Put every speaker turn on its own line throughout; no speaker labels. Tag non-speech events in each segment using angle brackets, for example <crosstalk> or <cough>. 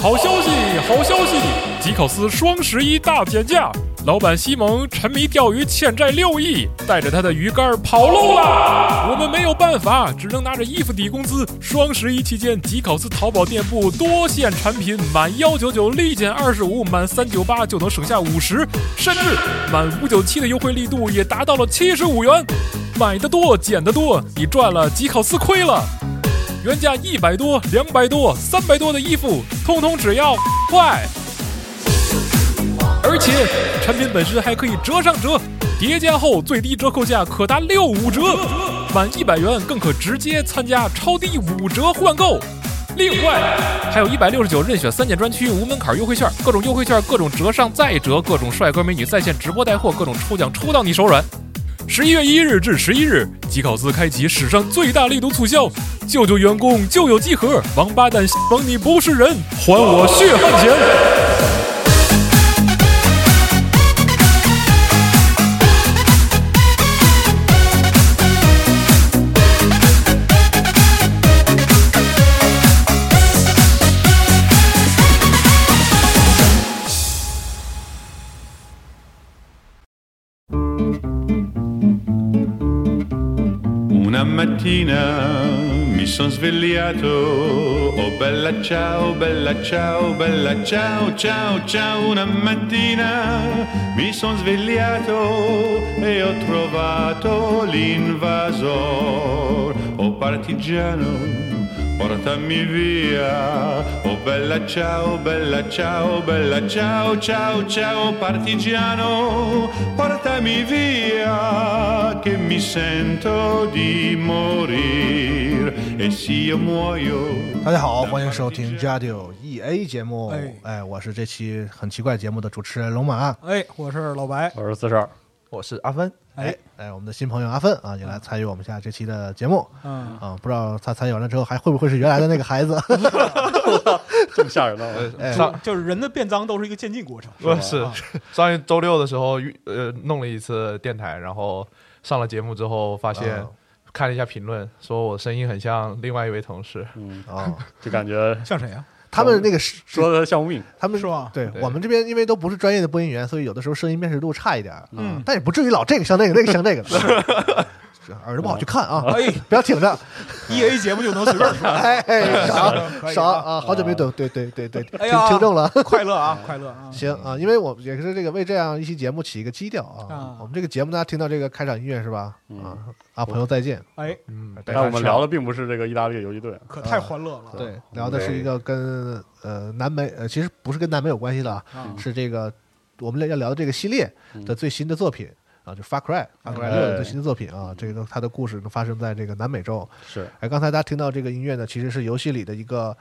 好消息，好消息！吉考斯双十一大减价，老板西蒙沉迷钓鱼，欠债六亿，带着他的鱼竿跑路啦！我们没有办法，只能拿着衣服抵工资。双十一期间，吉考斯淘宝店铺多线产品满幺九九立减二十五，满三九八就能省下五十，甚至满五九七的优惠力度也达到了七十五元。买的多，减的多，你赚了，吉考斯亏了。原价一百多、两百多、三百多的衣服，通通只要快！而且产品本身还可以折上折，叠加后最低折扣价可达六五折，满一百元更可直接参加超低五折换购。另外，还有一百六十九任选三件专区无门槛优惠券，各种优惠券，各种折上再折，各种帅哥美女在线直播带货，各种抽奖抽到你手软。十一月一日至十一日，吉考斯开启史上最大力度促销，救救员工，救救集合，王八蛋，蒙你不是人，还我血汗钱！
Una mattina mi sono svegliato, oh bella ciao, bella ciao, bella ciao, ciao, ciao. Una mattina mi sono svegliato e ho trovato l'invasor, oh partigiano. Portami via, oh bella ciao, bella ciao, bella ciao, ciao, ciao partigiano, portami via che mi sento di morire e se io muoio
大家好，欢迎收听 Jadio EA 节目。
哎
哎我是这期很奇怪节目的主持人龙马。
哎，我是老白，
我是四十二，
我是阿芬。
哎
哎哎，我们的新朋友阿芬啊，也来参与我们下这期的节目。
嗯
啊，不知道他参与完了之后还会不会是原来的那个孩子？
这么吓人呢？
哎，
上
<laughs> 就是人的变脏都是一个渐进过程，
不
是
是
啊
吧
上一周六的时候，呃，弄了一次电台，然后上了节目之后，发现
哦
看了一下评论，说我声音很像另外一位同事，
哦，
就感觉
像谁呀？
他们那个是
说的像无命，
他们
是啊吧
对
对
我们这边因为都不是专业的播音员，所以有的时候声音辨识度差一点儿，
嗯
但也不至于老这个像那个，那个像那个的，是耳朵不好去看啊，
哎
<laughs> 不要挺着，
，E A 节目就能随便说，
哎，
可
少
以
少
啊
啊，好久没对对对对对，
哎
听
呀
听众了。
<laughs> 快乐啊，快乐啊，
行啊，因为我们也是这个为这样一期节目起一个基调啊
啊。
我们这个节目大家听到这个开场音乐是吧？啊啊，朋友再见。
<laughs> 哎，
嗯，
对
但我们聊的并不是这个意大利游击队，啊
可太欢乐了，
对，聊的是一个跟呃南美呃，其实不是跟南美有关系的啊，
啊，
是这个我们要聊的这个系列的最新的作品。啊，就《Far Cry》《Far Cry 六》的最新的作品啊，这个它的故事呢发生在这个南美洲。
是
哎，刚才大家听到这个音乐呢，其实是游戏里的一个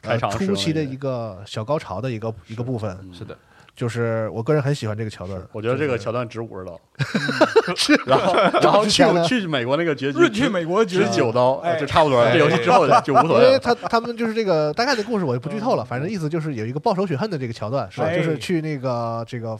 开
呃
场使
初
用
期
的
的
音乐
一个小高潮的一个一个部分。
是的，
就是我个人很喜欢这个桥段，
我觉得这个
就是嗯
桥段值五十刀， <laughs>
<laughs>
然后然后去
钱了
去美国那个结局，
润去美国
<laughs>
值
绝
九刀，啊
哎
就差不多了。
哎
这游戏之后就无所
因
谓
为
了。
他他们就是这个大概的故事我也不剧透了，反正意思就是有一个报仇雪恨的这个桥段，是吧？
哎
就是去那个这个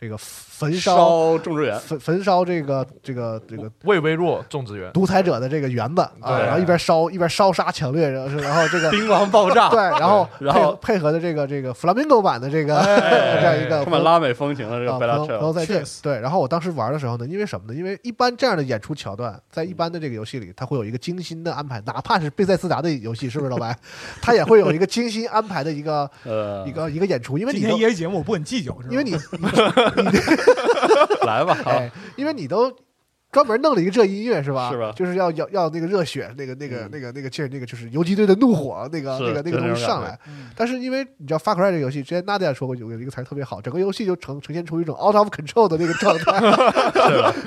这个焚烧
烧种植园，
焚焚烧这个这个这个
魏微弱种植园，
独裁者的这个园子啊，
对
然后一边烧一边烧杀抢掠，然后是然后这
<laughs>
个
叮咣爆炸，
对，然后
对然后
配配合的这个这个 flamingo 版的这个 <laughs> 这样一个
充满拉美风情的这个
啊，
贝
朋
拉
友朋友
彻，
再见
确。实
对，然后我当时玩的时候呢，因为什么呢？因为一般这样的演出桥段，在
嗯
一般的这个游戏里，它会有一个精心的安排，哪怕是贝塞斯达的游戏，是不是老白？ <laughs> 它也会有一个精心安排的一个
呃
一，个一个演出，因为
今
你
天
都
E A 节目我不很计较，是吧
因为你
来吧，
哎，因为你都。专门弄了一个这音乐是吧？
是吧
就是要要要那个热血，那个那个
嗯
那个那个劲儿，那个就是游击队的怒火，那个
是
那个那个
就那
东
种
西
感
上
觉
来
嗯。
但是因为你知道《Far Cry》这个游戏，之前娜姐也说过有有一个词儿特别好，整个游戏就呈呈现出一种 out of control 的那个状态。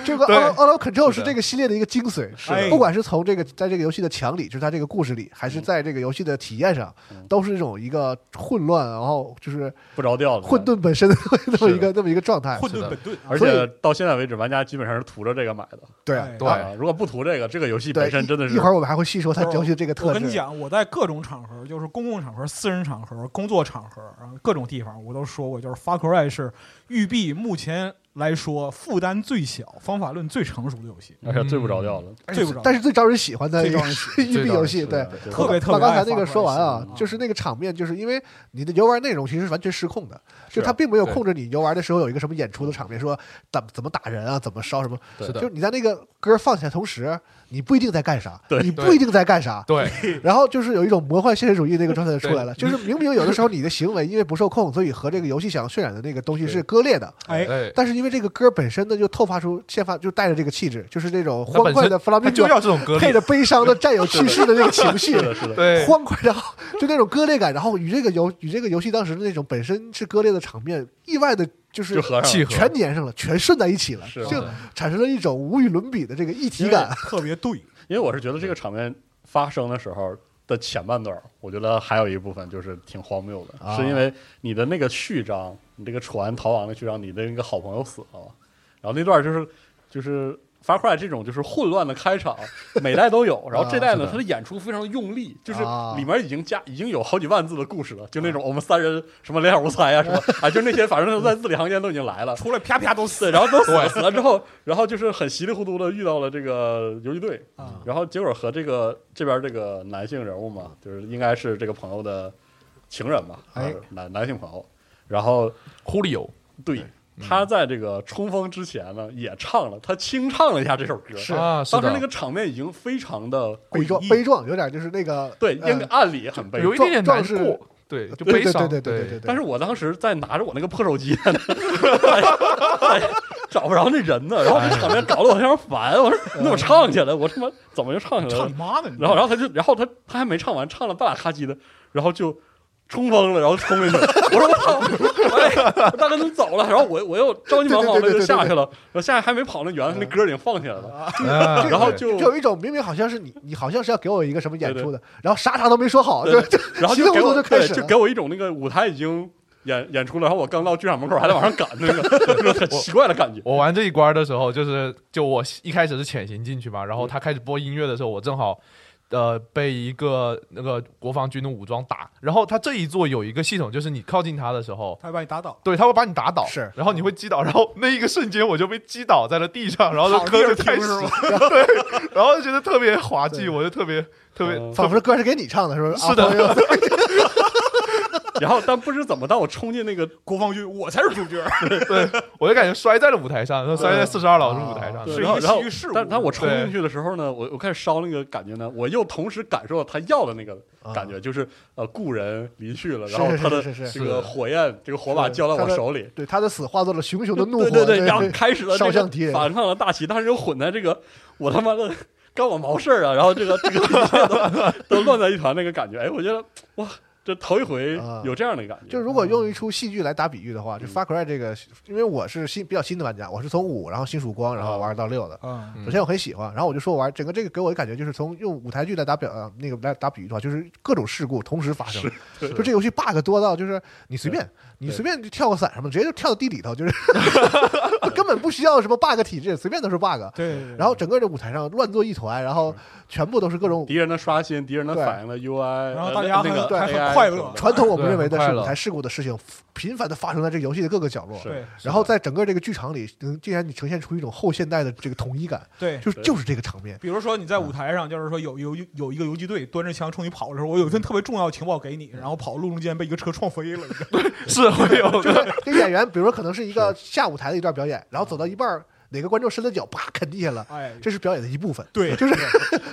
这个
对
out out of control
是
是
的
这个系列的一个精髓，
哎
不管是从这个在这个游戏的墙里，就是它这个故事里，还是在这个游戏的体验上，都是一种一个混乱，然后就是
不着调的
混。沌本身的 <laughs> 那么一个那么一个状态。
混
是
沌
的
本沌啊，
而且到现在为止，玩家基本上是图着这个买的。
对啊
哎
对
啊如果不图这个，这个游戏
对，
本身真的
一
是
一会儿我们还会细说它
不是
游戏的这个
我
特
跟你
质。
讲，我在各种场合，就是公共场合、私人场合、工作场合，然后各种地方，我都说过，就是 Far Cry 是育碧目前
来说，负担最小、方法论最成熟的游戏，
而且哎最不着调的，
而
最
且
不着
但是最招人喜欢的
最
<laughs> 一
招
个
人喜
育碧游戏，
最招
对
人喜欢。对
特别特别
把刚才
爱
那个
发
说完
发
啊
信，息
就是那个场面，就是因为你的游玩内容其实是完全失控的，
啊
就它并没有
对
控制你游玩的时候有一个什么演出的场面，说怎么怎么打人啊，怎么烧什么，
对
是
就
的，
你在那个歌放起来同时，你不一定在干啥，
对
你不一定在干啥，
对，
然后就是有一种魔幻现实主义那个状态就出来
<laughs>
了，就
对
是明明有的时候你的行为因为不受控，所以和这个游戏想要渲染的那个东西是割裂的，
哎，
对，
但是因为这个歌本身呢，就透发出现发就带着这个气质，就是这种
它
欢
本
快
身
的弗拉
它
明
就
戈，
要这种割
配
裂，
着悲伤的战友去世的那个情绪
<laughs> 是，
<laughs>
的，是的，
对，
欢快，然后就那种割裂感，然后与这个游与这个游戏当时的那种本身是割裂的场面，意外的就是
就合上
契
了。
合
全粘上了，全顺在一起了，
是的
就产生了一种无与伦比的这个一体
因
感。
特别对，
因为我是觉得这个场面发生的时候的前半段，我觉得还有一部分就是挺荒谬的，
啊
是因为你的那个序章，你这个船逃亡的序章，你的那个好朋友死了嘛，然后那段就是就是。发快这种就是混乱的开场，每代都有。然
啊
后这代呢，
是的
他的演出非常的用力，就是
啊
里面已经加已经有好几万字的故事了，
啊
就那种我们三人什么两小无猜啊什么啊，就那些反正都在字里行间都已经来了。
出来啪啪都死
对，然后都死了，死了之后，然后就是很稀里糊涂的遇到了这个游击队，
啊，
然后结果和这个这边这个男性人物嘛，就是应该是这个朋友的情人吧，
哎
呃男男性朋友，然后
忽里有
对。他在这个冲锋之前呢，也唱了，他清唱了一下这首
<laughs>
歌。
是
啊，是
当时
的
那个场面已经非常的
悲壮
诡异
悲壮，有点就是那个
对，
呃
应该按理很悲
有一点点
壮
难
壮士
过，对，
<laughs>
啊就
对
悲
对
伤，
对对对对。
但是我当时在拿着我那个破手机 <laughs> 呢，哎找不着那人呢，然
哎
后这场面搞得我非常烦。我说
嗯
那我唱去了，我他妈怎么就唱去了
唱你？妈的！你
然后然后他就然后他他还没唱完，唱了半拉咔叽的，然后就。冲锋了，然后冲进去，我说我操，哎，大哥你走了，然后我我又着急忙慌的
对对对对
就
对
下去了，然后下去还没跑呢，原来那歌已经放起来了，
啊
然后
对
就
<laughs> 就有一种明明好像是你，你好像是要给我一个什么演出的，然后啥啥都没说好，
对
就
对
就
然后
稀
就
里糊
给
涂
我
就开
对，
始
就
了。
给我一种那个舞台已经演演出了，然后我刚到剧场门口还得往上赶，那
<laughs>
个就是很奇怪的感觉。
我玩这一关的时候，就是就我一开始是潜行进去嘛，
嗯
然后他开始播音乐的时候，我正好。呃，被一个那个国防军的武装打，然后他这一座有一个系统，就是你靠近他的时候，
他把你打倒，
对他会把你打倒，
是
然后你会击倒，然后那一个瞬间我就被击倒在了地上，然后就
躺
歌
地
就
上
开
听
始
是
了
吗，
<laughs> 对，然后就觉得特别滑
对
稽，我就特别特别
哦
嗯
仿佛歌是给你唱的，是不是？
是的
啊朋友
<laughs> 然后但不知怎么，当我冲进那个
国防军，我才是主角，
我就感觉摔在了舞台上，然后摔在四十二老师舞台上，
对
哦是
啊然后
一个
然后
戏剧事物
但但我冲
对
进去的时候呢，我我开始烧那个感觉呢，我又同时感受到他要的那个感觉，就是呃故人离去了，
啊是
然后
是
他的
是是是
这个火焰这个火把
是
浇到
他
我
的
手里。
对他的死化作了熊熊的怒火，
<laughs> 对对对，
对
然后开始了这
烧
个
向敌人
反抗的大旗，但是又混在这个我他妈的干我毛事儿啊，然后这个这个一切都都 <laughs> 乱在一团那个感觉，哎，我觉得哇，这头一回
啊
有这样的一个感觉，
就如果用一出戏剧来打比喻的话，
嗯
就 Far Cry 这个，因为我是新比较新的玩家，我是从五然后新曙光然后玩到六的。
嗯，
首先我很喜欢，然后我就说我玩整个这个给我的感觉就是从用舞台剧来打表呃那个来打比喻的话，就是各种事故同时发生，
对
就这游戏 bug 多到就是你随便你随便就跳个伞什么，直接就跳到地
<laughs>
里头，就是根本不需要什么 bug 体制，随便都是 bug。
对，对
然后整个这舞台上乱作一团，然后全部都是各种
敌人的刷新、敌人的
对
反应的 UI，
然后
呃
大家
那
还
个
还很
AI
快
什么
乐
的
传统我们
对
认为的
很快
是
乐
舞台事故的事情频繁的发生在这个游戏的各个角落。
是
对
然后在整个这个剧场里，嗯，竟然你呈现出一种后现代的这个统一感，
对，
就是
对
就是这个场面，
比如说你在舞台上，就是说有有有一个游击队端着枪冲你跑的时候，我有一份特别重要的情报给你，然后跑路中间被一个车撞飞了，
<laughs> 是
<laughs>
会有
就是这个演员，比如说可能是一个下舞台的一段表演，然后走到一半儿，哪个观众伸了脚，啪啃地下了，
哎，
这是表演的一部分。
对，
<laughs> 就是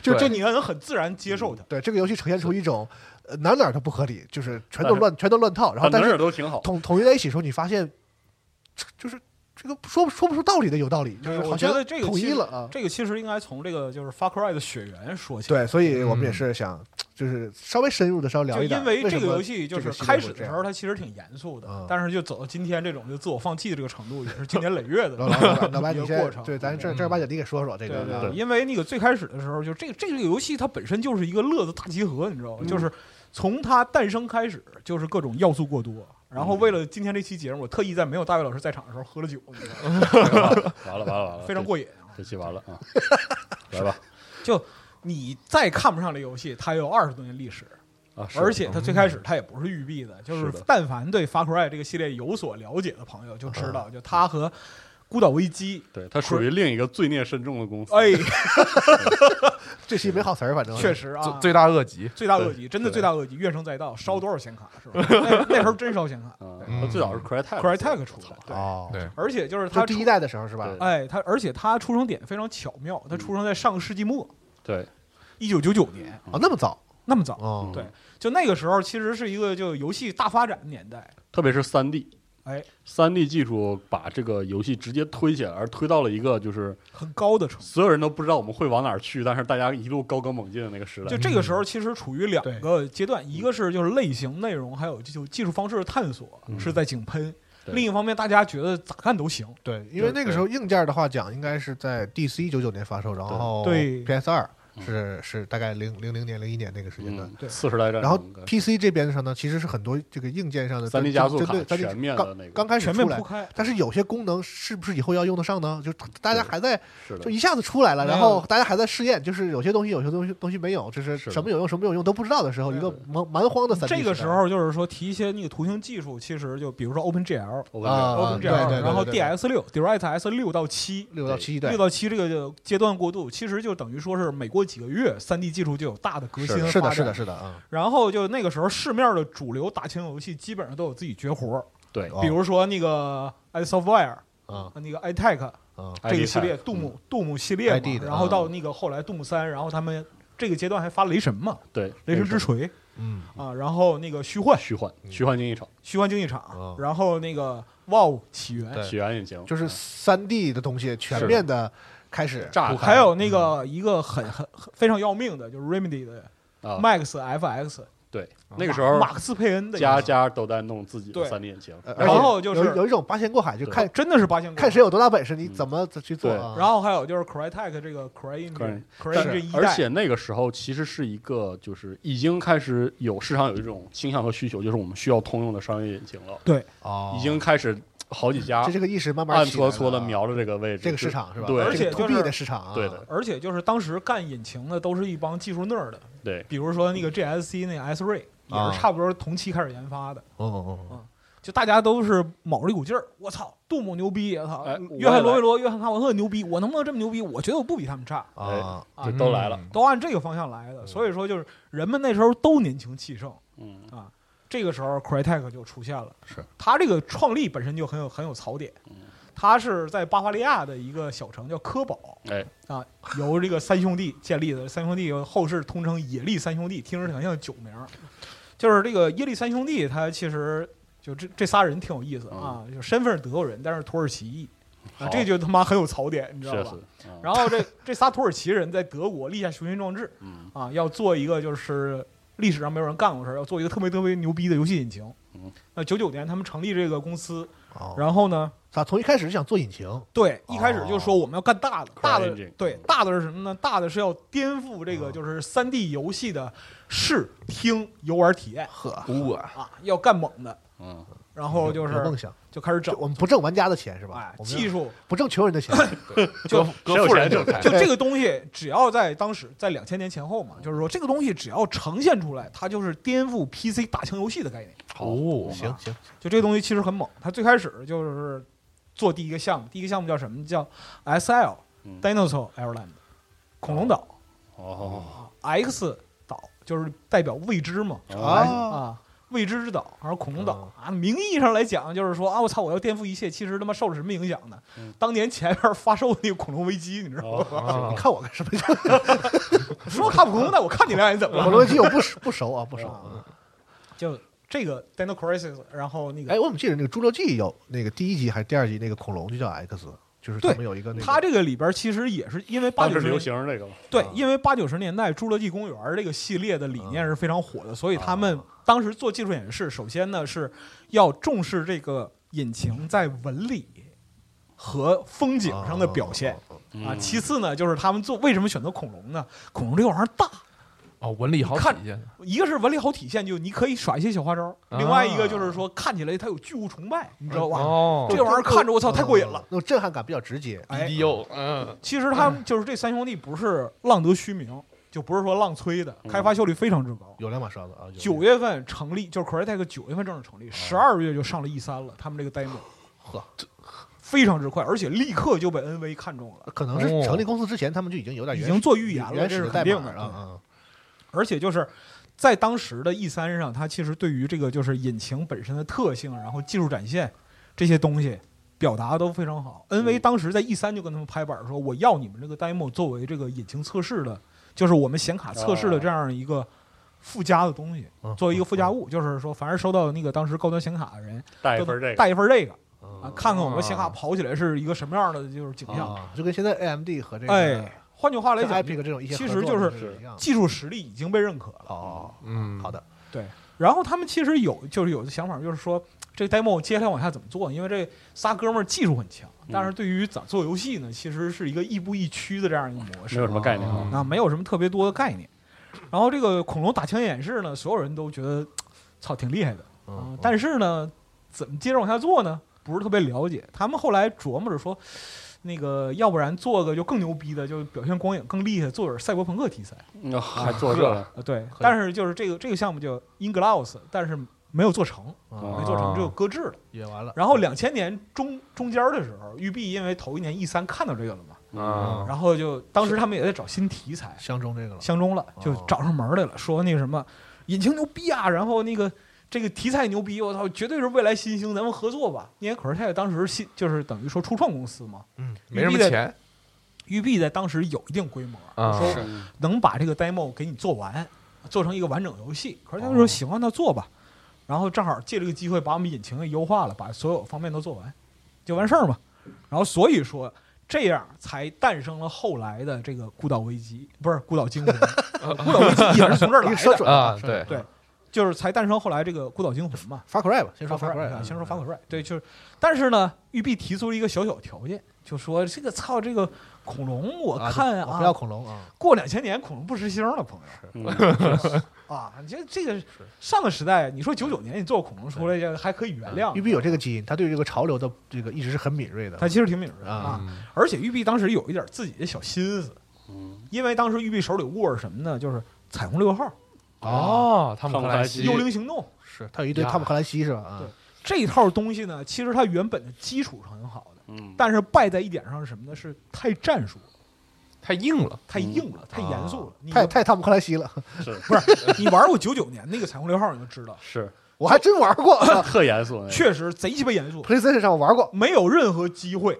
就 <laughs> 就
对
你能很自然接受它，
对这个游戏呈现出一种呃哪儿哪儿都不合理，就是全都
但是
乱全都乱套，然后但
哪
是
哪都挺好。
统统一在一起的时候，你发现这就是这个说不说不出道理的有道理，就是
对
好
我觉
像
得这个
统
其
一
实
了啊。
这个其实应该从这个就是 Far Cry 的血缘说起。
对，所以我们也
嗯
是想，就是稍微深入的稍微聊
就
一点，
因为这
什
个
么
游戏就是开始的时候，它其实挺严肃
嗯
的，但是就走到今天这种就自我放弃的这个程度，也是经年累月的
<laughs> 老老老老
<laughs>
白，
一个
你先
过程
对咱正正儿八经你给说说这
对
个
对，因为那个最开始的时候，就这个这个游戏它本身就是一个乐子大集合，你知道吗？就是
嗯
从它诞生开始，就是各种要素过多。然后为
嗯
了今天这期节目，我特意在没有大卫老师在场的时候喝了酒，你知
<laughs> 哦
道吗
完了完了完了，
非常过瘾啊！
这，这期
<laughs>
完了啊，来吧
你再看不上这游戏，它有二十多年历史，
啊，是
而且它最开始它也不是育碧的，就是
是的
但凡对 Far Cry 这个系列有所了解的朋友就知道，就它和。孤岛危机》。
对，它属于另一个罪孽深重的公司。
哎，
这期没好词儿，反正
确实啊，
罪罪大恶极。
最大恶极，真的
对
最大恶极，怨声载道，烧多少显卡是吧？那那时候真烧显
<laughs>
卡
啊，
嗯
它最早是 Crytek
，Crytek 出的，对，
哦，
对
而且就是它
就第
出
一代的时候是吧？
对
哎，它而且它出生点非常巧妙，它出生在上个世纪末，
对，
一九九九年，
哦，那么早
那么早，
哦，
嗯
对就那个时候其实是一个就游戏大发展的年代，
特别是三 D，
哎，
三 D 技术把这个游戏直接推起来，而推到了一个就是
很高的程度。
所有人都不知道我们会往哪儿去，但是大家一路高歌猛进的那个时代。
就这个时候，其实处于两个阶段，一个是就是类型、内容，还有就技术方式的探索
嗯
是在井喷；
对
另一方面，大家觉得咋干都行，
对，因为那个时候硬件的话讲，应该是在 DC 九九年发售，然后
对
PS 二
嗯
是是大概零零零年零一年那个时间段。
嗯
对，
四十来战，
然后 PC 这边上呢，其实是很多这个硬件上的
三 D
针
加速
针
卡
对三 D
全面的
刚
那个
刚开始
全面
出来
铺，开。
但是有些功能是不是以后要用得上呢？就大家
对
还在
是的
就，一下子出来了，
没有
然后大家还在试验，就是有些东西有些东西东西没有，就是
是的
什么有用什么有用都不知道的时候，
对
一个蛮蛮荒的三 D
这个时候就是说提一些那个图形技术，其实就比如说 OpenGL、
我
啊
感觉
OpenGL，
对对对
然后
对对
DX 六、DirectX 六到七。
六到七
六
对，
到七这个阶段过渡，其实就等于说是每过几个月，三 D 技术就有大的革新和
是
发展
的是的是的啊，
然后就那个时候，市面的主流打枪游戏基本上都有自己绝活儿，
对
哦
比如说那个 i Software，
啊
那个 iTech
啊
这个系列，
IDTech
杜姆杜姆系列
ID 的
嘛，然后到那个后来杜姆三，然后他们这个阶段还发雷神嘛，
对
雷神之锤
嗯
啊，然后那个虚幻
虚幻
嗯
虚幻竞技场
虚幻竞技
啊
场，然后那个 WoW 起源，
对
起源引擎
就是
嗯
三 D 的东西全
是
面的开始
炸开
还有那个一个很很很非常要命的，就是 Remedy 的
啊，
Max FX，
对，那个时候
马克思佩恩的
家家都在弄自己的
对
三 D 引擎，
呃
然
而且
后就是
有有一种八仙过海，就
对
看
真的是八千
看谁有多大本事，你怎么去做
对
啊？
然后还有就是 Crytek 这个 Cryengine
Cry-
Cryengine 一代，
而且那个时候其实是一个，就是已经开始有市场有一种倾向和需求，就是我们需要通用的商业引擎了，
哦
已经开始好几家
这这个意识慢慢
暗
起来
搓搓
了
的
啊
瞄着这个位置，
这个市场是吧？
对
而且
，to
就
B
是
的市场啊，
对的，
而且就是当时干引擎的都是一帮技术 nerd 的，
对，
比如说那个
嗯
GSC 那 S Ray
啊
也是差不多同期开始研发的，
哦哦哦，
就大家都是卯着一股劲儿，我操，杜牧牛逼，我操
哎，
啊约翰
嗯
我也来
罗维罗、约翰帕瓦特牛逼，我能不能这么牛逼？我觉得我不比他们差，
啊，
就都来了，
都按这个方向来的。所以说就是人们那时候都年轻气盛，啊
嗯，
这个时候 Crytek 就出现了，
是
他这个创立本身就很有很有槽点
嗯。
他是在巴伐利亚的一个小城叫科堡，
哎
啊，由这个三兄弟建立的。三兄弟后世通称野利三兄弟，听着很像酒名儿。就是这个耶利三兄弟，他其实就这这仨人挺有意思啊，就身份是德国人，但是土耳其裔，啊，
嗯好
这就他妈很有槽点，你知道
确
吧？
实，嗯
然后这这仨土耳其人在德国立下雄心壮志
嗯
啊，要做一个就是历史上没有人干过事儿，要做一个特别特别牛逼的游戏引擎
嗯。
那九九年他们成立这个公司，
哦
然后呢，
咋从一开始就想做引擎？
对，
哦
一开始就说我们要干大的，大的
Engine
对大的是什么呢？大的是要颠覆这个
哦
就是三 D 游戏的视听游玩体验
呵，
我
啊，要干猛的。
嗯，
然后就
有梦
是
想，
就开始整
就，我们不挣玩家的钱是吧
哎？，
我们
技术
不挣穷人的钱，
搁
谁
搁
有
富人
钱
就
就
开
<laughs> 就这个东西，只要在当时在两千年前后嘛，就是说这个东西只要呈现出来，它就是颠覆 PC 打枪游戏的概念。
哦
哎行行，
就这个东西其实很猛，它最开始就是做第一个项目，第一个项目叫什么？叫 SL
嗯
Dinosaur Island，恐龙岛
哦，
X 岛，就是代表未知嘛
啊
哦
啊。未知之岛，还是恐龙岛啊？名义上来讲，就是说啊，我操，我要颠覆一切。其实他妈受了什么影响呢
嗯？
当年前面发售的那个恐龙危机，你
<laughs>
知道吗？
哦
你
啊
看我干什么？ <laughs>
说看不通的，我看你两眼怎么了
我？逻辑我不熟不熟啊，不熟。
嗯
就这个 Dino Crisis，然后那个，
哎，我怎么记得那个《侏罗纪》有那个第一集还是第二集那个恐龙就叫 X，就是他
对
们有一个那个
它这个里边其实也是因为八九
当时
十
流
年
行这个嘛，
对
啊，
因为八九十年代《侏罗纪公园》这个系列的理
啊
念是非常火的，所以他们当时做技术演示，首先呢是要重视这个引擎在纹理和风景上的表现
哦
啊。
嗯
其次呢，就是他们做为什么选择恐龙呢？恐龙这个玩意儿大，
哦，纹理好
看
体验，
一个是纹理好体现，就你可以耍一些小花招；
啊
另外一个就是说看起来它有巨物崇拜，你知道吧？
哦啊
这玩意儿看着我
我
操太过瘾了。，
那种震撼感比较直接。
哎
D O，嗯，
其实他们就是这三兄弟不是浪得虚名，就不是说浪吹
嗯
的，开发效率非常之高。
有两把刷子啊，有
九月份成 <laughs> 立，就是 Crytek 九月份正式成立，十二月就上了 E 三了，他们这个啊 demo，呵，非常之快，而且立刻就被 NV 看中了，
可能是成立公司之前，他们就已经有
哦
点
已
原
经做预言了，
原
这
始
是
的
肯
代
定
码
的。
了啊。
而且就是在当时的 E 三上，它其实对于这个就是引擎本身的特性，然后技术展现这些东西表达都非常好。NV 当时在 E 三就跟他们拍板说，我要你们这个 demo 作为这个引擎测试的，就是我们显卡测试的这样一个。附加的东西
嗯，
作为一个附加物，就是说，凡是收到那个当时高端显卡的人，
带一
都
份这个，
带一份这个啊
啊，
看看我们显卡跑起来是一个什么样的就是景象。
啊，就跟现在 AMD 和这个
哎，换句话来
像
讲，
Epic 这种一些
其
合
实
作
就是
的是一样的
技术实力已经被认可了。
哦，
嗯，
好的，
然后他们其实有就是有的想法，就是说这个 demo 接下来往下怎么做？因为这仨哥们儿技术很强，
嗯
但是对于咋做游戏呢，其实是一个亦步亦趋的这样一个模
没有
式
什，么概念啊。
那没有什么特别多的概念。然后这个恐龙打枪演示呢，所有人都觉得操挺厉害的，啊
嗯，
但是呢，怎么接着往下做呢？不是特别了解。他们后来琢磨着说，那个要不然做个就更牛逼的，就表现光影更厉害，做点赛博朋克题材。
嗯还做这个，
呃，对，
以
但是就是这个这个项目叫 Inglaus，但是没有做成，没
啊
做成
啊
就搁置了。
也完了，
然后两千年中中间的时候，育碧因为头一年 E 三看到这个了嘛，
啊，
然后就当时他们也在找新题材，
相中这个了，
相中了就
哦
找上门来了，说那个什么引擎牛逼啊，然后那个。这个题材牛逼，我操，绝对是未来新星，咱们合作吧。因为可是他也当时新就是等于说初创公司嘛，
嗯，
没什么
育碧的
钱
育碧在当时有一定规模，
啊，
说
是
能把这个 demo 给你做完，做成一个完整游戏。可是他
哦
们说行啊，那做吧。然后正好借这个机会把我们引擎给优化了，把所有方面都做完，就完事儿嘛。然后所以说这样才诞生了后来的这个《孤岛危机》，不是《孤岛惊
<laughs>
魂》，《孤岛危机》也是从这儿
一
来
个说
的，
准
啊
了，
对
说准了
就是才诞生后来这个《孤岛惊魂》嘛。
，Far Cry 吧，先说 Far
Far
Cry，
Cry，嗯
啊
先说法可帅，对，就是，但是呢，育碧提出了一个小小条件，就说这个操这个恐龙，我
啊
看
我
啊，
不要恐龙啊，
过两千年恐龙不识星了，朋友。
嗯
啊，这这个上个时代，你说九九年你做恐龙出来就还可以原谅
育，碧有这个基因，他对这个潮流的这个一直是很敏锐的，
嗯他其实挺敏锐的
啊
啊。而且育碧当时有一点自己的小心思，
嗯，
因为当时育碧手里握着什么呢？就是彩虹六号、
哦，他们
看不
看来
来
西
西
幽灵行动
是他有一堆
呀
汤姆克兰西是吧？啊
对，这套东西呢，其实它原本的基础是很好的，
嗯，
但是败在一点上是什么呢？是太战术了，
太硬了，
太硬了，太严肃了。你
太太汤姆克兰西了，
是
不是你玩过九九年那个彩虹六号，你就知道，
是
我还真玩
<laughs>
过
特严肃那个，
确实贼鸡巴严肃。
，PlayStation 上我玩过，
没有任何机会，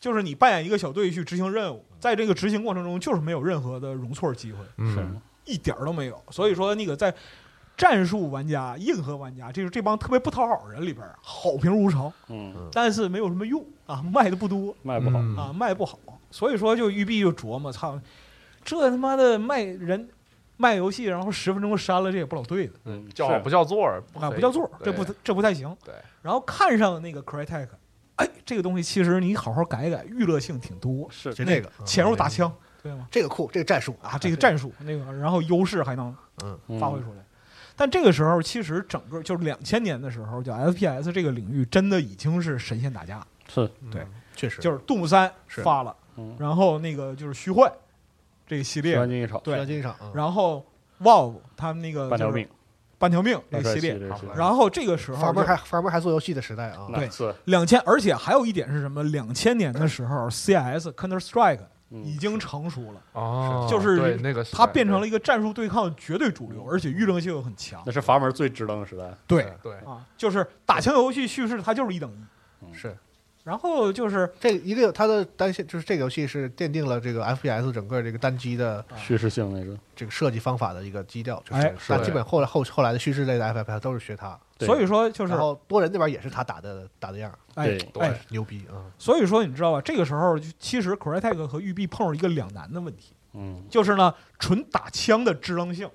就是你扮演一个小队去执行任务，在这个执行过程中就是没有任何的容错机会，
嗯，
一点儿都没有。所以说那个在战术玩家、硬核玩家，这是这帮特别不讨好的人里边儿，好评如潮，
嗯，
但是没有什么用啊，卖的不多
卖不好，
嗯
啊，卖不好。所以说就育碧就琢磨，操，这他妈的卖人。卖游戏，然后十分钟删了，这也不老对的
嗯
嗯
叫
是
不叫座儿
啊，
可
不
以
叫座儿，这
对
不这不太行。
对，
然后看上那个 Crytek，哎，这个东西其实你好好改一改，娱乐性挺多，
是
就这个嗯
潜入打枪，对吗？
这个酷，这个战术
啊，这个战术那个，然后优势还能发挥
嗯
出来。但这个时候，其实整个就是两千年的时候，就 FPS 这个领域真的已经是神仙打架，
是
确实
就是《杜牧三》
是
发了，
嗯
然后那个就是虚幻这个系
西
列
安，金一场
非
对，
常欣赏啊，
然后 Valve 他们那个
半条
就是
命，
半条命这
那
个系列，
列是
然后这个时候
阀
就
门还阀门还做游戏的时代啊，
那是
两千，而且还有一点是什么？两千年的时候，CS Counter Strike
嗯
已经成熟了，
哦，
就是
对那个时代，
它变成了一个战术对抗的绝对主流，而且预热性又很强
那。是阀门最支棱的时代，
对
对，
啊，就是打枪游戏叙事它就是一等一，
是
然后就是
这一个它的单线就是这个游戏是奠定了这个 FPS 整个这个单机的
叙事性那个，
这个设计方法的一个基调，就
哎
是
是
但基本后来后后来的叙事类的 FPS 都是学它，
对
所以说就是
然后多人那边也是他打的打的样儿，
哎
对
哎，
牛逼啊！
所以说你知道吧？这个时候就其实 Crytek 和育碧碰上一个两难的问题，
嗯，
就是呢，纯打枪的支棱性，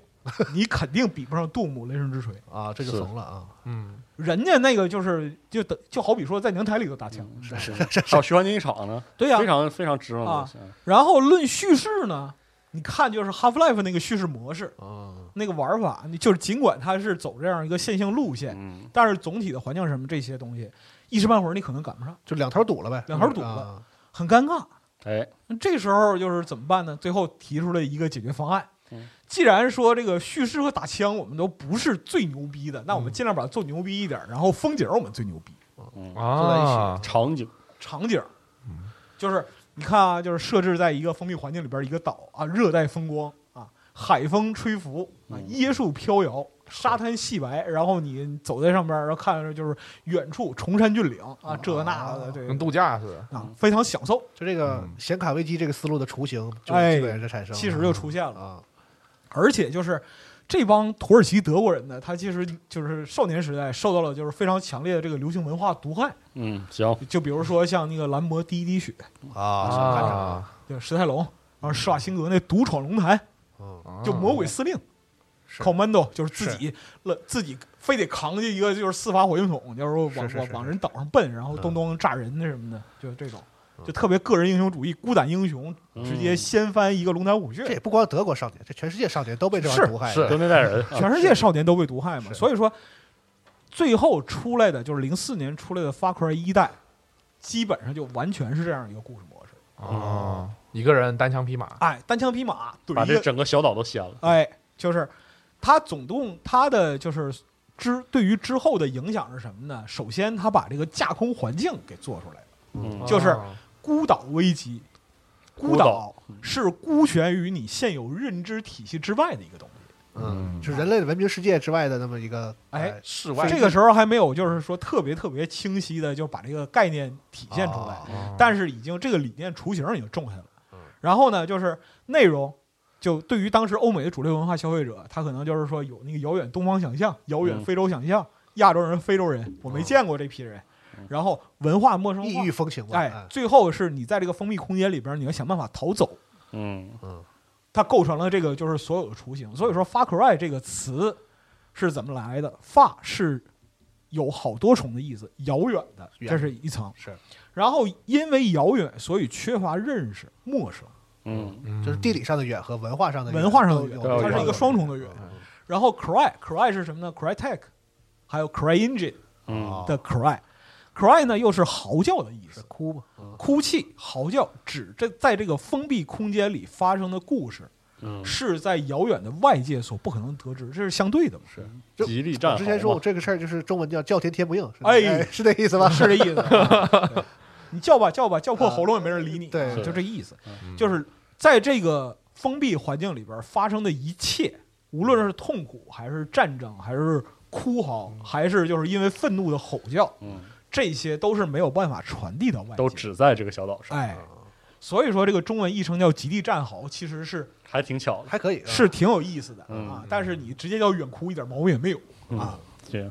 你肯定比不上杜姆雷神之锤。
啊，这就是怂了啊！
嗯，
人家那个就是就等就好比说在娘胎里头打枪，
是还有西安金一场呢，
对啊呀、
嗯非常非常支棱
啊
的戏，
然后论叙事呢，你看就是 Half Life 那个叙事模式，
啊，
那个玩法，你就是尽管它是走这样一个线性路线，
嗯，
但是总体的环境什么这些东西，一时半会儿你可能赶不上，
就两头堵了呗，
两头堵了
啊
很尴尬。
哎，
那这时候就是怎么办呢？最后提出了一个解决方案
嗯。
既然说这个叙事和打枪我们都不是最牛逼
嗯
的，那我们尽量把它做牛逼一点，然后风景我们最牛逼。
嗯，
啊，
场景
场景儿，就是你看啊，就是设置在一个封闭环境里边儿一个岛啊，热带风光啊，海风吹拂啊，椰树飘摇。沙滩细白，然后你走在上边儿，然后看着就是远处崇山峻岭啊，这个那的，对
跟度假似的。
啊，非常享受，
就这个显卡危机这个思路的雏形，就
嗯哎
基本上是产生了。
其实就出现了。
啊，
而且就是这帮土耳其德国人呢，他其实就是少年时代受到了就是非常强烈的这个流行文化毒害，
嗯，行，
就比如说像那个兰博第一滴血
啊，
看着对史泰龙，然后施瓦辛格那独闯龙潭，
嗯，
啊
就魔鬼司令。
是
Commando 就是自己了，自己非得扛着一个就是四发火箭筒，就是说往
是是
往
是
往人岛上奔，然后
嗯
咚咚炸人的什么的，就这种，就特别个人英雄主义、孤胆英雄，直接掀翻一个龙潭虎穴
嗯这。也不光德国少年，这全世界少年都被这玩意
是
儿毒害
<laughs>
了。
都那代人，啊
全世界少年都被毒害嘛。
是
所以说，最后出来的就是零四年出来的《Far Cry 一代》，基本上就完全是这样一个故事模式。
啊，一个人单枪匹马，
哎，单枪匹马
把
怼一
这
个，
整个小岛都掀了。
哎，就是他总共他的就是之对于之后的影响是什么呢？首先，他把这个架空环境给做出来了，
嗯
就是
啊
孤岛危机。孤
孤
岛
岛嗯
是孤悬于你现有认知体系之外的一个东西。
嗯，就是人类的文明世界之外的那么一个
哎
室
这个时候还没有，就是说特别特别清晰的就把这个概念体现出来，
啊
但是已经这个理念雏形已经种下了。
嗯
然后呢，就是内容，就对于当时欧美的主流文化消费者，他可能就是说有那个遥远东方想象、遥远
嗯
非洲想象、亚洲人、非洲人，我没见过这批人。然后文化陌生
嗯异
化
域，风情吧。
哎，，最后是你在这个封闭空间里边，你要想办法逃走。
嗯，
它构成了这个就是所有的雏形。所以说 “far cry” 这个词是怎么来的？“far” 是有好多重的意思，遥远的，
远
这是一层。
是，
然后因为遥远，所以缺乏认识，陌生，
嗯，
就是地理上的远和文化上的
文化上的
都
远，
有
都有
它是一个双重的远。然后 “cry”，“cry” 是什么呢？“crytek”，还有 “cryengine”
啊哦
嗯，
的 “cry”。cry 呢，又是嚎叫的意思，
哭嘛，
哭泣、嚎叫，指这在这个封闭空间里发生的故事，
嗯
是在遥远的外界所不可能得知，这是相对的嘛？
是
就
极
啊
力
我
战。
之前说我这个事儿就是中文叫叫天天不应，是
哎
是这意思吧？
是这意思啊。对你叫吧叫吧，叫破喉咙也没人理你，啊
对
就这意思。
嗯
就是在这个封闭环境里边发生的一切，无论是痛苦，还是战争，还是哭嚎，还是就是因为愤怒的吼叫，
嗯，
这些都是没有办法传递到外界。
都只在这个小岛上，
哎，所以说这个中文译成叫“极地战嚎”，其实是
还挺巧
<laughs>
的。
还可以，
是挺有意思的
嗯
啊。但是你直接叫远哭，一点毛病也没有。啊
嗯，行，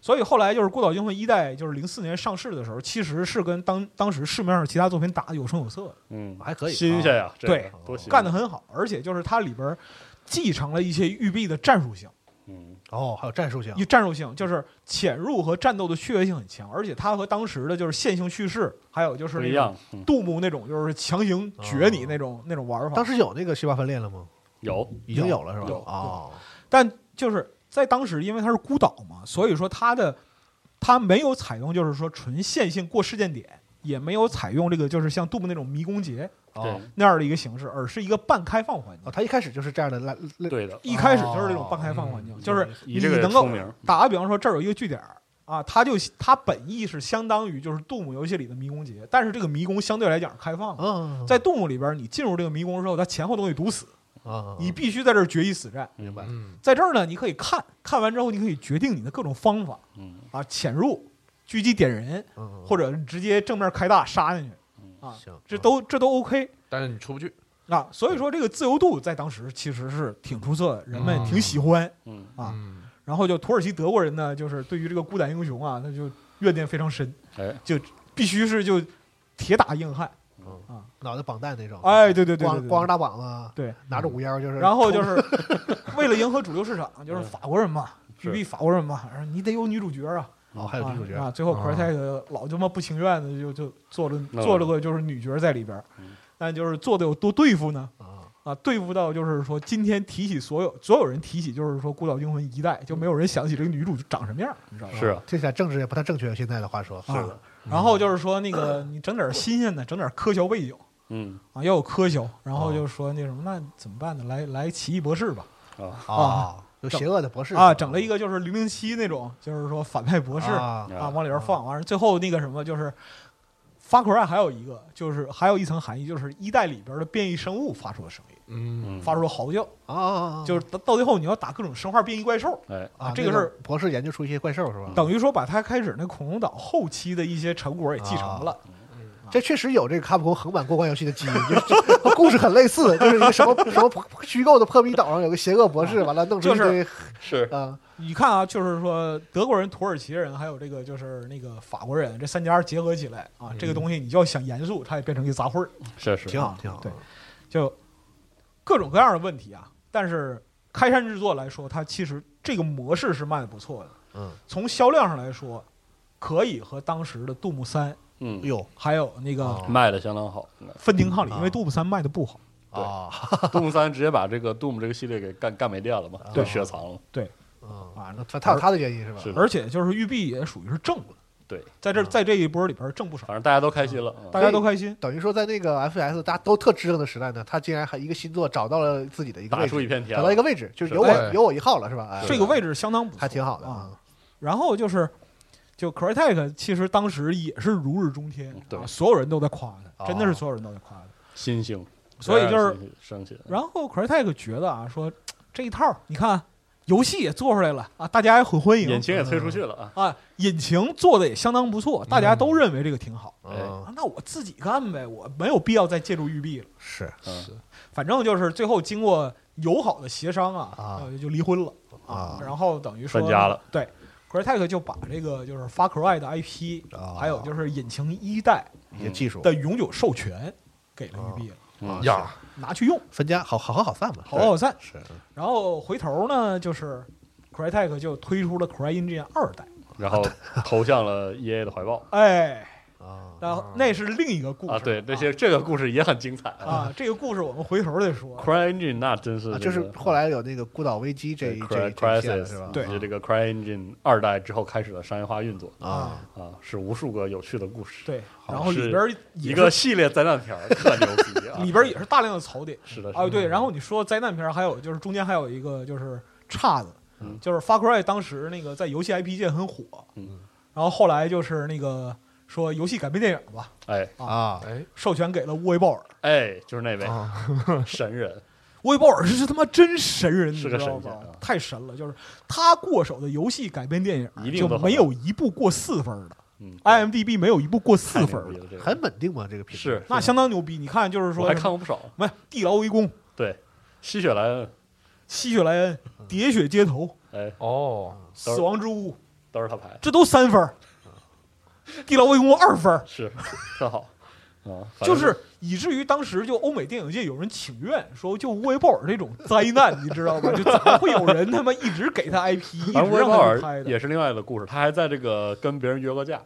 所以后来就是《孤岛惊魂》一代，就是零四年上市的时候，其实是跟当当时市面上其他作品打的有声有色的，
嗯，
还可以啊
新鲜呀，这
对
个多新，
干得，很好。而且就是它里边儿继承了一些育碧的战术性，
嗯，
哦，还有战术性
一战术性就是潜入和战斗的趣味性很强，而且它和当时的就是线性叙事，还有就是
不
那
一
种
样，哦嗯，
杜牧那种就是强行撅你那种、那种玩法
当。时有那个细胞分裂了吗？
有，
已经有了是吧？
有
哦，
但就是在当时，因为它是孤岛嘛，所以说它的它没有采用就是说纯线性过事件点，也没有采用这个就是像杜牧那种迷宫节
对
哦，
那样的一个形式，而是一个半开放环
哦，
境。
他一开始就是这样的，来，来
对的，
一开始就是这种半开放环境，就是
以
你
这个
能
人
够
出名，
打个比方说，这儿有一个据点儿啊，它就它本意是相当于就是杜牧游戏里的迷宫节，但是这个迷宫相对来讲是开放的。
嗯，
在杜牧里边，你进入这个迷宫之后，它前后都给堵死，
啊，
你必须在这儿决一死战。
明白
嗯
在这儿呢，你可以看看完之后，你可以决定你的各种方法
嗯，
啊，潜入、狙击点人，
嗯
或者直接正面开大杀进去，啊，
行，
这都这都 OK
但是你出不去，
啊。所以说这个自由度在当时其实是挺出色的，人们挺喜欢。
嗯，
啊
嗯
然后就土耳其德国人呢，就是对于这个孤胆英雄啊，那就怨念非常深，
哎，
必须是就铁打硬汉。
脑袋绑带那种，
哎，对对对对
光
对
哦光着大膀子，
对，
拿着五腰就是，嗯
然后就是 <laughs> 为了迎合主流市场，就是法国人嘛，
是
育碧法国人嘛，然后你得有女主角啊。
哦，还有女主角
啊，啊最后
啊
c r y t e c 老他妈不情愿的就就做了
那
做了个就是女角在里边儿
嗯，
但就是做的有多对付呢？
啊，
啊，对付到就是说今天提起所有所有人提起就是说《孤岛惊魂》一代，就没有人想起这个女主长什么样儿，你知道吗？
是啊，
嗯听起来政治也不太正确，现在的话说，
啊然后就是说那个你整点儿新鲜的，整点儿科学背景
嗯，
啊，要有科学。然后
哦
就说那什么，那怎么办呢？来来奇异博士吧，
啊，
啊，有邪恶的博士
啊，整了一
个
个就是零零七那种，就是说反派博士嗯
啊
啊，往里边放，完了最后那个什么就是发 cry 还有一个就是还有一层含义，就是一代里边的变异生物发出的声音，
嗯，
嗯
发出的嚎叫，
啊啊啊！
就是到到最后你要打各种生化变异怪兽，
哎，
啊，
这个
那
是
博士研究出一些怪兽是吧？
等于说把它开始那恐龙岛后期的一些成果也继承了。
这确实有这个卡普空横版过关游戏的基因， <laughs> 就是和故事很类似，就是一个什么什么虚构的破壁岛上有个邪恶博士，完了弄出一堆
是
啊
你看啊，就是说德国人、土耳其人，还有这个就是那个法国人，这三家结合起来啊，这个东西你就要想严肃，它也变成一个杂烩儿，
是是，
挺好挺好。
对就各种各样的问题啊。但是开山之作来说，它其实这个模式是卖的不错的。
嗯，
从销量上来说，可以和当时的《杜牧三》
嗯，
哟
还有那个
哦
《
卖的相当好。现在
分庭抗礼》，
啊
因为《杜牧三》卖的不好。
对
啊
Doom 三直接把这个 Doom 这个系列给干干没电了嘛，
对
雪藏了。
嗯
啊
那他他有他的原因是吧？
是的
而且就是育碧也属于是挣了，
嗯对，
在这
啊
在这一波里边挣不少，
反正大家都开心了。嗯
大家都开心。
等于说在那个 FS 大家都特支棱的时代呢，他竟然还一个新作找到了自己的一个
嗯打
位
出一
置，
片天
找
了，
到一个位置，就是
是
有
对
我有我一号了是吧？哎
这个位置相当不错，
还挺好的
啊。
啊。
然后就是，就 Crytek 其实当时也是如日中天
嗯，对
啊所有人都在夸他，
哦
真的是所有人都在夸他。
新星，
所以就是
当然新星升起来了。
然后 Crytek 觉得啊，说这一套你看游戏也做出来了啊，大家也很欢迎
引擎也推出去了啊，
啊，引擎做的也相当不错，大家都认为这个挺好。
哎
嗯
嗯啊，那我自己干呗，我没有必要再借助育碧了。
是
嗯，
反正就是最后经过友好的协商啊，
啊
呃就离婚了
啊
然后等于说
分家了。
对，Crytek 就把这个就是 Far Cry 的 IP，、
啊
还有就是引擎一代
一些技术啊
的永久授权给了育碧了，
嗯
呀，
拿去用，
分家好好好好散吧，
好好散。
是
然后回头呢，就是 Crytek 就推出了 CryEngine 二代，
然后投向了 E A 的怀抱
哎，
啊
然后那是另一个故事
啊。对，这些这个故事也很精彩 <laughs>
啊。啊这个故事我们回头再说。
CryEngine 那真是
啊
这个
就是后来有那个孤岛危机这
对
一这
Cry-
一这一线了是
Crysis，
吧？
啊
以及这个 CryEngine 二代之后开始的商业化运作
啊，
啊，是无数个有趣的故事，
对，然后里
是
边儿也
一
是
个系列灾难片儿特牛逼啊！
<laughs> 里边儿也是大量的槽点。
是的，是的
啊，对，然后你说灾难片儿，还有就是中间还有一个就是岔子，
嗯
就是 Far Cry 当时那个在游戏 IP 界很火，
嗯
然后后来就是那个说游戏改编电影吧，
哎
啊，
哎
授权给了沃伊鲍尔，
哎，就是那位
啊，
<laughs>
神人，
沃伊鲍尔是他妈真神人，你
是个
知道
神仙
吗
啊？
太神了，就是他过手的游戏改编电
一
影
定
就
都很
没有一部过四分儿的
嗯
，IMDB 没有一部过四
太
分
牛
儿
逼
的，
了这个
很稳定嘛，这个品质
是
那相当牛逼。你看，就是
我
说
还
什
看
么，
过不少，
没地牢围攻、
对，吸血莱恩，
吸血莱恩、喋血街头、
哎，
哦，
都是嗯
死亡之屋，
都是他拍的，
这都三分儿，地牢围攻二分儿，
是 <laughs> 特好啊，反正
就是以至于当时就欧美电影界有人请愿说，就沃伊鲍尔这种灾难，你知道吗？就怎么会有人他妈一直给他 IP，一直
反正威
让
鲍
他去
尔
拍
也
的？
是另外的故事，他还在这个跟别人约过架，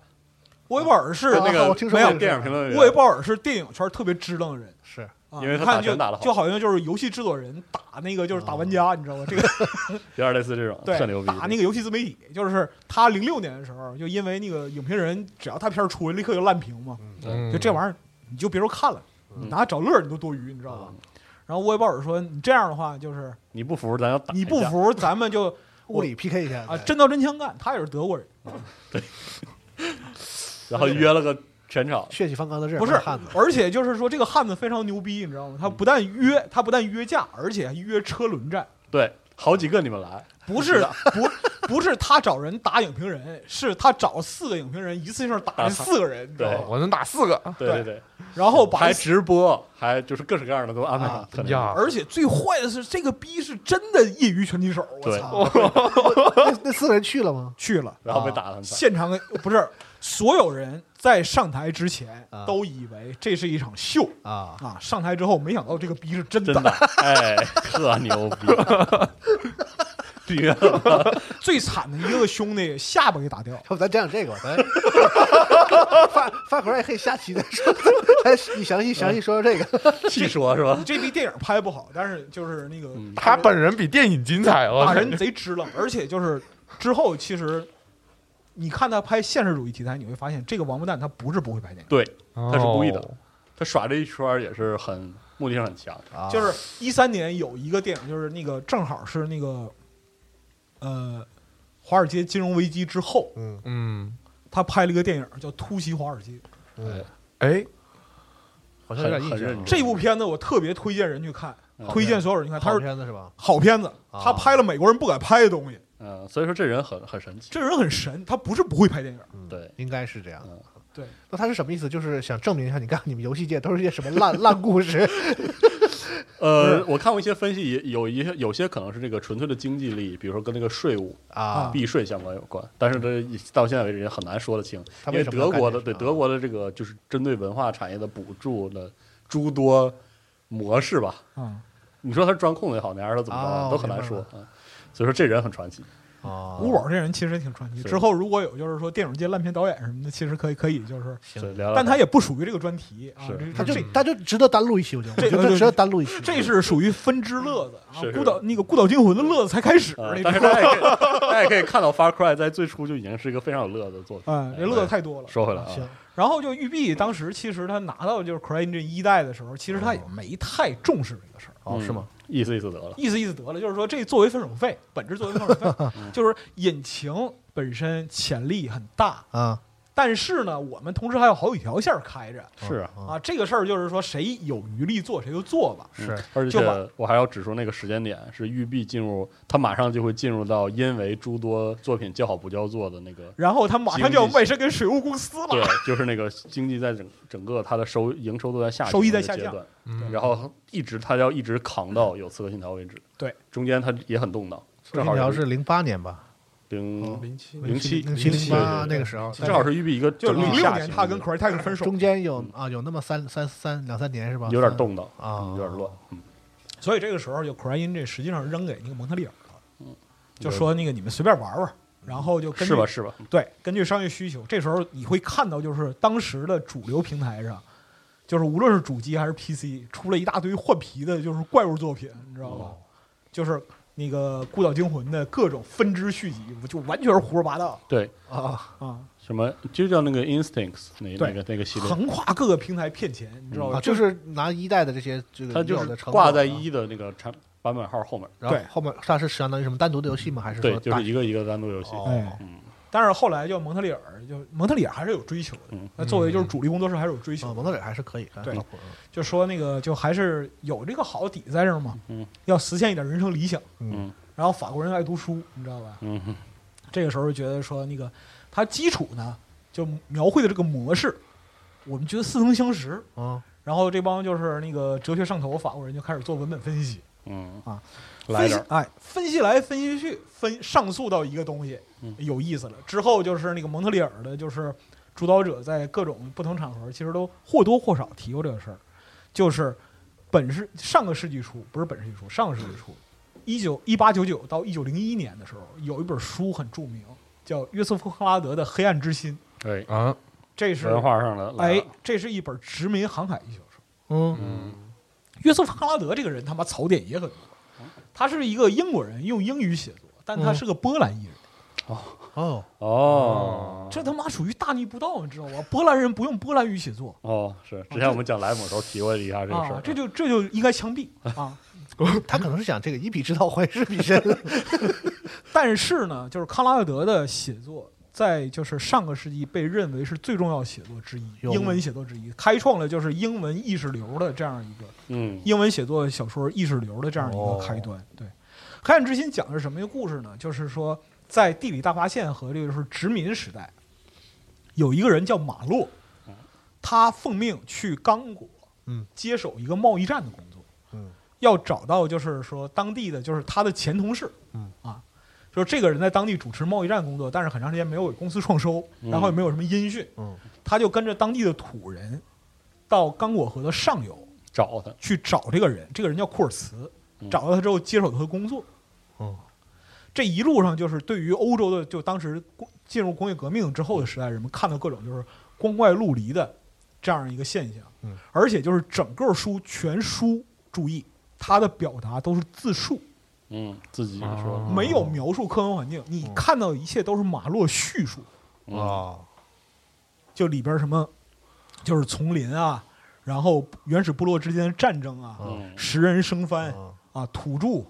沃伊鲍尔是
啊
那个
我听说
没
过这个
有电影评论员，
沃伊鲍尔是电影圈特别支棱的人。
是
啊
因为他
你
打
看
拳
就
打得好
就好像就是游戏制作人打那个就是打玩家，你知道吗？这
<laughs>
个
有点类似这种，特牛
对
逼，
打那个游戏自媒体，就是他零六年的时候，就因为那个影评人只要他片儿出，立刻就烂评嘛。
嗯
就这玩意儿，你就别说看了，你拿找乐儿你都多余，你知道吧
嗯？
然后沃伊鲍尔说：“你这样的话，就是
你不服咱要打一
你
架，哎
不服，咱们
<laughs>
就
物理 PK 一下
啊真刀真枪干。”他也是德国人，
然后约了个全场，
血气方刚的日
不是
汉子，
<laughs> 而且就是说这个汉子非常牛逼，你知道吗？他不但约，他不但约架，而且还约车轮战，
对，好几个你们来，
不是不不是他找人打影评人，是他找四个影评人一次性打人四个人，你知道
对
吗？
哦我能打四个
对
对
对对，
然后把
啊还。直播，还就是各式各样的都安排上，特牛
呀，
而且最坏的是，这个逼是真的业余拳击手，我
对
操！
那那四个人去了吗？ <laughs>
去了，啊
逼，然后被打得很惨，
现场不是所有人在上台之前
啊
都以为这是一场秀
啊，
啊，上台之后没想到这个逼是真的。
真的，哎，特牛逼，绝了。
最惨的一个兄弟下巴给打掉，
要不咱讲讲这个吧，
哎
咱发发回来可以下期再说，咱你详细详细说说这个，
细说是吧？
这逼电影拍不好，但是就是那个
嗯
他本人比电影精彩哦，
打人贼直愣，而且就是之后其实你看他拍现实主义题材，你会发现这个王八蛋他不是不会拍电影，
对
他
他是故意
哦
的他耍这一圈儿也是很目的性很强，
就是一三年有一个电影，就是那个正好是那个呃华尔街金融危机之后，
嗯，
他拍了一个电影叫《突袭华尔街》。
哎，
哎，好像有点
很
印
很
象
认
啊。
真。嗯
这部片子我特别推荐人去看，推荐所有人去看，它
好
是
片子是吧？
好片子，
啊
他拍了美国人不敢拍的东西。
嗯，所以说这人很很神奇。
这人很神，他不是不会拍电影，
对，
嗯应该是这样啊
嗯。
对，
那他是什么意思？就是想证明一下，你看你们游戏界都是一些什么烂烂故事？
呃，我看过一些分析，也有一些有些可能是这个纯粹的经济利益，比如说跟那个税务
啊，
避税相关有关，但是这到现在为止也很难说得清，
他
因
为
为
什么
德国的
要干这
对
事啊
德国的这个就是针对文化产业的补助的诸多模式吧，
嗯，
你说他是钻空子也好，你还是他怎么着、
哦
都很难说
明
啊。所以说这人很传奇，
啊，
吴宝这人其实也挺传奇。
是
之后如果有就是说电影界烂片导演什么的，其实可以可以就是，
所以聊聊
但他也不属于这个专题啊
是。
这
他就
这
他就值得单录一期，我觉得，
这
我觉
个
呃
得值得单录一期。
这是属于分支乐子啊
是是，
孤岛那个孤岛惊魂的乐子才开始，
啊
那
但是
种
大家也可以大家也可以看到 Far Cry 在最初就已经是一个非常有乐的作品。
哎，这乐子太多了。
说回来
行
啊，，
然后就育碧当时其实他拿到就是 CryEngine 一代的时候，其实他也没太重视这个事儿，
哦，是吗？
嗯？意思意思得了，
意思意思得了，就是说这作为分手费，本质作为分手费，就是引擎本身潜力很大，
啊，
但是呢，我们同时还有好几条线儿开着
是啊，
啊
啊。这个事儿就是说，谁有余力做谁就做吧。
是
嗯而
就
且我还要指出那个时间点是育碧进入，他马上就会进入到因为诸多作品叫好不叫座的
<laughs>
那个，
然后他马上就要卖身给水务公司
对嗯
了，，
就是那个经济在整整个它的收营收都在下行
收益在
的
下
阶
降
段
嗯，
然后一直它要一直扛到有《刺客信条》为止，
嗯对，
中间它也很动荡，
这
正
信
好
条
也
是零八年吧，
嗯
零
零七
零七
零七
零
零
七
八
对对
那个时候，
正好是育碧一个
就
嗯整
零
体
六
下
年
行，
他跟 CryTech 分手，
中间有啊有那么三三三两三年是吧？
有点
三
动荡
啊
嗯有点乱，嗯
所以这个时候就 CryEngine 实际上扔给那个蒙特利尔了，就说那个你们随便玩玩，然后就根据
嗯是吧是吧？
对，根据商业需求，这时候你会看到，就是当时的主流平台上，就是无论是主机还是 PC，出了一大堆换皮的，就是怪物作品，你知道
哦
吧？就是那个《孤岛惊魂》的各种分支续集，就完全是胡说八道
对，
啊，
啊，
什么就叫那个 Instincts 那
对
那个那个系列，嗯
横跨各个平台骗钱，你知道吧？
啊就是拿一代的这些这个
它就
有
是
的成
挂
果
在
啊，
一的那个产版本号后面，
然后
对
后面它是相当于什么单独的游戏吗？还是
对，
说
就是一个一个单独游戏，
哦
哎
嗯，
但是后来就蒙特利尔，就蒙特利尔还是有追求的
嗯，
那作为就是主力工作室还是有追
啊
求的，
蒙特利尔还是可以，还是
对
靠谱嗯
就说那个就还是有这个好底在这儿嘛，
嗯，
要实现一点人生理想，
嗯，
然后法国人爱读书，你知道吧？
嗯哼，
这个时候觉得说那个它基础呢，就描绘的这个模式，我们觉得似曾相识。
啊，
然后这帮就是那个哲学上头法国人就开始做文本分析，
嗯
啊，
来
分
点
析
儿，
哎，分析来分析去，分上溯到一个东西
嗯，
有意思了。之后就是那个蒙特利尔的，就是主导者在各种不同场合其实都或多或少提过这个事儿，就是本世上个世纪初，不是本世纪初，上个世纪初，一九一八九九到一九零一年的时候，有一本书很著名，叫约瑟夫·克拉德的《黑暗之心》，
对，
啊，
这是
文化上的，来
哎
了，
这是一本殖民航海艺术书。
嗯
嗯，
约瑟夫·康拉德这个人他妈槽点也很多，他是一个英国人，用英语写作，但
嗯
他是个波兰裔人，
哦，
哦，
这他妈属于大逆不道，你知道吗？波兰人不用波兰语写作
哦，是之前我们讲莱姆的时候提过一下这个事儿
啊，，这就这就应该枪毙啊！
他可能是想这个以彼之道还施彼身，
但是呢，就是康拉德的写作。在就是上个世纪被认为是最重要写作之一，
有
英文写作之一，开创了就是英文意识流的这样一个
嗯
英文写作小说意识流的这样一
哦
个开端。对，《黑暗之心》讲的是什么一个故事呢？就是说，在地理大发现和这个就是殖民时代，有一个人叫马洛，他奉命去刚果，
嗯，
接手一个贸易站的工作，
嗯，
要找到就是说当地的就是他的前同事，
嗯
啊。说这个人在当地主持贸易站工作，但是很长时间没有给公司创收，
嗯
然后也没有什么音讯，
嗯，
他就跟着当地的土人到刚果河的上游，
找他，
去找这个人，这个人叫库尔茨，找到他之后接手他的工作。
哦，
这一路上就是对于欧洲的，就当时工进入工业革命之后的时代，人们看到各种就是光怪陆离的这样一个现象。
嗯，
而且就是整个书全书，注意它的表达都是自述，
嗯，自己说
哦
没有描述客观环境，你看到一切都是马洛叙述。
嗯
哦，
就里边儿什么，就是丛林啊，然后原始部落之间的战争啊，
嗯
食人生番
哦
啊，土著，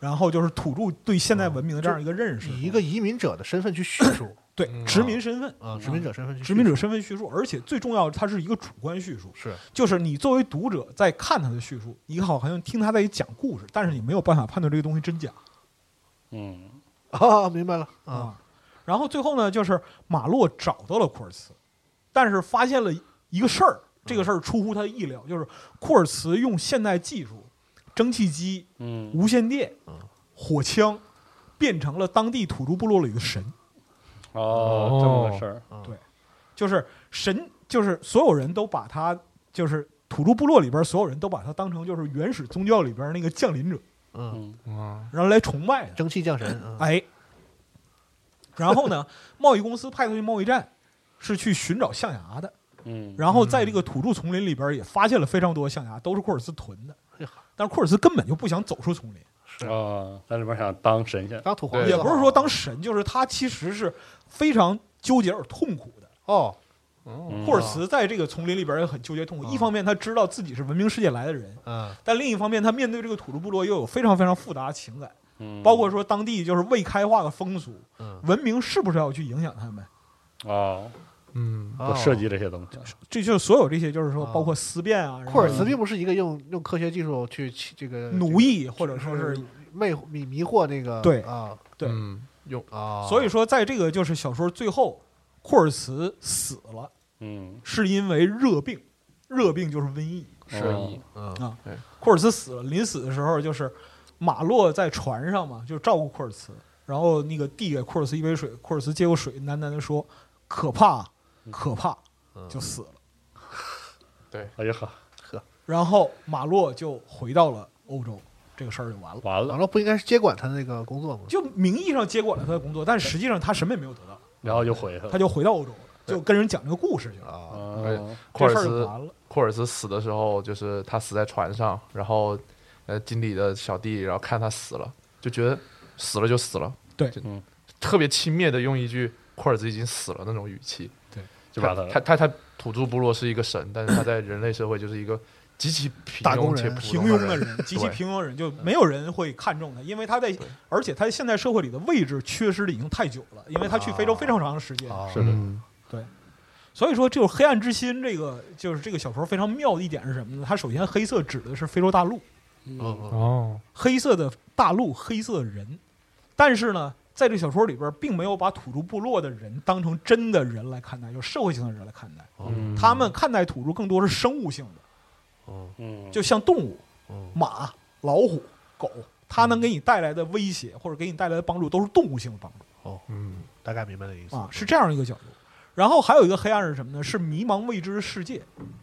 然后就是土著对现代文明的这样一个认识，
以一个移民者的身份去叙述
对
嗯
殖民身份
啊，殖民者身份去叙述
殖民者身份叙述，而且最重要，它是一个主观叙述，
是
就是你作为读者在看他的叙述，你好像听他在讲故事，但是你没有办法判断这个东西真假
嗯，
啊，明白了啊，
啊。然后最后呢，就是马洛找到了库尔茨，但是发现了一个事儿，这个事儿出乎他的意料，就是库尔茨用现代技术，蒸汽机、
嗯，
无线电、火枪，变成了当地土著部落里的神。
哦，这么个事儿，
就是神，就是所有人都把他，就是土著部落里边所有人都把他当成就是原始宗教里边那个降临者，
嗯，
嗯
啊，
然后来崇拜他。
蒸汽
<laughs>
降神啊，
哎，然后呢，贸易公司派他去贸易站，是去寻找象牙的。
嗯，
然后在这个土著丛林里边也发现了非常多象牙，都是库尔斯囤的
哎呀。
但是库尔斯根本就不想走出丛林，
啊，在里边想当神仙，
当土皇
对
也不是说当
时
神，就是他其实是非常纠结而痛苦的。
哦，
嗯
库尔茨在这个丛林里边也很纠结痛苦，
嗯
一方面他知道自己是文明世界来的人，
嗯
但另一方面他面对这个土著部落又有非常非常复杂的情感，
嗯
包括说当地就是未开化的风俗，
嗯，
文明是不是要去影响他们？
啊，
嗯，
就
哦
涉及这些东西，
这就是所有这些，就是说
啊
包括思辨啊，然后
库尔茨并不是一个用用科学技术去起这个
奴役，或者
这
说
个
是
魅惑迷迷惑那个
对
啊
对
嗯用
啊，
所以说，在这个就是小说最后，库尔茨死了，
嗯，
是因为热病，热病就是瘟疫。
是
哦
嗯
啊库尔茨死了，临死的时候就是马洛在船上嘛，就照顾库尔茨，然后那个递给库尔茨一杯水，库尔茨接过水，喃喃的说：“可怕，可怕。”
嗯
就死了。
哎呀呵，
然后马洛就回到了欧洲，这个事儿就完了。
完
老
了，
罗不应该是接管他的那个工作吗？
就名义上接管了他的工作，但实际上他什么也没有得到，
然后就回
嗯
去了
他，就回到欧洲了，就跟人讲这个故事去了，
啊，
啊，
这
库尔
事儿就
斯
完了。
库尔斯死的时候，就是他死在船上，然后呃经理的小弟，然后看他死了，就觉得死了就死了，
对
就
嗯
特别轻蔑的用一句库尔斯已经死了那种语气，
就把
他他他土著部落是一个神，但是他在人类社会就是一个极其平
打工
庸
人
且普
平
通
庸的
的人，嗯
人，极其平庸的人，就没有人会看重他，因为他在
对，
而且他在现代社会里的位置缺失的已经太久了，因为他去非洲非常长的时间，
啊
是的
嗯
所以说就是《黑暗之心》这个就是这个小说非常妙的一点是什么呢？它首先黑色指的是非洲大陆，
嗯嗯
哦，
黑色的大陆，黑色的人，但是呢，在这小说里边并没有把土著部落的人当成真的人来看待，就是社会性的人来看待，
哦
嗯
他们看待土著更多是生物性的，
嗯
嗯
就像动物，
嗯
马、老虎、狗，它能给你带来的威胁或者给你带来的帮助都是动物性的帮助
嗯
大概明白那意思
啊，是这样一个角度。然后还有一个黑暗是什么呢？是迷茫未知的世界。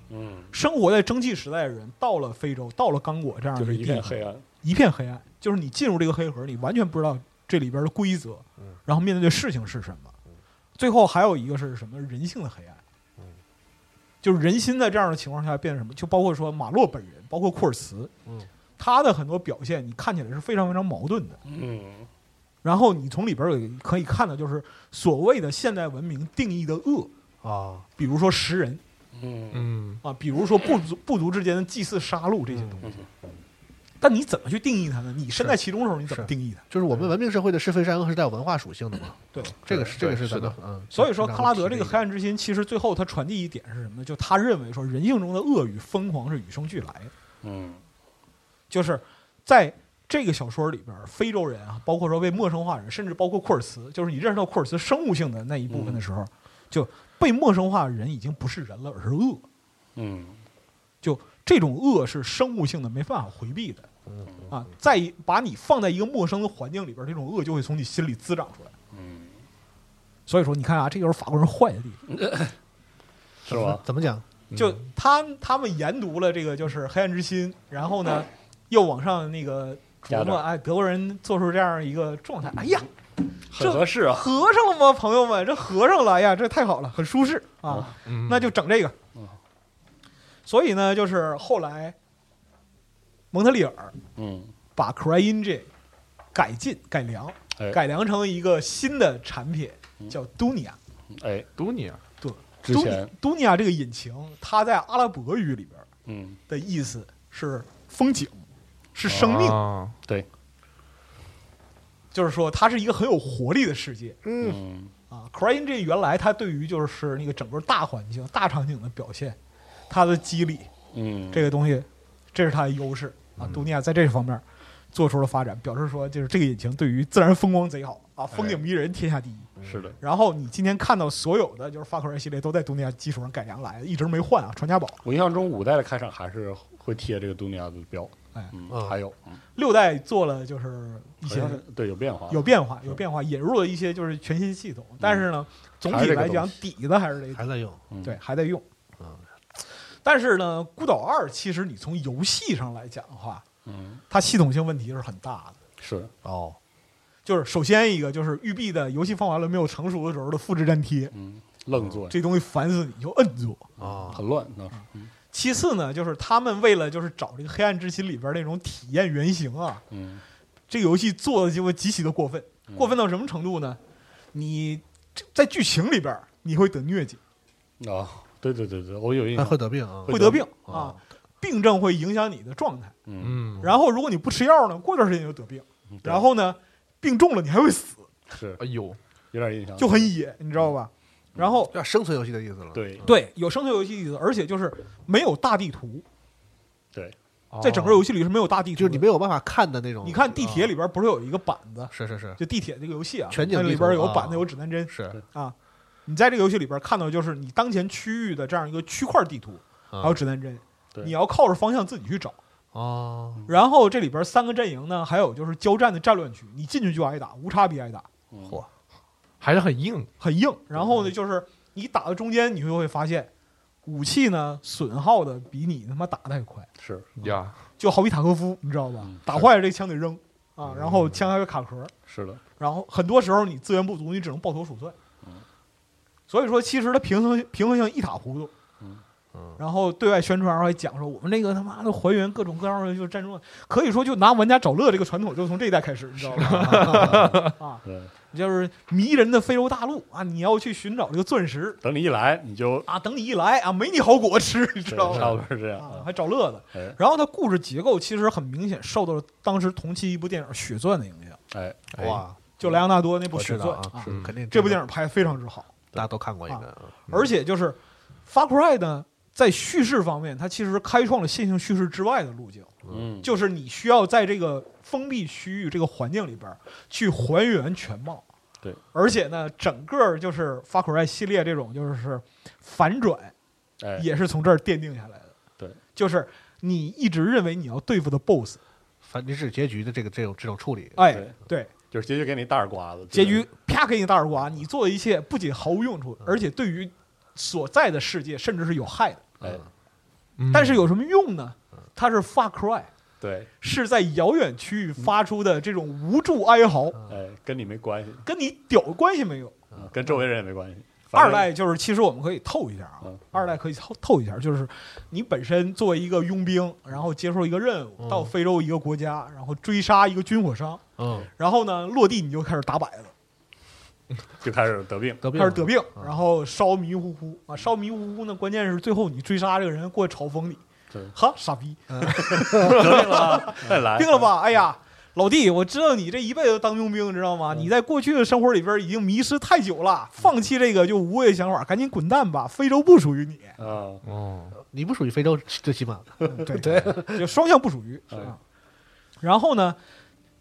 嗯，
生活在蒸汽时代的人，到了非洲，到了刚果这样
就
的
是
地
一片
方，
黑暗，
一片黑暗，就是你进入这个黑盒，你完全不知道这里边的规则
嗯，
然后面对的事情是什么。最后还有一个是什么？人性的黑暗
嗯，
就是人心在这样的情况下变得什么？就包括说马洛本人，包括库尔茨
嗯，
他的很多表现，你看起来是非常非常矛盾的。
嗯
然后你从里边有可以看到，就是所谓的现代文明定义的恶，
啊，
比如说食人
嗯
嗯
啊，比如说部族部族之间的祭祀、杀戮这些东西。
嗯，
但你怎么去定义它呢？你身在其中的时候，你怎么定义它？
就是我们文明社会的是非善恶是带有文化属性的嘛？
对，
这个是这个
对
是咱
是的
们嗯，
所以说
咱
克
们
拉德这
提
个
的
黑暗之心，其实最后他传递一点是什么呢？就他认为说人性中的恶与疯狂是与生俱来的，
嗯
就是在。这个小说里边，非洲人啊，包括说被陌生化人，甚至包括库尔茨，就是你认识到库尔茨生物性的那一部
嗯
分的时候，就被陌生化的人已经不是人了，而是恶。
嗯
就这种恶是生物性的，没办法回避的。
嗯
啊，再一把你放在一个陌生的环境里边，这种恶就会从你心里滋长出来。
嗯，
所以说，你看啊，这就是法国人坏的地方。
是吧？
怎么讲？
嗯
就他他们研读了这个就是《黑暗之心》，然后呢，又往上那个琢
加点
磨，
儿
哎，德国人做出这样一个状态，哎呀，
很合适啊，
合上了吗，朋友们？这合上了，哎呀，这太好了，很舒适啊。
嗯，
那就整这个
嗯。
所以呢，就是后来蒙特利尔
嗯
把 Cryin J 改进、改良
哎、
改良成一个新的产品，叫 Dunia。
哎，
读你啊，
之前
Dunia 这个引擎，它在阿拉伯语里边
嗯
的意思是风景，是生命。
啊
对，
就是说它是一个很有活力的世界
嗯，
嗯，
啊。CryEngine 原来它对于就是那个整个大环境、大场景的表现，它的肌理
嗯，
这个东西，这是它的优势啊。杜尼亚在这方面做出了发展，表示说就是这个引擎对于自然风光贼好啊，风景迷人，天下第一。
是的，
然后你今天看到所有的就是发克人系列都在杜尼亚基础上改良来的，一直没换啊。传家宝
我印象中五代的开场还是会贴这个杜尼亚的标，
哎
嗯
嗯，
还有嗯
六代做了就是一些
好像是对有变化，
有变化，有变化，引入了一些就是全新系统，但是呢，总体来讲底子嗯还是得
还在用，
对还得用
嗯。
但是呢，孤岛二其实你从游戏上来讲的话，
嗯，
它系统性问题是很大的。
是
哦，
就是首先一个就是育碧的游戏放完了没有成熟的时候的复制粘贴，
嗯，愣做
这东西烦死你就摁住。
啊，
很乱当时，嗯
其次呢，就是他们为了就是找这个《黑暗之心》里边那种体验原型啊，
嗯
这个游戏做的结果极其的过分，过分到什么程度呢？你这在剧情里边你会得疟疾，
啊，对对对对，我有印
还
象
会，得病啊，
会得病
病
啊，病症会影响你的状态。
嗯，
嗯，
然后如果你不吃药呢，过段时间就得病，
嗯对
然后呢，病重了你还会死，
是
哎呦，
有点印象，
就很野，你知道吧？然后
有点生存游戏的意思了，
对
对有生存游戏的意思，而且就是没有大地图，
对，
在整
哦
个游戏里是没有大地图
就
的。
是你没有办法看的那种。
你看地铁里
啊，
边不是有一个板子，
是是是
就地铁这个游戏啊，
全景
它
地
里边
图
有
啊
板子有指南针
是，
啊。你在这个游戏里边看到就是你当前区域的这样一个区块地图，还有
啊
指南针，
对
你要靠着方向自己去找。
哦，
然后这里边三个阵营呢，还有就是交战的战乱区，你进去就挨打，无差别挨打，
嚯，
还是很硬，
很硬。然后呢，就是你打到中间，你就会发现武器呢损耗的比你他妈打的还快，
是
呀，
就好比塔科夫，你知道吧
嗯？
打坏了这枪得扔
嗯
啊，然后枪还会卡壳，
是的，
然后很多时候你资源不足，你只能抱头鼠窜。所以说，其实它平衡平衡性一塌糊涂。
嗯
嗯
然后对外宣传还讲说我们那个他妈的还原各种各样的就是战争，可以说就拿玩家找乐这个传统就从这一代开始，你知道吧？啊，
对，
<laughs> 就是迷人的非洲大陆啊，你要去寻找这个钻石
等你一来你就
啊，等你一来啊，没你好果吃， <laughs> 你知
对
道
差
吗？
不多是这样
啊，
啊，
还找乐子。
哎
然后它故事结构其实很明显受到了当时同期一部电影《血钻》的影响，
哎，
哎
哇，
就莱昂纳多那部
我
《血
知道
钻》
啊，
啊
是，
嗯
肯定
这部电影拍得非常之好。
大家都看过应该啊，
嗯
而且就是《Far Cry》呢，在叙事方面，它其实开创了线性叙事之外的路径，
嗯，
就是你需要在这个封闭区域、这个环境里边儿去还原全貌。
对，
而且呢，整个就是《Far Cry》系列这种就是反转，
哎，
也是从这儿奠定下来的。
对，
就是你一直认为你要对付的 BOSS，
反正是结局的这个这种这种处理，
哎
对，
对，
就是结局给你一大耳刮子，
结局啪给你大耳刮，你做的一切不仅毫无用
嗯
处，而且对于所在的世界甚至是有害的。
哎，
嗯
但是有什么用呢？它是 far cry，
对，
是在遥远区域发出的这种无助哀嚎，
哎，跟你没关系，
跟你屌关系没有。
嗯跟周围人也没关系。反
二
正
代就是，其实我们可以透一下啊
嗯，
二代可以透透一下，就是你本身作为一个佣兵，然后接受一个任务，到非洲一个国家，然后追杀一个军火商，
嗯，
然后呢落地你就开始打摆子，
就开始得病，
啊
得病
开始
了
得病，
嗯
然后烧迷糊糊啊，烧迷糊糊呢，关键是最后你追杀这个人过来嘲讽你
对，
哈，傻逼，
得病了，再来，
啊病了？吧？哎呀，老弟，我知道你这一辈子当佣兵，你知道吗？你在过去的生活里边已经迷失太久了，放弃这个就无谓的想法，赶紧滚蛋吧！非洲不属于你，
啊，
哦，
你不属于非洲最起码，
嗯对 <laughs> 对，就双向不属于。
哎
啊然后呢，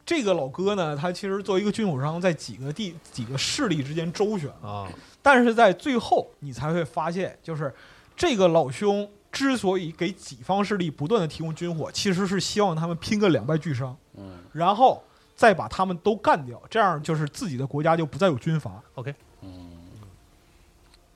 这个老哥呢，他其实作为一个军火商，在几个地几个势力之间周旋，
啊，
但是在最后你才会发现，就是这个老兄。之所以给己方势力不断的提供军火，其实是希望他们拼个两败俱伤。
嗯
然后再把他们都干掉，这样就是自己的国家就不再有军阀
嗯，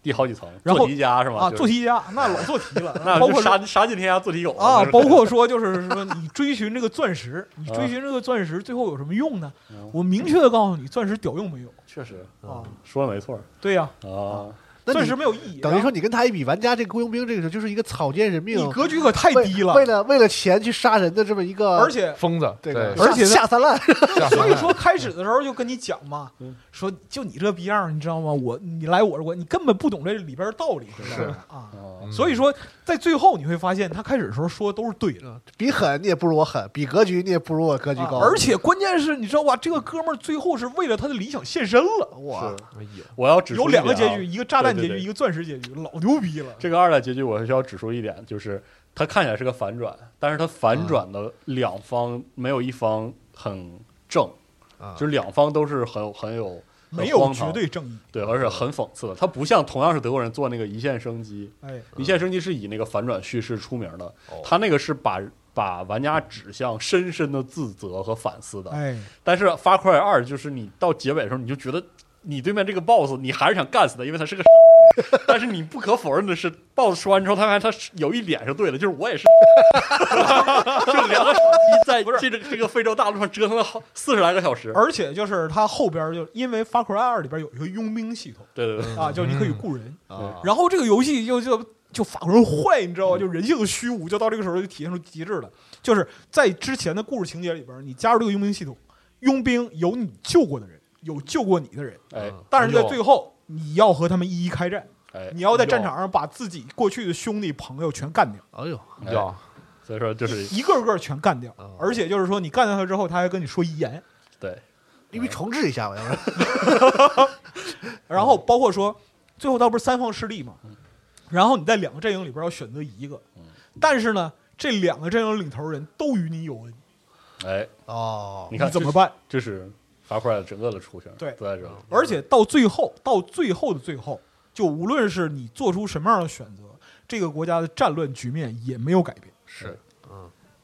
第好几层，
然后
做题家是吗？
啊。
就是
做，题家那老做题了，
<laughs> 那
包
就
括说
杀杀尽天下做题狗
啊，
就是
包括说就是说你追寻这个钻
<laughs>
石，你追寻这个钻石最后有什么用呢？
嗯
我明确的告诉你，钻石屌用没有
确实
啊？
说的没错
对呀、
啊，
那
顿
你
时没有意义。
等于说你跟他一比，玩家这个雇佣兵这个时候就是一个草菅人命
然后，你格局可太
为
低了
为，了为了钱去杀人的这么一个，
而
<laughs>
且
疯子，
这个
对
而且呢
下下三滥，
下
所以
山
说开始的时候就跟你讲嘛，
嗯
说就你这逼样儿，你知道吗？我你来我这国，你根本不懂这里边儿道理，知道吗？啊。
哦
嗯
所以说，在最后你会发现，他开始的时候说的都是对的，
比狠你也不如我狠，比格局你也不如我格局
啊
高，
而且关键是，你知道吧？这个哥们儿最后是为了他的理想献身了，
哇
是，
哎呦，
我要指出
有
一
两个
点
结
啊
局，一个炸弹
对
结
对
局，
对
一个钻石结局，老牛逼了。
这个二代结局，我需要指出一点，就是它看起来是个反转，但是它
嗯
反转的两方没有一方很正，
啊
就是两方都是很很有
没
很
有
荒唐
绝对正义，
对，而且很讽刺的。它不像同样是德国人做那个《一线生机》，
哎，
《一线生机》是以那个反转叙事出名的
哦，
它那个是把把玩家指向深深的自责和反思的。
哎，
但是《发快二》就是你到结尾的时候，你就觉得你对面这个 BOSS 你还是想干死他，因为他是个。 <laughs> 但是你不可否认的是，BOSS 说完之后，他还他是有一点是对的，就是我也是， <laughs> 就两个手机在这个这个非洲大陆上折腾了好四十来个小时。
而且就是他后边儿就因为《Far Cry 2》里边儿有一个佣兵系统
对对对，
啊，就是你可以雇人，
啊
然后这个游戏就就就法国人坏，你知道
嗯
吗？就人性的虚无，就到这个时候就体现出极致了。就是在之前的故事情节里边，你加入这个佣兵系统，佣兵有你救过的人，有救过你的人，
哎
嗯
但是在最后你要和他们一一开战，
哎，
你要在战场上把自己过去的兄弟朋友全干掉，
哎呦，
哎
要
所以说就是
一个个全干掉
嗯
哦。
而且就是说，你干掉他之后，他还跟你说遗言，
对
你必须重置一下吧，要
<laughs>
不然
然后包括说，最后他不是三方势力嘛，
嗯
然后你在两个阵营里边要选择一个，但是呢，这两个阵营领头人都与你有恩，
哎，
哦，
你看
你怎么
办？
办？
这是发块整个的雏形，
对
都在这里。
而且到最后，到最后的最后，就无论是你做出什么样的选择，这个国家的战乱局面也没有改变。
是，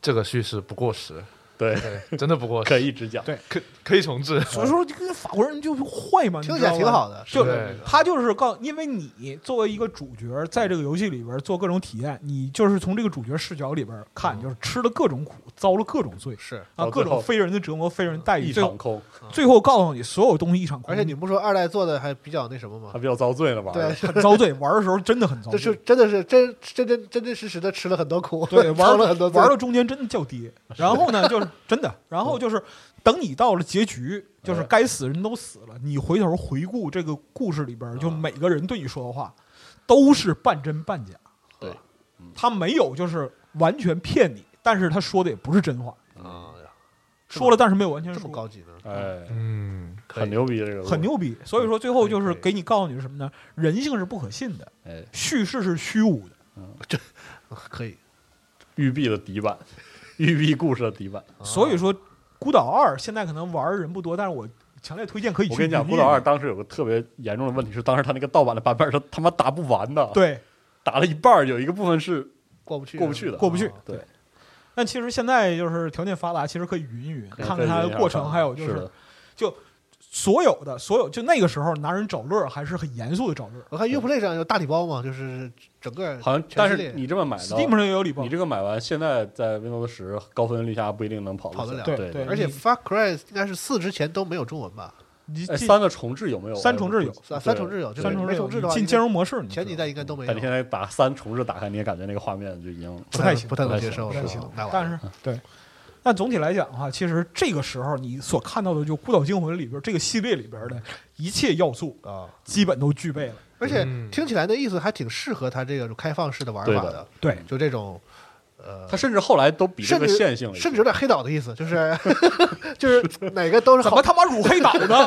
这个叙事不过时，
对，
对，真的不过时，
可以一直讲。
对
可可以重置，
所以说，这个法国人就是坏嘛，
听
你
起
知道
来
吗
挺。
就
好的，
是他就是告，因为你作为一个主角，在这个游戏里边做各种体验，你就是从这个主角视角里边看，就是吃了各种苦，遭了各种罪，
是
啊，
到
各
嗯最后
种非人的折磨、非人待遇，
一
最
场
后
空，
最后告诉你所有东西一场空，
而且你不说二代做的还比较那什么吗
他？比较遭罪了吧？
对，，
很遭罪，玩的时候真的很遭
这
罪，
是真的是真真真真真实实的吃了很多苦， <laughs>
对，玩
操
儿
了很多罪
玩到中间真的叫爹。然后呢，就是真的，然后就是等你到了结局，就是该死人都死了，你回头回顾这个故事里边儿，就每个人对你说的话，都是半真半假。啊
对嗯
他没有就是完全骗你，但是他说的也不是真话，
啊，
说了但是没有完全
这
说
么，高级呢？ <laughs>
哎，
嗯，
很牛逼，这个
很，牛逼。所以说最后就
可
是
以可以
给你告诉你是什么呢？人性是不可信的，
哎，
叙事是虚无的。
可以，
育碧的底板， <laughs> 育碧故事的底板。
啊
所以说，《孤岛二》现在可能玩儿人不多，但是我强烈推荐可以去
我
云
跟
云
你
一下。
讲，《孤岛二》当时有个特别严重的问题是，当时他那个盗版的版本是他妈打不完的，，
对。
打了一半儿有一个部分是
过不去，
过不去的，啊
过不去
对，
但其实现在就是条件发达，其实可以云一云，看看它的过程，还有就是是
的
所有的所有，就那个时候拿人找乐儿还是很严肃的找乐儿。
我看 Uplay 上有大礼包嘛，就是整个
好像，
全
但
系
是
列
你这么买的
Steam 上也有礼包
你，这个买完，现在在 Windows 十高分辨率下不一定能跑
跑得
得
了
起来
对
对
而且
你
Far Cry 应该是四之前都没有中文吧？
你
哎，
进
三个重置有没有？
三重置有
对
三三重置有，就是
三重
没
置
重
有
置
你
的话，
进兼容模
嗯
式，你
前
知
几
道
代
吗
应该都没有
但你，现在打三重置打开，你也感觉那个画面就已经
不
不太
太
行
不太能
不太
接
行
受，
不太
是吧
行
那完
但
了
是对。但总体来讲的话，其实这个时候你所看到的就《孤岛惊魂》里边这个系列里边的一切要素
嗯
啊，
基本都具备了。
而且
嗯
听起来那意思还挺适合他这个开放式的玩
对
法
的
的，
对，
就这种呃
他。甚至后来都比这
甚
个
至
线性了已经，
甚至有点黑岛的意思，就是
<laughs>
就是哪个都是
怎
好
么，他妈辱黑岛 <laughs> 呢？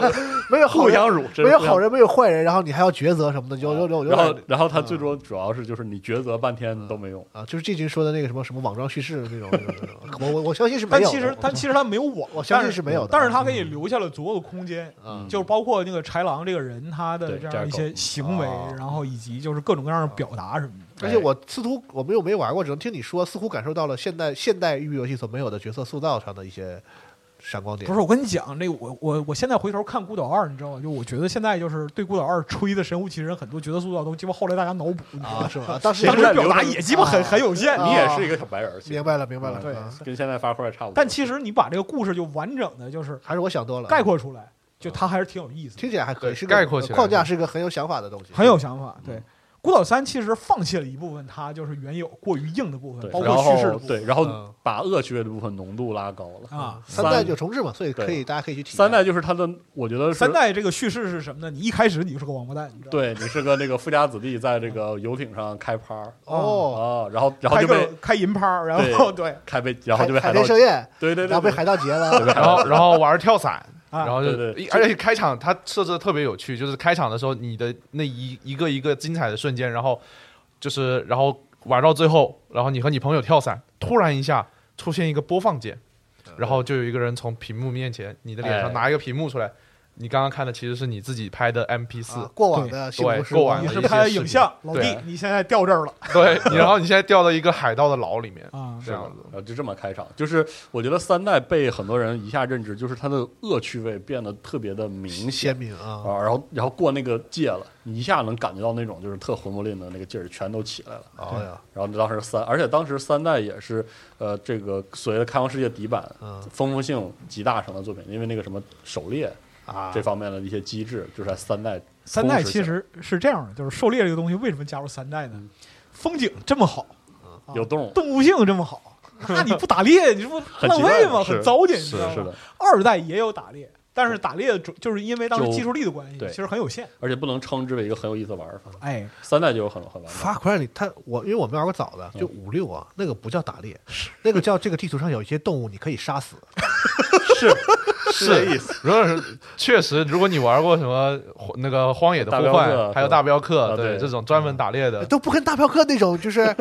没有好
互
人
相辱，真
没
是
有
互
好
相
人，没有坏人，然后你还要抉择什么的，有有有有
然后
点，
然后他最终主要是就是你抉择半天都没用，
啊，就是季军说的那个什么什么网状叙事那
<laughs>
种，那种那种我我我相信是没
但
有的，
其实，但其实他没有我，
我相信
但
是没有的嗯
但是他给你留下了足够的空间，
啊
就是包括那个豺狼这个人他的
对
这
架
样
构
一些行为
哦，
然后以及就是各种各样的表达什么的。
而且我似乎我们又没玩过，只能听你说，似乎感受到了现代现代育碧游戏所没有的角色塑造上的一些闪光点。
不是，我跟你讲，那个我我我现在回头看《孤岛二》，你知道吗？就我觉得现在就是对《孤岛二》吹的神乎其神，很多角色塑造都鸡巴后来大家脑补，你知道
啊，
吗？
是吧？当时
当时
在
表达
留着
也鸡巴很
啊
很有限，
啊
你也是一个小白人，其实
明白了，明白了。
对
啊
跟现在发块差不多。
但其实你把这个故事就完整的就是
还是我想多了。
概括出来，就它还是挺有意思的，
听起来还可以，
对
是个
概括起来
框架是个很有想法的东西，
很有想法。对，孤岛三其实放弃了一部分它就是原有过于硬的部分，
对，
包
然
括叙事的
后
部分
对，然后
嗯
把恶趣味的部分浓度拉高了。
啊。
三代就重置嘛，所以可以
对
大家可以去体验
三代就是它的，我觉得是
三代这个叙事是什么呢？你一开始你就是个王八蛋，你知道吗？
对你是个那个富家子弟，在这个游艇上开趴儿
哦，
啊，然后然后
开
就
个
被
开银趴儿，然后 <laughs> 对
开被，然后
海
就被
海
海盗
天，盛宴，
对对
然后
对，
被
对
海盗劫了，啊
然后然后玩跳伞，
啊
然后就
对对
一而且开场它设置的特别有趣，就是开场的时候你的那一一个一个精彩的瞬间，然后就是然后玩到最后，然后你和你朋友跳伞，突然一下出现一个播放键，然后就有一个人从屏幕面前你的脸
哎
上拿一个屏幕出来，你刚刚看的其实是你自己拍的 MP 四
啊，过往的幸福时
过往
光
你
的
是
一些
拍
视
影
频
像，老弟
对，
你现在掉这儿了
对，你然后你现在掉到一个海盗的牢里
<laughs>
面，
啊
这样子
然。后呃就这么开场，就是我觉得三代被很多人一下认知，就是它的恶趣味变得特别的明
鲜
显
明啊，
啊，然后然后过那个界了，你一下能感觉到那种就是特魂不吝的那个劲儿全都起来了。
啊
哎呀，
然后当时三，而且当时三代也是呃这个所谓的开放世界底板
嗯，
丰富性极大成的作品，因为那个什么狩猎
啊，
这方面的一些机制，就是在三代
三代其
充实起来
实是这样的，就是狩猎这个东西为什么加入三代呢？
嗯
风景这么好，啊
有动物，
动物性这么
<laughs>
好，那你不打猎，你这不
很
浪
奇怪
费吗？
是
很糟践，你
是
知道吗？
是的，
二代也有打猎，但是打猎的种就是因为当时
就
技术力的关系，
对
其实很有限。
而且不能称之为一个很有意思的玩法。
哎，
三代就有很很玩法，
法块里，它我因为我们玩过早的，
嗯
就五六啊，那个不叫打猎，那个叫这个地图上有一些动物你可以杀死，
<laughs> 是这意思。
如果是确实，如果你玩过什么那个《荒野的
大
呼
镖
唤
客》，
还有大镖
啊
客，
对
对这种专门打猎
嗯
的，
都不跟大镖客那种就是 <laughs>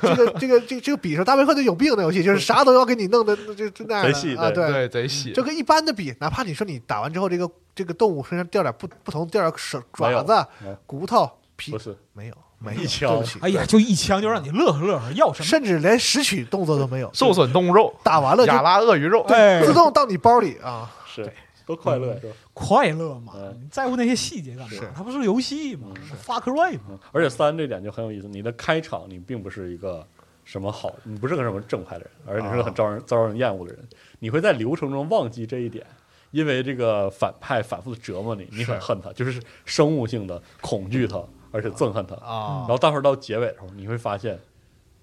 这个这个这个这个比上，大镖客那有病的游戏，就是啥都要给你弄的就就那样
贼细
的啊，
对
对，
对贼喜。
就跟一般的比，哪怕你说你打完之后这个这个动物身上掉点不不同掉点手
没有
爪子
没有、
骨头、皮
不，是
没有没有，
一
对
枪
不起，
哎呀，就一枪就让你乐呵乐呵，要什么？
甚至连拾取动作都没有，
受损动物肉，
打完了就
雅拉鳄鱼肉，
哎，
自动到你包里啊，
是多快
嗯
乐是吧？
快乐嘛，
嗯
你在乎那些细节干嘛
是？
它不是游戏嘛，fuck right 嘛。
嗯而且三这点就很有意思，你的开场你并不是一个什么好，你不是个什么正派的人，而你是
啊
个很招人遭人厌恶的人，你会在流程中忘记这一点。因为这个反派反复的折磨你，你很恨他，就是生物性的恐惧他，而且憎恨他。
啊
然后，待会儿到结尾的时候，你会发现，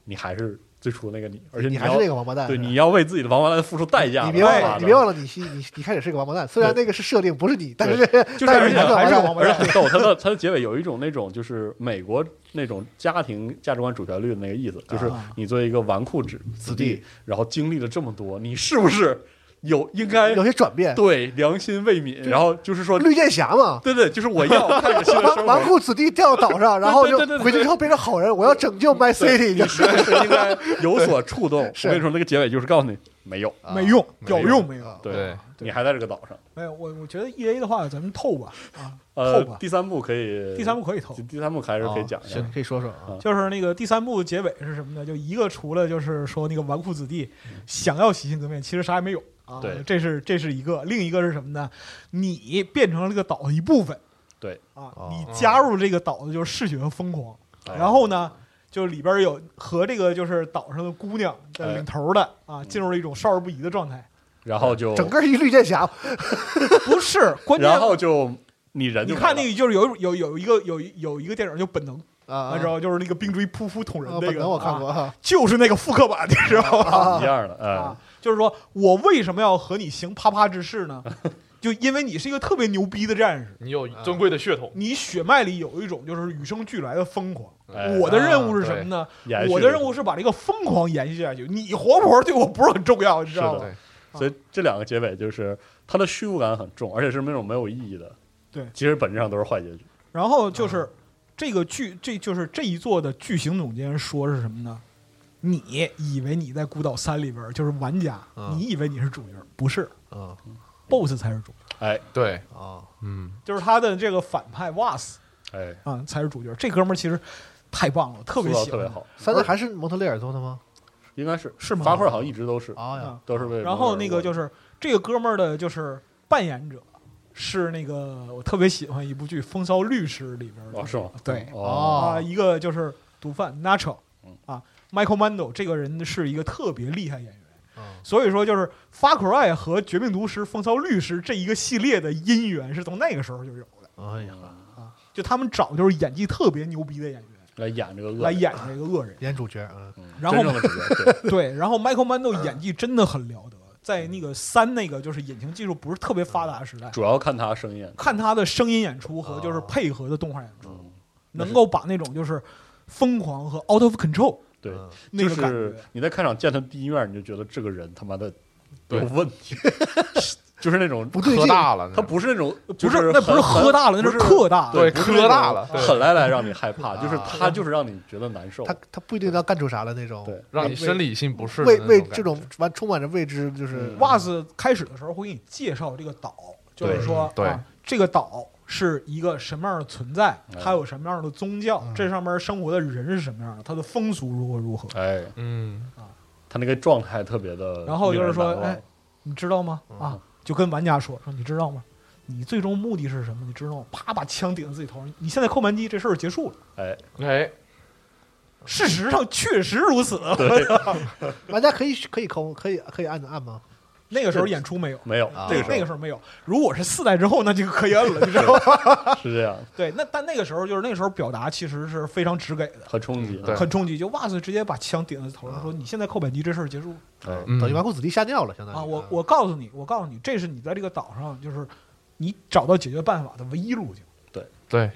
你还是最初那个你，而且
你还
要
是那个王八蛋，
对，
是吧
你要为自己的王八蛋付出代价的。
你别忘
对吧
了，你别忘了你，你你你开始是个王八蛋，虽然那个是设定不是你，但是
就是
但
而
是
且
你还是
还是
个
王
王
八
八
蛋，
蛋，
很逗。它的它的结尾有一种那种就是美国那种家庭价值观主旋律的那个意思，就是
啊
你作为一个纨绔子子弟，然后经历了这么多，你是不是有应该
有些转变。
对良心未泯？然后就是说，
绿箭侠嘛，
对对，就是我要看个新的
纨
生
纨
活。
绔子弟掉到岛
<laughs>
上，然后就
对对对对
回去之后变成好人，我要拯救 My
对
City，
你
就是
不是应该有所触动？我
是
跟你说，那个结尾就是告诉你没有，
啊
没用，
没
有
用
用没有
啊？
对
你还在这个岛上。
没有，我我觉得 E A 的话，咱们透吧啊，
呃
透吧，
第三部可以，
第三部可以哦透。
第三部还哦是可以讲一下
行，。可以说说啊，
就是那个第三部结尾是什么呢？就一个除了就是说那个纨绔子弟想要洗心革面，其实啥也没有啊。
对
这是这是一个，另一个是什么呢？你变成了这个岛的一部分。
对
啊
哦，
你加入这个岛的就是嗜血和疯狂。
哎
然后呢，就里边有和这个就是岛上的姑娘
哎
的领头的啊，进入了一种少儿不宜的状态。
然后就
整个一绿箭侠，嗯
不是，关键
然后就你人
你
就
看
没
那
了
个就是有有有一个有一有一个电影叫《本能》，
啊，
你知道就是那个冰锥噗噗捅人
啊
那
本
个，
能我看过，啊，
就是那个复刻版，你知道吗？
一样的，哎
啊，， <laughs> 就是说我为什么要和你行啪啪之事呢？ <laughs> 就因为你是一个特别牛逼的战士，
你有尊贵的血统，
你血脉里有一种就是与生俱来的疯狂。
哎
我的任务
啊
是什么呢？
延续
我的任务是把这个疯狂延续下去。你活不活对我不是很重要，你知道
是
吗
的？
啊
所以这两个结尾就是它的虚无感很重，而且是那种没有意义的。
对
其实本质上都是坏结局。
然后就是这个剧，这就是这一座的剧情总监说是什么呢？你以为你在《孤岛三》里边就是玩家，
嗯
你以为你是主角，不是
嗯
，BOSS 才是主角，
哎
对，
啊，
嗯，
就是他的这个反派 WAS
哎，
啊、才是主角。这哥们儿其实太棒了，我特别
塑造
喜
特
欢
别
他
好，
三代还是蒙特利尔做的吗？
应该是
是吗
发块好像一直都是
啊
啊
呀，
都是为。
然后那个就是是这个哥们儿的，就是扮演者是那个我特别喜欢一部剧《风骚律师》里边
哦
的，
是吗？
对
哦
啊，
哦
一个就是毒贩 Nacho
嗯
啊，Michael Mando 这个人是一个特别厉害演员，所以说，就是《发 cry》和《绝命毒师》《风骚律师》这一个系列的姻缘是从那个时候就有的。
哎呀，
就他们找就是演技特别牛逼的演员
嗯来演这个恶人
来演这个恶人，
演主角啊，
然后
真正的主角，
<laughs>
对
对，然后 Michael
嗯
Mando 演技真的很了得，在那个三那个就是引擎技术不是特别发达的时代，
主要看他声音。
看他的声音演出和就是配合的动画演出，
嗯，哦那
能
是
够把那种就是疯狂和 out of control
对，
嗯
那个
就
感
是
觉，
你在看场见他第一面，你就觉得这个人他妈的有问
<laughs>
题，就是那种
不对
喝
劲，
大了，
他不是那种，
不
是
那不是
很
喝大了，那
不
是
是
嗑大了。
对
不是那
磕
种
大了对
狠来来让你害怕，
啊
就是他就是让你觉得难受
他，他不一定要干出啥来那种，
对，
让你生理性不适的那
为
感觉。
为这种完充满着未知，就是
嗯
袜子开始的时候会给你介绍这个岛，就是
对
说
对
啊，这个岛是一个什么样的存在，
嗯
它有什么样的宗教，这上面生活的人是什么样的，它的风俗如何如何。
哎，
嗯，
他那个状态特别的，
然后就是说，哎，，你知道
嗯
吗？啊，就跟玩家说说，你知道吗？你最终目的是什么？你知道吗？啪，把枪顶在自己头上，你现在扣扳机，这事儿结束了。
哎，
哎，
事实上确实如此。
玩家可以可以抠，可以可以按按吗？啊
那个时候演出没有，
没有，啊这个时
那
候
个时候没有。如果是四代之后，那就可以摁了，你知道吗？ <laughs>
是这样，
对，那但那个时候就是那个时候表达其实是非常直给的，
很冲击，
对
很冲击。就袜子直接把枪顶在头
嗯
上，说：“你现在扣扳机，这事儿结束
哎，
嗯
等于纨绔子弟吓尿了，相当
嗯
于
啊！我我告诉你，我告诉你，这是你在这个岛上就是你找到解决办法的唯一路径。”
对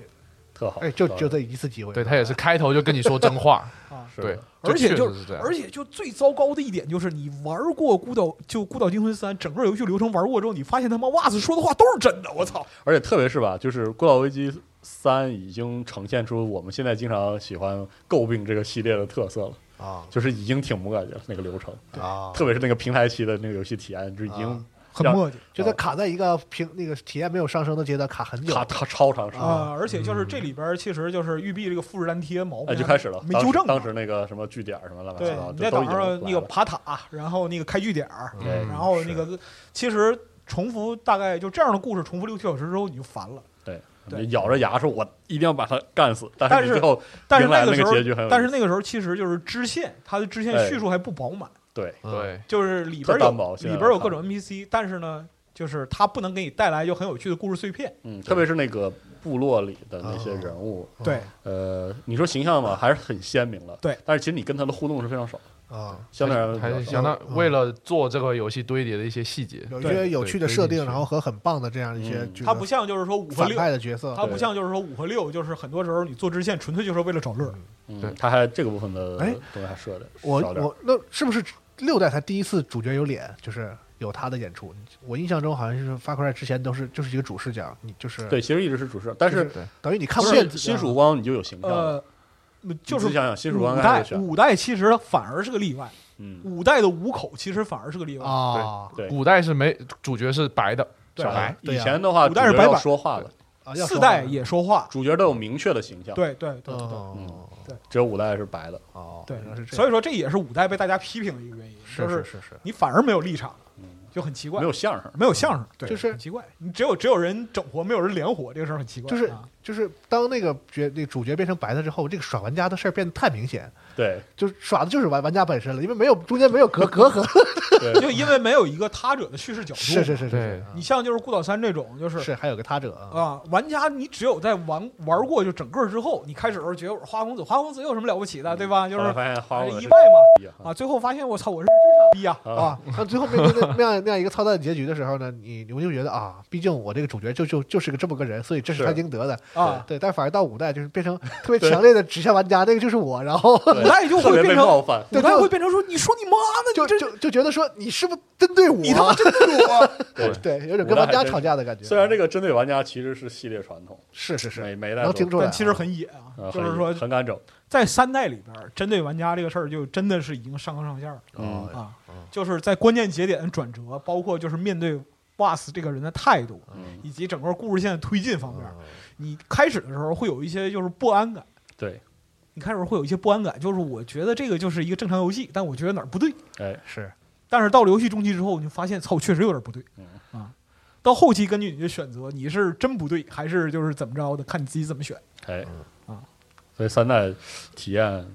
特好，
哎，就就这一次机会，
对，他也是开头就跟你说真话，
啊
是
对
的，，
而且
确
就
实是这样
而且就最糟糕的一点就是，你玩过《孤岛》就《孤岛惊魂三》整个游戏流程玩过之后，你发现他妈袜子说的话都是真的，我操！
而且特别是吧，就是《孤岛危机三》已经呈现出我们现在经常喜欢诟病这个系列的特色了，
啊
就是已经挺魔改了那个流程，
啊，
特别是那个平台期的那个游戏体验，就已经
啊
很磨叽
就他卡在一个平那个体验没有上升的阶段，卡很久，
卡卡超长时间。
啊！而且就是这里边其实就是育碧这个复制粘贴毛病
哎，就开始了，
没
当时
纠正嘛。啊
当时那个什么据点什么乱七八
对
糟，，
你
这
在
都
岛
已经
上那
来
个
了
爬塔，然后那个开据点儿，
嗯
然后那
是
个其实重复大概就这样的故事重复六七小时之后你就烦了。
对，
对
你咬着牙说“我一定要把他干死”，
但
但你
是
最后
但是
迎来
那个
那
时
个
候
结局很有，
但是
意思
那个时候其实就是支线，它的支线
哎
叙述还不饱满。
对
嗯
对，
就是里边
特单薄
有
现在
里边有各种 NPC，但是呢，就是它不能给你带来就很有趣的故事碎片。
嗯，特别是那个部落里的那些人物，
嗯
对，
呃，你说形象嘛，还是很鲜明了。
哦对，
但是其实你跟他的互动是非常少，
啊，
相对而言
还是
比较少
相当
嗯
为了做这个游戏堆叠的一些细节，
有一
对
些有趣的
对
设
推进
定，
去
然后和很棒的这样一些
嗯，
就是
它不像就是说五和
反
六，
派的角色
它，不像就是说五和六，就是很多时候你做支线纯粹就是为了找乐儿。
对
嗯，他还这个部分的
哎
东西还设的
我
少点儿。
我那是不是六代才第一次主角有脸，就是有他的演出？我印象中好像是发块之前都是就是一个主视角，你就是
对，其实一直是主视，但
就是等于你看不
新
见
新曙
属
光你就有形象了，
呃，就
嗯你自己
是
想想新曙光
五
该
代
是选，
五代其实反而是个例外，
嗯，
五代的五口其实反而是个例外。
啊
对
古代是没主角是白的，
对
小白，
对
以
呀
前的话
古
主
代是
角
白
要
板
说话了，
啊，要
四
说
代
话
也说话，
主角都有明确的形象，，
对对对对对
哦
只有五代是白的，
哦，
对
原来是这样，
所以说这也是五代被大家批评的一个原因，就是
是是，
你反而没有立场
嗯，
就很奇怪
没。有相声，
没有相声，对，
就是
很奇怪。你只有只有人整活，没有人连活，这个事儿很奇怪。
就是
啊
就是当那个角那个主角变成白的之后，这个耍玩家的事儿变得太明显，
对
就是耍的就是玩玩家本身了，因为没有中间没有隔隔阂，
对
就因为没有一个他者的叙事角度。
是是是是
对
是，
你像就是孤岛三这种，就是
是还有个他者啊，
啊，玩家你只有在玩玩过就整个之后，你开始的时候觉得我是花公子，花公子有什么了不起的，对吧？就
后来
是
发现嗯花嗯
哎
木兰
意
是
外嘛
一样
啊，最后发现我操，我是真傻逼呀！
嗯
啊，那最后面对那那样那样一个操蛋结局的时候呢，你你就觉得啊，毕竟我这个主角就就就是个这么个人，所以这是
是
他应得的
啊
对，但反而到五代就是变成特别强烈的指向玩家，那个就是我，然后 <laughs>
对
古代就
特
会
别
变
被
成，
冒犯，
古
对
代
就
会变成说你说你妈呢，
就
你这
就就觉得说你是不是针对我？啊
你他妈真对我，
<laughs>
对
对，有种
五
跟
代
玩家
还真
吵架的感觉。
虽然这个针对玩家其实是系列传统，
是是是，
每每一代
能
都
听出来啊，
但其实很野啊
呃，
就是
很
说
很敢整，
在三代里边儿，针对玩家这个事儿就真的是已经上纲上线了。
嗯
哦
啊，就是在关键节点的转折，包括就是面对瓦斯这个人的态度，
嗯，
以及整个故事线的推进方面，你开始的时候会有一些就是不安感，
对，
你开始会有一些不安感，就是我觉得这个就是一个正常游戏，但我觉得哪儿不对。
哎，
是
但是到了游戏中期之后，你就发现操，确实有点不对
嗯
啊。到后期根据你的选择，你是真不对，还是就是怎么着的，看你自己怎么选。
哎
啊，
嗯
所以三代体验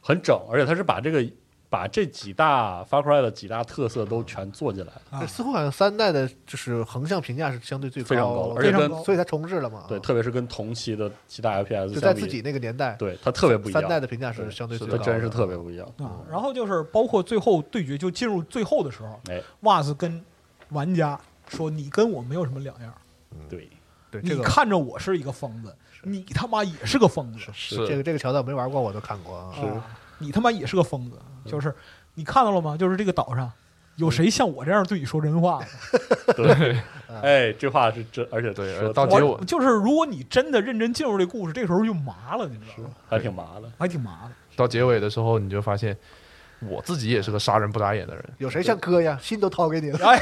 很整，而且它是把这个。把这几大 Far Cry 的几大特色都全做进来，
啊
似乎好像三代的就是横向评价是相对最
非常
的
高而且
非常
跟
高
所以它重置了嘛？
对，
啊
特别是跟同期的其他 FPS
就在
相
自己
比，
那个年代，
对它特别不一
三代
样，
的评价是相对
是
最高
它
的
的，
真是特别不一样。
啊，然后就是包括最后对决，就进入最后的时候，
哎，
袜子跟玩家说：“你跟我没有什么两样，
嗯
对，
对这
你
个
看着我是一个疯子，你他妈也是个疯子，
是
这个这个桥段我没玩过，我都看过啊。
啊，你他妈也是个疯子。”就是你看到了吗？就是这个岛上有谁像我这样对你说真
啊
话吗？
对，
嗯
哎，这话是真，而且
对
说
到
得
结
好
果
就是如果你真的认真进入这故事，这时候就麻了，你知道吗？
还挺麻的。 <laughs>
还挺麻的。 <laughs>
到结尾的时候，你就发现我自己也是个杀人不眨眼的人。
有谁像哥呀？心都掏给你了。
哎，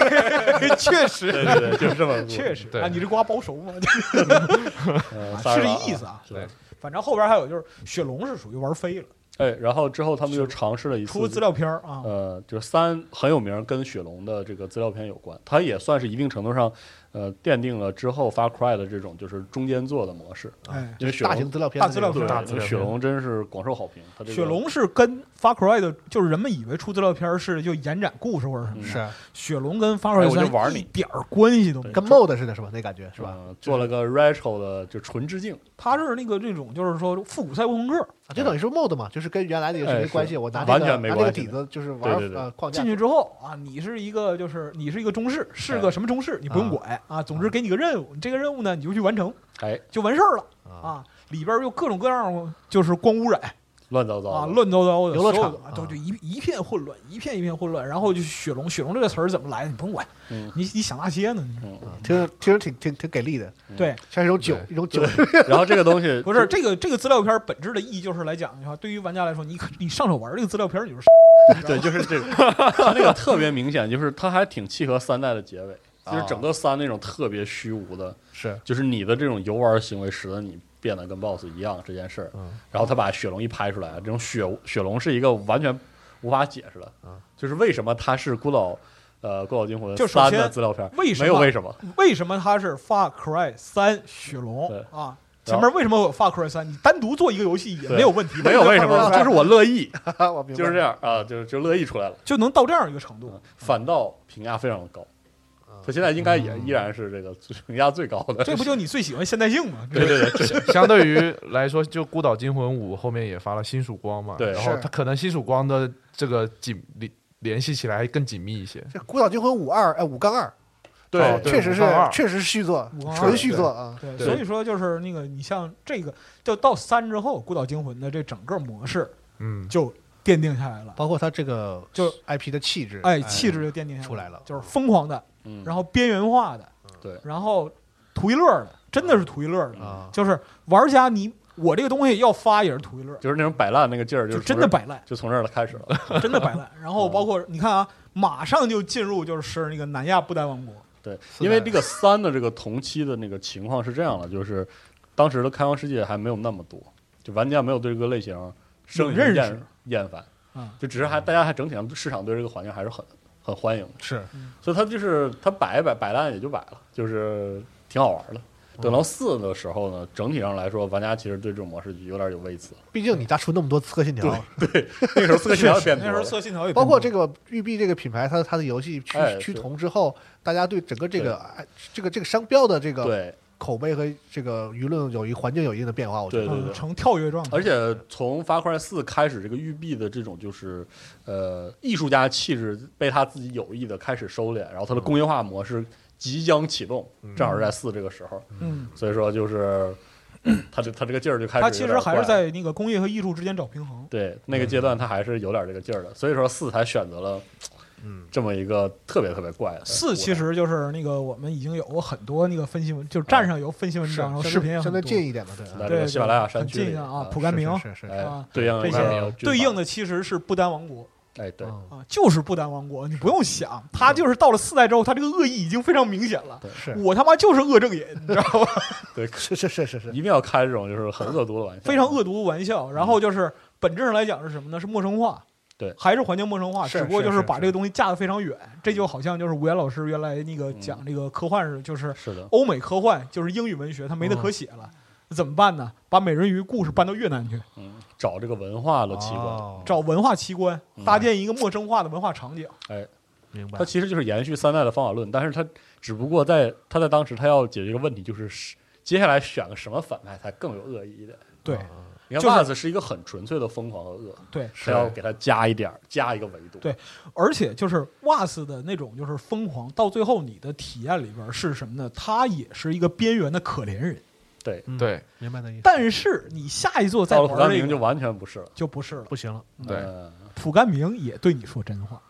确实，
对对对，就是
<laughs>
这么
确实
对
啊，你这瓜包熟吗？ <laughs>
嗯
是
仨人
这
啊
意思啊
是吧
反正后边还有就是雪龙是属于玩飞了，
哎，然后之后他们就尝试了一次
出资料片儿啊，
呃，就是三很有名，跟雪龙的这个资料片有关，它也算是一定程度上，呃，奠定了之后 Far Cry 的这种就是中间做的模式。
哎，
因为雪
大
龙
型资料片，
大资料
对
片
大资料片
雪龙真是广受好评，它这个
雪龙是跟 Far Cry 的，就是人们以为出资料片儿是就延展故事或者什么
嗯
的，
是
雪龙跟 Far
哎
Cry
我就
三
玩你
一点儿关系都没有。
跟 MOD 似的，是吧？那感觉是吧？
呃做了个 retro 的就纯致敬，
它是那个这种就是说复古赛博朋克，
啊就等于是 MOD 嘛，就是跟原来的游戏
哎
没
是
关系。我拿这
完
个
全没
拿这个
关系
底
的
子就是玩
对对对
呃框架
进去之后啊，你是一个就是你是一个中士，是个
哎
什么中士你不用管啊，总之给你个任务，你这个任务呢你就去完成
哎，
就完事儿了
啊，
啊。里边儿有各种各样的就是光污染
乱糟糟
啊，
的。
乱糟糟的，
哦游乐
所有
场
的
啊
都就一一片混乱，一片一片混乱。然后就是雪龙，雪龙这个词儿怎么来的你不用管，
嗯
你你想那些呢？你
嗯，
听着听着挺挺挺给力的，
对，
像一种酒
对
一种酒
然后这个东
<laughs>
西
不是这个这个资料片儿本质的意义就是来讲的话，对于玩家来说，你可你上手玩儿这个资料片儿，你就是
对，就是这个，它那个特别明显，就是它还挺契合三代的结尾，就是整
哦
个三那种特别虚无的，
是
就是你的这种游玩行为使得你变得跟 BOSS 一样这件事儿。
嗯
然后他把雪龙一拍出来，这种雪雪龙是一个完全无法解释的，就是为什么它是孤岛呃孤岛惊魂
嗯就首
三的
先
资料片，
为什么
没有为
<laughs>
什么？
为什么它是 Far Cry 三雪龙
对
啊？前
然后
面为什么有 Far Cry 三？你单独做一个游戏也
对
没有问题，
没有为什么，
但
就是我乐意，
我明白
就是这样啊，就就乐意出来了，
就能到这样一个程度
<laughs> 嗯。反倒评价非常高。
嗯
他现在应该也依然是这个评价最高的，
这不就你最喜欢现代性吗？
对对对，
<laughs> 相相对于来说，就《孤岛惊魂五》后面也发了新曙光嘛，
对
然后
是
它可能新曙光的这个紧联联系起来还更紧密一些。
这《孤岛惊魂五二》哎，五杠二，
哦
对
对
确实是
五杠二
确实是续作
五杠，二
纯续作啊。
对，
对
所以说就是那个，你像这个，就到三之后，《孤岛惊魂》的这整个模式
嗯，
就奠定下来了，
包括它这个
就
IP 的气质，
哎，气质就奠定下
出来了
就是疯狂的，
嗯
然后边缘化的，
对嗯
然后图一乐的，真的是图一乐的，
啊，
就是玩家你我这个东西要发也是图一乐，
就是那种摆烂那个劲儿，
就是真
从
的
这
摆烂。
就从这儿开始了。
<laughs>
<laughs>
真的摆烂。然后包
嗯
括你看啊，马上就进入就是那个南亚不丹王国，
对，
四
因为
代
这个三的这个同期的那个情况是这样的，就是当时的开放世界还没有那么多，就玩家没有对这个类型生理
认识
厌厌烦
嗯，
就只是还大家还整体上市场对这个环境还是很很欢迎的，
是
嗯
所以他就是他摆一摆摆烂也就摆了，就是挺好玩的。
嗯
等到四的时候呢，整体上来说，玩家其实对这种模式就有点有
<laughs>
微词。
毕竟你家出那么多刺客信条，
那个时候刺客信条变多
那时候
了，
色信条也
包括这
个
个育碧这个品牌，它它的游戏趋
哎
趋
是
同之后，大家对整个这个哎这个这个商标的这个
对
口碑和这个舆论有一环境有一定的变化，我觉
对
得
对哎对，
呈嗯跳跃状态，
而且从 Far Cry 四开始，这个育碧的这种就是呃艺术家气质被他自己有意的开始收敛，然后他的工业化模式即将启动，正好是在四这个时候，
嗯，
所以说就是他这他这个劲儿就开始
它
有
其
点
实
怪了，
还
哎
是在那个工业和艺术之间找平衡。
对那个阶段他还是有点这个劲儿的，所以说四才选择了
嗯
这么一个特别特别怪的
四其实就是那个我们已经有过很多那个分析文，就是站上有分析文章，然后
相对
视频也很
相对
多，
近一点嘛，对
哎在
啊
这
对
个喜马拉雅山
很
区
近
里
啊，啊
啊
蒲甘明
是是是是
哎
啊，
对应
这些
的
对应
的
的其实是不丹王国。
哎对。
嗯
啊，就是不丹王国，你不用想，他就是到了四代之后，他这个恶意已经非常明显了。
是
我他妈就是恶正眼，你知道吗？
对，
是是是是是
一定要开这种就是很恶毒的玩笑，
非常恶毒的玩笑。然后就是本质上来讲是什么呢？是陌生化，
对
还是环境陌生化，
是
只不过就是是
是
把这个东西架得非常远。这就好像就是吴岩老师原来那
嗯
个讲这个科幻是，就是
是的，
欧美科
嗯
幻，就是英语文学，它没得可写了，怎么办呢？把美人鱼故事搬到越南去，
嗯，找这个文化的器官，
哦
找文化奇观，
嗯
搭建一个陌生化的文化场景。
明白
它。其实就是延续三代的方法论，但是它只不过在它在当时它要解决一个问题，就是是接下来选个什么反派才更有恶意一点。
对
你
就
看
是
袜子是一个很纯粹的疯狂和恶，
对，
他要给它加一点儿，加一个维度。
对而且就是 Was 的那种就是疯狂，到最后你的体验里边是什么呢？他也是一个边缘的可怜人。
嗯
对
明白那意思。
但是你下一座再
到了普
玩
甘
这
明
个
就完全不是了。
就不是了。
不行了，
对
嗯
蒲甘明也对你说真话，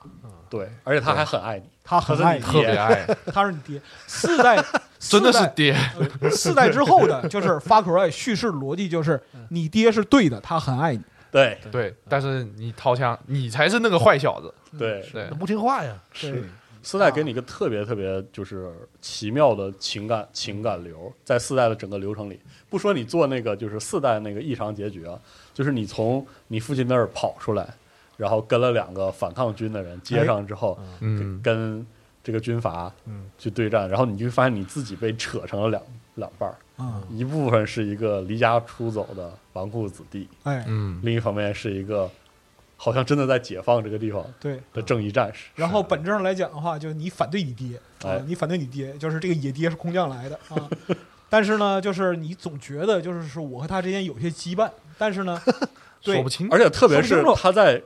对，而且他还很爱你，
他很爱你
他是，
特别爱，
他是你爹。四
<laughs>
代四
真的是
代
爹，
呃四代之后的，就是 Far Cry 叙事逻辑就是
嗯
你爹是对的，他很爱你。
对
对。但是你掏枪，你才是那个坏小子，
对。
对
那不听话呀。
是
四代给你一个特别特别就是奇妙的情感情感流，在四代的整个流程里，不说你做那个就是四代那个异常结局啊，就是你从你父亲那儿跑出来，然后跟了两个反抗军的人接上之后，
哎嗯，
跟这个军阀
嗯
去对战，然后你就发现你自己被扯成了两两半儿，
嗯，
一部分是一个离家出走的纨绔子弟，
哎，
嗯，
另一方面是一个好像真的在解放这个地方
对。
的正义战士。
然后本质上来讲的话，就是你反对你爹啊
啊哎，
你反对你爹，就是这个野爹是空降来的啊。 <laughs> 但是呢，就是你总觉得就是说我和他之间有些羁绊，但
<laughs>
是呢，对
说不清，
嗯而且特别是
说不清楚
他在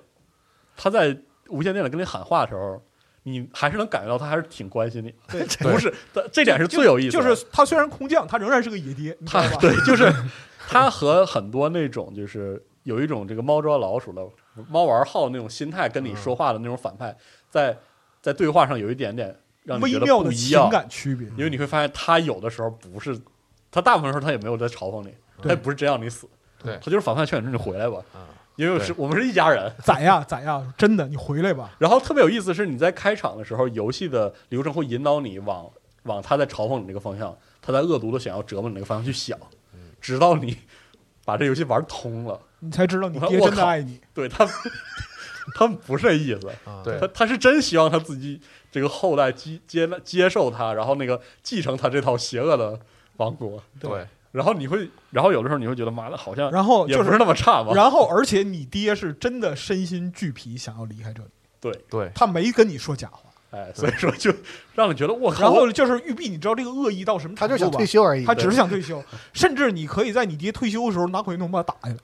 他在无线电里跟你喊话的时候，你还是能感觉到他还是挺关心你，
对
<laughs> 不是？这点是最有意思
就
的，
是他虽然空降，他仍然是个野爹，你知道
他
吧？
对，就是他和很多那种就是有一种这个猫抓老鼠的猫玩耗那种心态跟你
嗯
说话的那种反派，在在对话上有一点点让你
微
觉得
妙的
不一
情
样，
感区别。
因为你会发现他有的时候不是，他大部分时候他也没有在嘲讽你，他
对
也不是真让你死，
对
他就是反派劝你说你回来吧
啊，
因为是我们是一家人。 <laughs>
咋呀咋呀，真的，你回来吧。
然后特别有意思是，你在开场的时候，游戏的流程会引导你往往他在嘲讽你这个方向，他在恶毒的想要折磨你那个方向去想，直到你把这游戏玩通了。
你才知道你
我
爹
我
真的
靠
爱你。
对他， <laughs> 他们不是这意思，
啊，
对
他他是真希望他自己这个后代接接纳接受他，然后那个继承他这套邪恶的王国。
对，
然后你会，然后有的时候你会觉得妈的，好像
然后
也
就
不是那么差吧？
然后而且你爹是真的身心俱疲，想要离开这里，
对，
他没跟你说假话。
哎，所以说就让你觉得我靠，
然后就是玉碧，你知道这个恶意到什么
他
程
就
度
想
吧
退？休而已。
他只是想退休，甚至你可以在你爹退休的时候拿鬼农把他打下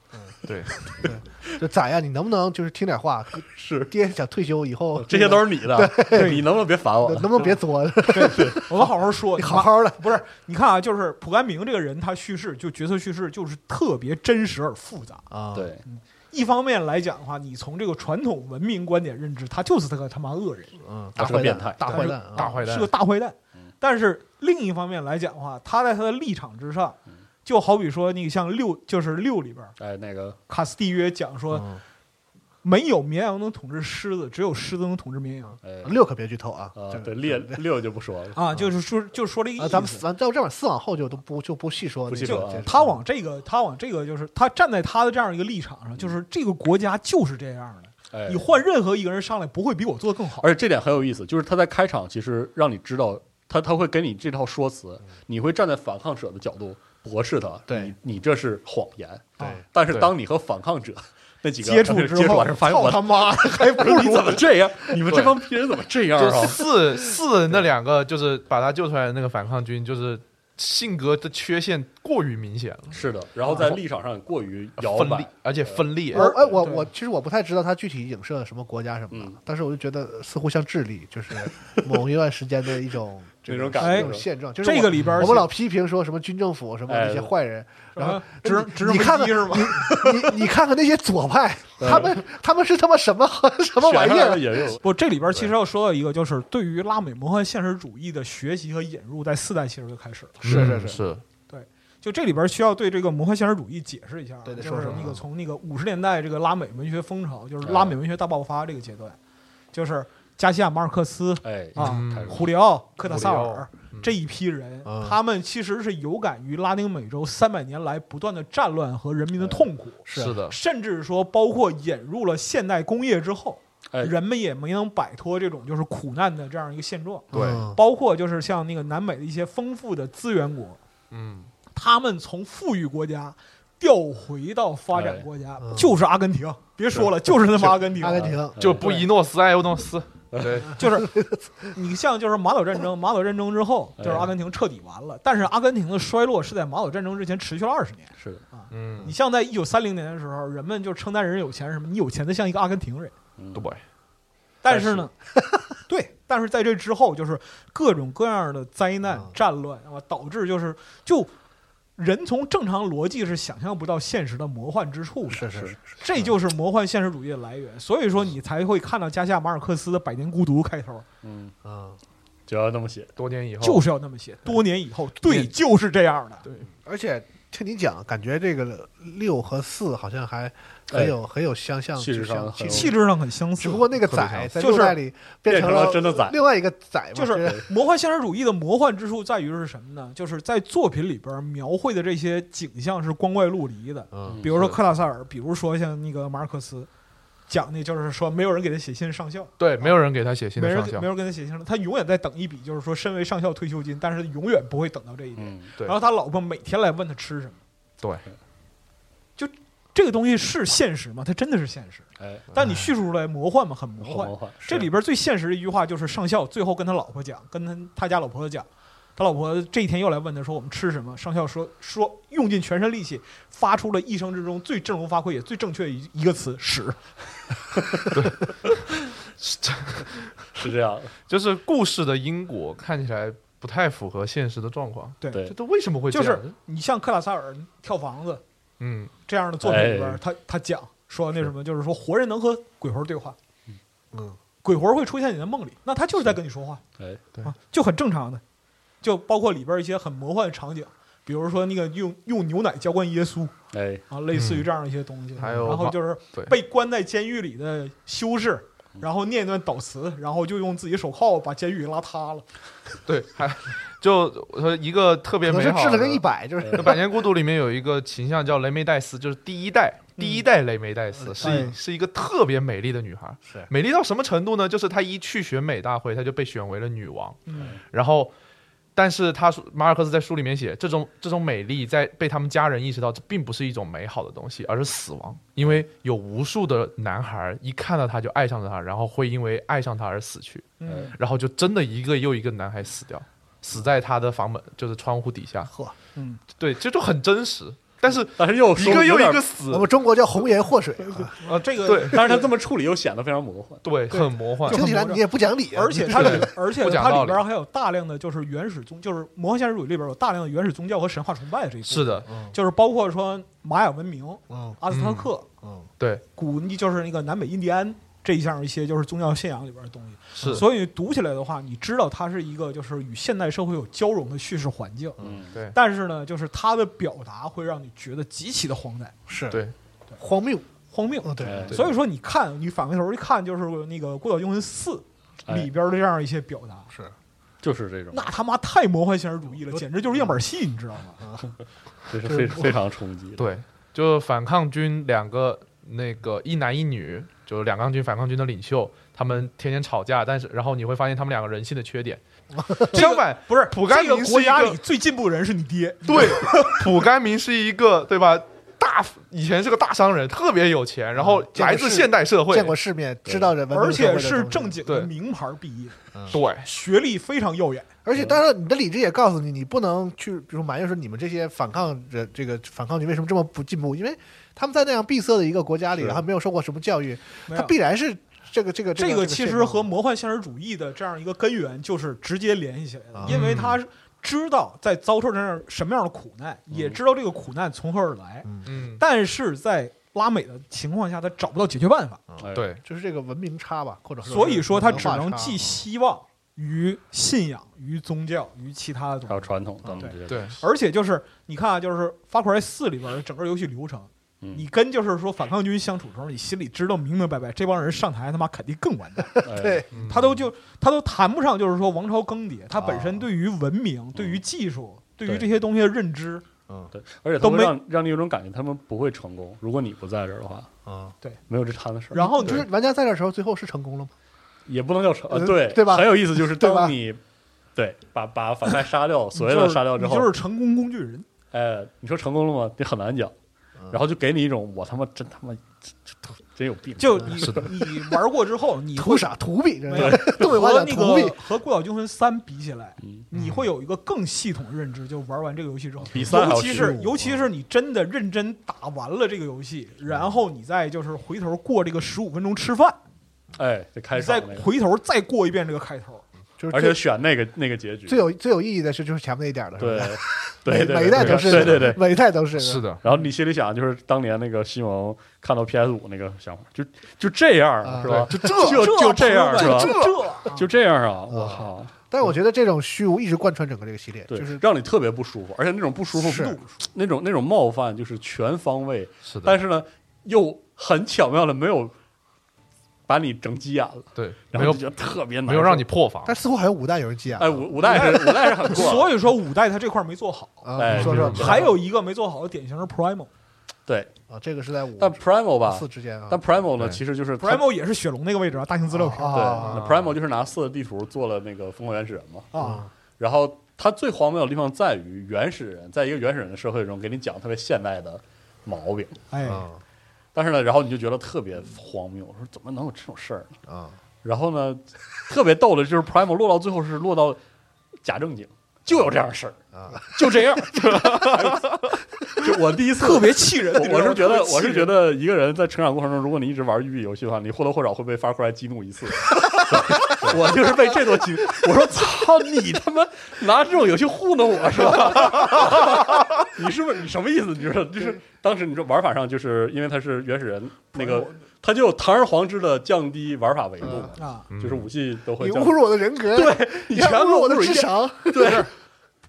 <laughs>
来。
就咋样？你能不能就是听点话？
是
爹想退休以后，
这些都是你的，你能不能别烦我
能？能不能别作？
我们好好说，
你
你
好
看
好的。
不是？你看啊，就是蒲甘明这个人，他叙事就角色叙事就是特别真实而复杂。
啊，
对，
一方面来讲的话，你从这个传统文明观点认知，他就是他个他妈恶人，
嗯，
他
大
是个
坏
变态
蛋，大坏蛋啊，
大坏蛋
是个大坏蛋
嗯。
但是另一方面来讲的话，他在他的立场之上
嗯，
就好比说那个像六，就是六里边儿
哎，那个
卡斯蒂约讲说，
嗯
没有绵羊能统治狮子，只有狮子能统治绵羊
哎
六可别剧透啊。
啊
这，
对
个
六六就不说了，
啊，就是说就说这个
嗯啊，
意
咱们
思。
咱咱这往四往后就都不就不细说那个，
不细
就
说啊，
他往这个，他往这个，就是他站在他的这样一个立场上，就是这个国家就是这样的，
哎
你换任何一个人上来不会比我做的更好。
而且这点很有意思，就是他在开场其实让你知道，他他会给你这套说辞，你会站在反抗者的角度驳斥他，
对
你你这是谎言。
对
啊
但是
对
当你和反抗者那几个
接触之
<laughs> 接触
后
完事，发现
操
我
他妈，还不
不是你
如
怎么这样？你们这
对
帮逼人怎么这 <laughs> 样
就
啊
是？四四那两个就是把他救出来的那个反抗军，就是性格的缺陷过于明显了，
是的，然后在立场上过于摇
啊分
摆
裂，，而且分裂，
我哎，我
对
我其实我不太知道他具体影射什么国家什么的
嗯，
但是我就觉得似乎像智利，就是某一段时间的一
<laughs>
种
这种
哎
这
感觉
种
是吧。
现状。就是
这个里边儿
我们老批评说什么军政府什么
哎啊
那些坏人， <laughs> 然后
直
你
直升
你看看
机是吗？
你你看看那些左派，
对
他们他们是他妈什么 <laughs> 什么玩
选
意
上来的
儿？
也有，
不，这里边其实要说到一个，就是对于拉美魔幻现实主义的学习和引入，在四代其实就开始了。
是
嗯
是是，
是，
就这里边需要对这个魔幻现实主义解释一下啊，
对对
就
说
是
说
那个
啊
从那个五十年代这个拉美文学风潮，就是
哎
拉美文学大爆发这个阶段，就是加西亚马尔克斯
哎
啊
嗯
开始
胡里奥、科塔萨
胡里
尔
奥嗯
这一批人
嗯，
他们其实是有感于拉丁美洲三百年来不断的战乱和人民的痛苦，
是的，
甚至说包括引入了现代工业之后，
哎
人们也没能摆脱这种就是苦难的这样一个现状。
对
嗯
包括就是像那个南美的一些丰富的资源国，
嗯，
他们从富裕国家调回到发展国家
嗯，
就是阿根廷。别说了，就是他妈阿根廷。
阿根廷，
就布宜诺斯艾欧诺斯，对，
就是你像就是马岛战争，马岛战争之后就是阿根廷彻底完了，但是阿根廷的衰落是在马岛战争之前持续了二十年。
是的，
嗯
你，像在一九三零年的时候，人们就称赞人有钱是什么，你有钱的像一个阿根廷人。
嗯
对，
但是呢， <laughs> 对，但是在这之后，就是各种各样的灾难
啊、
战乱啊，导致就是就人从正常逻辑是想象不到现实的魔幻之处的，
是是
是
是，
这就是魔幻现实主义的来源。所以说，你才会看到加西亚马尔克斯的《百年孤独》开头
嗯，
嗯，
就要那么写，
多年以后
就是要那么写，多年以后，对，就是这样的。
而且听你讲，感觉这个六和四好像还
哎
很有很有相像
气
之
质上
相，
很
气
有
气质上很相似
只不，过那个
特
仔
别
在
像
就是
六代里变
成
成了
真的仔，
另外一个仔嘛，
就是魔幻现实主义的魔幻之处在于是什么呢？就是在作品里边描绘的这些景象是光怪陆离的，
嗯
比如说
是
克拉塞尔，比如说像那个马尔克斯，讲的就是说没有人给他写信上校，
对，没有人给他写信
没
的
人
上
给
校
没，人给他写信了，他永远在等一笔，就是说身为上校退休金，但是永远不会等到这一天。
嗯，
对
然后他老婆每天来问他吃什么，
对，
就这个东西是现实吗？它真的是现实，
哎，
但你叙述出来魔幻吗？很魔幻
魔。幻，是
这里边最现实的一句话就是上校最后跟他老婆讲，跟他他家老婆讲，他老婆这一天又来问他说我们吃什么？上校说说用尽全身力气，发出了一生之中最振聋发聩也最正确的一一个词屎。
是这样的，
就是故事的因果看起来不太符合现实的状况，
对
对
这都为什么会这
就
样？
是你像克拉塞尔跳房子
嗯，
这样的作品里边，
哎
他他讲说那什么，就是说活人能和鬼魂对话，
嗯，
鬼魂会出现你的梦里，那他就是在跟你说话。
哎，
啊，就很正常的，就包括里边一些很魔幻的场景，比如说那个用用牛奶浇灌耶稣
<laughs> 哎，
啊，类似于这样一些东西。
嗯还有
然后就是
对
被关在监狱里的修士，然后念一段祷词，然后就用自己手铐把监狱给拉塌了。
对，还就呃一个特别
可能
美
是
好
治了
的嗯
个一百，就是
那《百年孤独》里面有一个形象叫雷梅黛丝，就是第一代，第一代雷梅黛丝是一
哎
是一个特别美丽的女孩，
是
美丽到什么程度呢？就是她一去选美大会，她就被选为了女王，
嗯，
然后。但是她说，马尔克斯在书里面写，这种这种美丽在被他们家人意识到，这并不是一种美好的东西，而是死亡。因为有无数的男孩一看到她就爱上了她，然后会因为爱上她而死去。
嗯，
然后就真的一个又一个男孩死掉，死在他的房门就是窗户底下。
呵，
嗯，
对，这就很真实。但是
但是又
一
说
个又
有
一
点
个，
<laughs>
死
我，们中国叫红颜祸水啊，
啊，这个
对
但是他这么处理又显得非常魔幻，
对，很魔幻
就。
听起来你也不讲理啊，
而
<laughs>
且它里
对，
而且
不讲
它里
道理
边还有大量的就是原始宗，就是魔幻现实主义里边有大量的原始宗教和神话崇拜这一部分
是，的，
就是包括说玛雅文明、
嗯
阿兹特克，
嗯，
对，
古就是那个南北印第安这一项一些就是宗教信仰里边的东西，
是
所以读起来的话，你知道它是一个就是与现代社会有交融的叙事环境，
嗯，
但是呢，就是它的表达会让你觉得极其的荒诞、
是
对
荒谬，
荒谬。
嗯对
哎，
所以说，你看，你反回头一看，就是那个《孤岛惊魂四》
哎
里边的这样一些表达，
就是这种
那，他妈太魔幻现实主义了，简直就是样板戏，你知道吗？
这是非非常冲击的，
对，就反抗军两个那个一男一女，就是两抗军反抗军的领袖，他们天天吵架，但是然后你会发现他们两个人性的缺点。相反，
不是，
蒲甘
这
宁
个
是
国家
一个
里最进步的人是你爹，
对，蒲甘明是一个对吧？大以前是个大商人，特别有钱，然后
见过
来自
世
现代社会，
见过世面，知道人文明
而
社会
且
的
是
东西
正经
对
的名牌毕业，
对，
学历非常耀眼。
而且，当然，你的理智也告诉你，你不能去，比如埋怨说你们这些反抗人，这个反抗军为什么这么不进步？因为他们在那样闭塞的一个国家里，
是
然后没有受过什么教育，
没有
他必然是这个这个
这
个
个其实和魔幻现实主义的这样一个根源就是直接联系起来
啊
的，因为他是知道在遭受这样什么样的苦难，也知道这个苦难从何而来，
嗯，
但是在拉美的情况下，他找不到解决办法，
哎，
对，
就是这个文明差吧，或者
所以说他只能寄
继续。
希望于信仰、于宗教、于其他的东
还有
西。
传统等等这些，
对，
而且就是你看啊，就是《发狂 S 四》里边整个游戏流程，
嗯
你跟就是说反抗军相处的时候，你心里知道明明白白，这帮人上台他妈肯定更完蛋。
对
对，
嗯
他都就他都谈不上，就是说王朝更迭，他本身
啊
对于文明、对于技术、对于
嗯对
这些东西的认知，
对，而且他
都
们
没
让让你有种感觉，他们不会成功，如果你不在这儿的话，
啊，
没有这摊子事儿，
然后
就
就是是
玩家在这儿的时候，最后是成功了吗？
也不能叫成，呃
呃
对
对吧
很有意思，就是
对吧
当你对把把反派杀掉，所谓
你
的
就是
杀掉之
你就
后
是，成功工具人，
哎，你说成功了吗？这很难讲，然后就给你一种我他妈真他妈真真真有病，
就你你玩过之后，你
图
会
啥图比？这
没有
<laughs> 是东北话
和
讲
那
图
个
比，
和《孤岛惊魂三》比起来，
嗯
你会有一个更系统的认知，就玩完这个游戏之后，
比三还要啊
尤其是
深入
尤其是你真的认真打完了这个游戏，然后你再就是回头过这个十五分钟吃饭，
哎，这开
你
场
再
那个，
回头再过一遍这个开头，
就是
而且
最
选那个那个结局，
最有最有意义的是就是前面那一 <laughs> 点了，是
对
吧？
对对，
每一代都是，
对对对。
每一代都是，
是的，
然后你心里想，就是当年那个西蒙看到 PS 五那个想法，就就这样
啊
是吧？
对
就就就这样是吧？
这
就这样啊！
嗯
我靠，
但是我觉得这种虚无一直贯穿整个这个系列，
对，
就是
让你特别不舒服，而且那种不舒服
是
度，那种那种冒犯就是全方位，
是的，
但是呢又很巧妙的没有把你整急眼了，
对，
然
没
后
有
就觉得特别难受，
没有让你破防，
但似乎还有五代有人急啊眼了，
哎五五代是五代是很过，
所以说五代它这块没做好，
啊，
哎
你说说，
就是
还有一个没做好的典型是 Primo，Primo
对，
啊，这个是在五
但 Primal 吧
四，之间啊，
但 Primal 呢
对
其实就是它
也是雪龙那个位置啊，大型资料片
对
啊
那，Primal 就是拿四的地图做了那个疯狂原始人嘛，
啊，
然后它最荒谬的地方在于原始人在一个原始人的社会中给你讲特别现代的毛病，
哎，
啊
但是呢，然后你就觉得特别荒谬，说怎么能有这种事儿呢？
啊，
然后呢，特别逗的就是 Prime 落到最后是落到假正经，就有这样事儿
啊，
就这样。就我第
<laughs>
一次
特别气人，你知
<laughs> 我，
道
我
吗
是觉得
特别气
我
人
是觉得一个人在成长过程中，如果你一直玩育碧游戏的话，你或多或少会被发出来激怒一次。我就是被这种激，我说操你他妈拿这种游戏糊弄我是吧？ <laughs> 你是不是你什么意思？你说就是当时你说玩法上，就是因为它是原始人那个，它就堂而皇之的降低玩法维度嘛，
啊，
嗯
就是武器都会
你
降低
侮辱我的人格，对，
你
你
全
还侮
部
辱我的
侮辱一
智
遍
商，
对，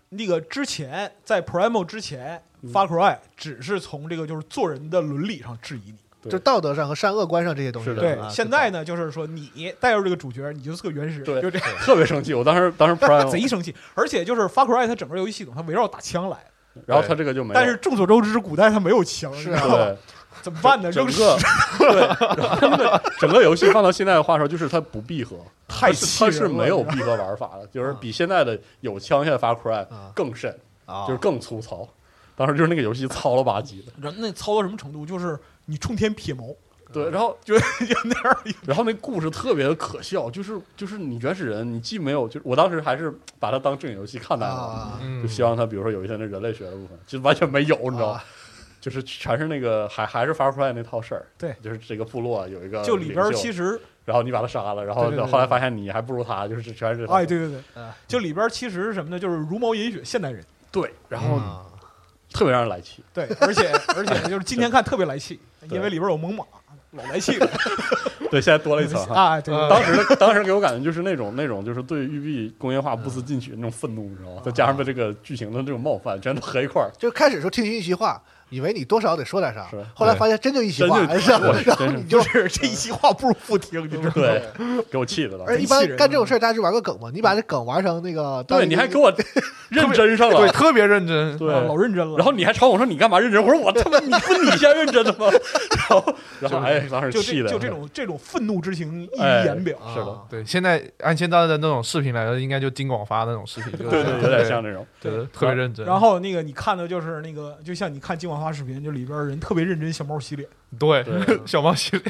那个之前在 Primo 之前
嗯
，Far Cry 只是从这个就是做人的伦理上质疑你。
对
就道德上和善恶观上这些东西
是
啊，
的
对
啊，
现在呢就是说你带入这个主角，你就是个原始人，
对
就这样，
<laughs> 特别生气。我当时当时
<laughs>
Prime，
贼生气。而且就是 Far Cry 它整个游戏系统它围绕打枪来，
然后他这个就没有，
但是众所周知，古代它没有枪，
是
你
啊
知道吗
对
怎么办呢？
整
扔屎
个 <laughs> 对然后那 <laughs> 个整个游戏放到现在的话说，就是它不闭合，
太
它是
气
它
人
是
了，
没有
你知道吗
闭合玩法的，就是比现在的有枪械的 Far Cry
啊
更甚，
啊，
就是更粗糙。当时就是那个游戏糙了吧唧的，
然后那操到什么程度？就是你冲天撇毛，
对，然后 <laughs>
就就那样一个
嗯然后那故事特别的可笑，就是就是你原始人，你既没有，就是我当时还是把它当正经游戏看待了，
啊，
嗯
就希望它比如说有一些那人类学的部分，就完全没有，你知道吗
啊？
就是全是那个还还是 Far Cry 那套事儿，
对
就是这个部落有一个
就里边
呃领袖
其实
然后你把他杀了，然后
对对对对
后来发现你还不如他，就是全是
哎，对对对
嗯
啊，
就里边其实是什么呢？就是茹毛饮血，现代人。
对，然后
啊
特别让人来气，
对，而且而且就是今天看特别来 <laughs> 气，因为里边有猛犸，老来气了嗯
对，现在多了一层
<laughs>
哈。
啊！对对
嗯
对
当时的当时给我感觉就是那种那种就是对育碧工业化不思进取那种愤怒，你知道吗？
嗯
再加上被这个剧情的这种冒犯，全都合一块儿，
就开始说听君一席话，以为你多少得说点啥
是，
后来发现真就一席话，
真就是
吧
<laughs>
我
然后
真是
你就
就是这一席话不如不听，你知道吗？
对，给我气的
哎
了。
而且一般干这种事儿，大家就玩个梗嘛，你把这梗玩成那个，当
对，
一
你
个
还给我认真上
对
了，
特别认真，
对
啊，老认真了。
然后你还朝我说你干嘛认真？我说我他妈 <laughs> 你不你先认真的吗？然后然后哎，当时
就
气
这
的
就这种这种愤怒之情溢于
哎
言表，
啊
是的
对，现在按现在的那种视频来说，应该就金广发那种视频，对
对对，有点像，这种。
对对，特别认真。
然后那个你看的就是那个，就像你看金广发视频，就里边人特别认真，小猫洗脸，<laughs>
对
对
小猫
<laughs>
系列，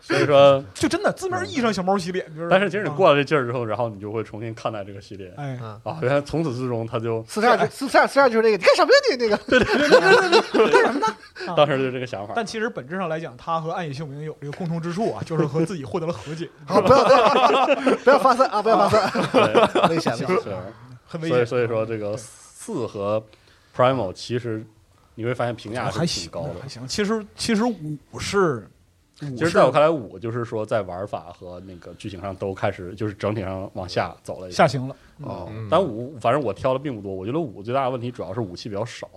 所以说，
就真的字面意义上小猫洗脸。就是
嗯但是其实你，过了这劲儿之后，然后你就会重新看待这个系列
啊。哎，
啊，原来从始至终他就
四十二就四十二四十二就是那个，你干什么呀你那个 <laughs>
啊
当时就这个想法。
但其实本质上来讲，他和暗野秀明有这个共同之处啊，就是和自己获得了和解，
啊，不要不要 <laughs> 不要发散啊，不要发散，
对
<laughs> 危险危险
是，啊
<laughs> 很危
所
险。啊
以所以说这个四和 Primal 其实你会发现评 <laughs> 价
还
是
行
挺高的
还。行。其实其实五是，五
其实，
是
在我看来，五就是说在玩法和那个剧情上都开始就是整体上往下走了一
下
下。
行了。
哦
嗯，
但五反正我挑的并不多，我觉得五最大的问题主要是武器比较少，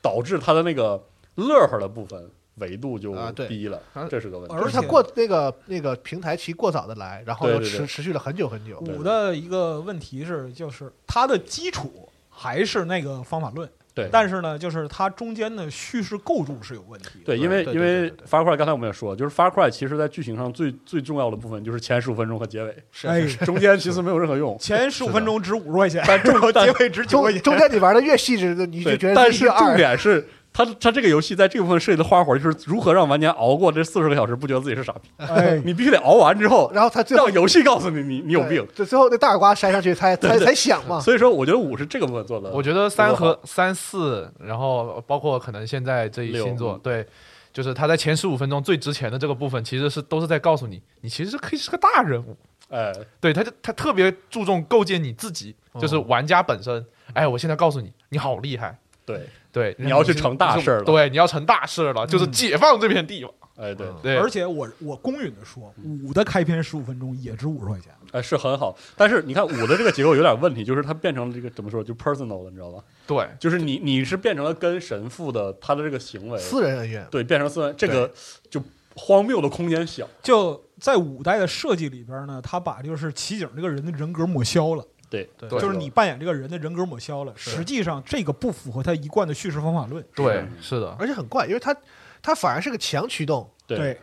导致它的那个乐呵的部分维度就
啊对
低了
啊，
这是个问题。
而
就是他
且
过那个那个平台期过早的来，然后
对
又
对对
持持续了很久很久，
对
五的一个问题是，就是它的基础还是那个方法论，
对，
但是呢，就是它中间的叙事构筑是有问题的。
对，因为
对对
因为
对对对
Far Cry 刚才我们也说了，就是 Far Cry 其实在剧情上最最重要的部分就是前十五分钟和结尾，
哎，。
中间其实没有任何用
<laughs> 前十五分钟值五十块钱，
但重但
结尾值九块钱。
中中间你玩的越细致，你就
对，
觉得
但
自己
是
越二
重点是他他这个游戏在这个部分设计的花活就是如何让玩家熬过这四十个小时，不觉得自己是傻逼。
哎，
你必须得熬完之后，
然后他最后
让游戏告诉你你你有病。
这最后那大耳瓜扇上去，才才才响嘛。
所以说，我觉得五是这个部分做的，
我觉得三
多
和三四，然后包括可能现在这一
六
星座，
嗯
对，就是他在前十五分钟最值钱的这个部分，其实是都是在告诉你，你其实是可以是个大人物。
哎，
对，他就他特别注重构建你自己，就是
嗯
玩家本身。哎，我现在告诉你，你好厉害，
对，
对，
你要去
是
成大
是
事儿了嗯
对，你要成大事儿了，就是解放这片地嘛。
哎对，
对，
而且我我公允的说，五的开篇十五分钟也值五十块钱，
哎是很好。但是你看五的这个结构有点问题，就是它变成了这个怎么说，就 personal 了，你知道吧？
对，
就是你你是变成了跟神父的他的这个行为，
私人恩怨，
对，变成私人这个就荒谬的空间小，
就在五代的设计里边呢，他把就是齐景这个人的人格抹消了，
对
对
就是你扮演这个人的人格抹消了，实际上这个不符合他一贯的叙事方法论。
对，是的，
而且很怪，因为他他反而是个强驱动。
对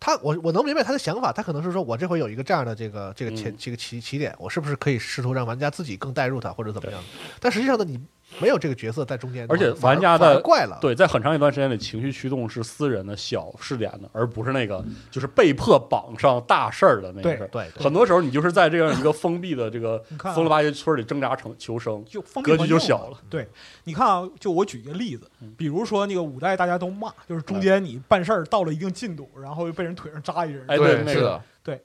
他我我能明白他的想法，他可能是说我这回有一个这样的这个这个前
嗯
这个起起点，我是不是可以试图让玩家自己更带入他或者怎么样？但实际上呢，你没有这个角色在中间的话，
而且
反
玩家的
反而怪了，
对，在很长一段时间里，情绪驱动是私人的小试点的，而不是那个就是被迫绑上大事儿的那个
对
事儿。
对
<laughs>
对
很多时候你就是在这样一个封闭的这个
你看啊
疯了吧唧村里挣扎成求生，
就封闭
格局就
环境嘛
小了。嗯
对，你看啊，就我举一个例子，比如说那个五代大家都骂，就是
哎
中间你办事儿到了一定进度，然后又被人腿上扎一人。
哎对那
是
个
的，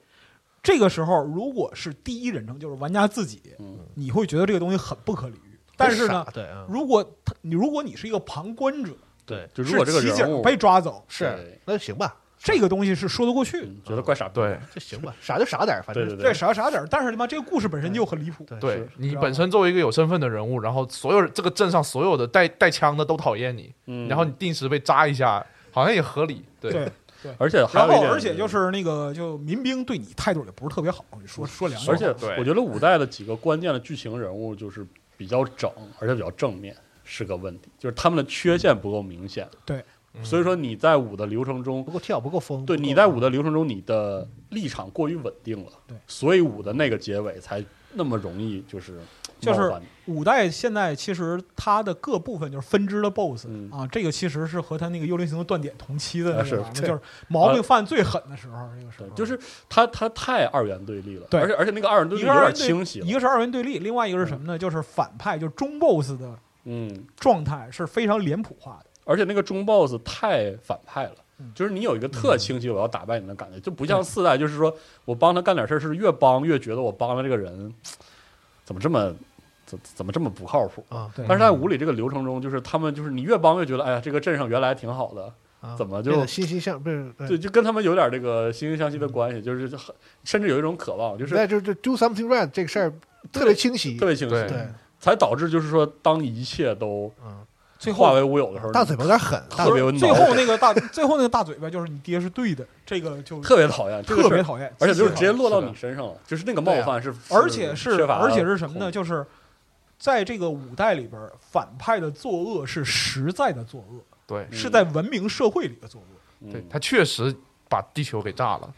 这个时候如果是第一人称，就是玩家自己，
嗯
你会觉得这个东西很不可理喻。但是呢
傻，对啊，
如果他你如果你是一个旁观者，
对，就如果这个
是齐景
人物
被抓走，
是
对
那就行吧，
这个东西是说得过去的。
嗯觉得怪傻逼，
对。
就行吧，傻就傻点儿，反
对
正
对
对，傻傻点儿，但是他妈这个故事本身就很离谱。
对
对
是啊
你
知道
本身作为一个有身份的人物，然后所有人这个镇上所有的带带枪的都讨厌你，
嗯
然后你定时被扎一下，好像也合理。对，
对，
而且还
然
有一
后
点
而且就是那个就民兵对你态度也不是特别好，你说说良心
而且
对
我觉得五代的几个关键的剧情人物就是比较整，而且比较正面，是个问题，就是他们的缺陷不够明显。
对，
所以说你在五的流程中
不，够跳，不够疯，
对
不够
你在五的流程中，你的立场过于稳定了，
对
所以五的那个结尾才那么容易就是
就是
冒犯你
五代现在其实它的各部分就是分支的 BOSS、
嗯
啊，这个其实是和它那个《幽灵行动》断点同期的
啊
那个
是
玩意儿
对
就是毛病犯最狠的时候，那个时候
对，就是他他太二元对立了，
对
而且而且那个二元对
嗯一
立
个
有
二
点
元对
清晰
一
了，
个是二元对立，另外一个是什么呢？就是反派，就是中 BOSS 的
嗯，
状态是非常脸谱化的。
而且那个中 boss 太反派了
嗯。
就是你有一个特清晰我要打败你的感觉，就不像四代，就是说我帮他干点事儿，是越帮越觉得我帮了这个人，怎么这么怎怎么这么不靠谱？
啊，
对，
但是在五里这个流程中，就是他们就是你越帮越觉得，哎呀，这个镇上原来挺好的，
啊
怎么就
变得欣欣向不是
对，，就跟他们有点这个惺惺相惜的关系，就是很甚至有一种渴望，就是
那就就 do something right 这个事儿特别清晰
特，别清
对
晰，
对，
才导致就是说，当一切都
嗯，
最后
化为乌有的时候，
大嘴巴有点狠，大
特别有
最
脑
后
袋
那个大最后那个大嘴巴就是你爹是对的，这个就
特别讨厌，这个
特别
事儿
讨厌，
而且就是
极
直
其
接
讨厌
落到
是的
你身上了，啊就是那个冒犯是，
而且是
是缺乏
而且是什么
控
呢？
制？
就是在这个五代里边儿，反派的作恶是实在的作恶，
对
嗯
是在文明社会里的作恶，
嗯
对，他确实把地球给炸了。